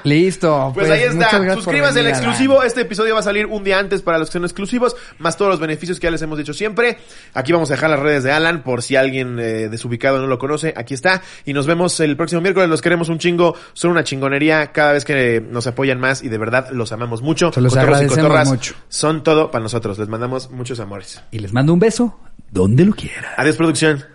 [SPEAKER 1] Listo.
[SPEAKER 2] Pues ahí
[SPEAKER 1] muchas
[SPEAKER 2] está.
[SPEAKER 1] gracias por
[SPEAKER 2] Suscríbanse al
[SPEAKER 1] venir, Alan.
[SPEAKER 2] exclusivo. Este episodio va a salir un día antes para los que son exclusivos, más todos los beneficios que ya les hemos dicho siempre. Aquí vamos a dejar las redes de Alan por si alguien eh, desubicado no lo conoce. Aquí está. Y nos vemos el próximo miércoles. Los queremos un chingo. Son una chingonería cada vez que nos apoyan más y de verdad los amamos mucho.
[SPEAKER 1] Se los
[SPEAKER 2] Cotorros y
[SPEAKER 1] agradecemos
[SPEAKER 2] cotorras
[SPEAKER 1] mucho.
[SPEAKER 2] Son todo para nosotros. Les mandamos muchos amores.
[SPEAKER 1] Y les mando un beso donde lo quieran.
[SPEAKER 2] Adiós, producción.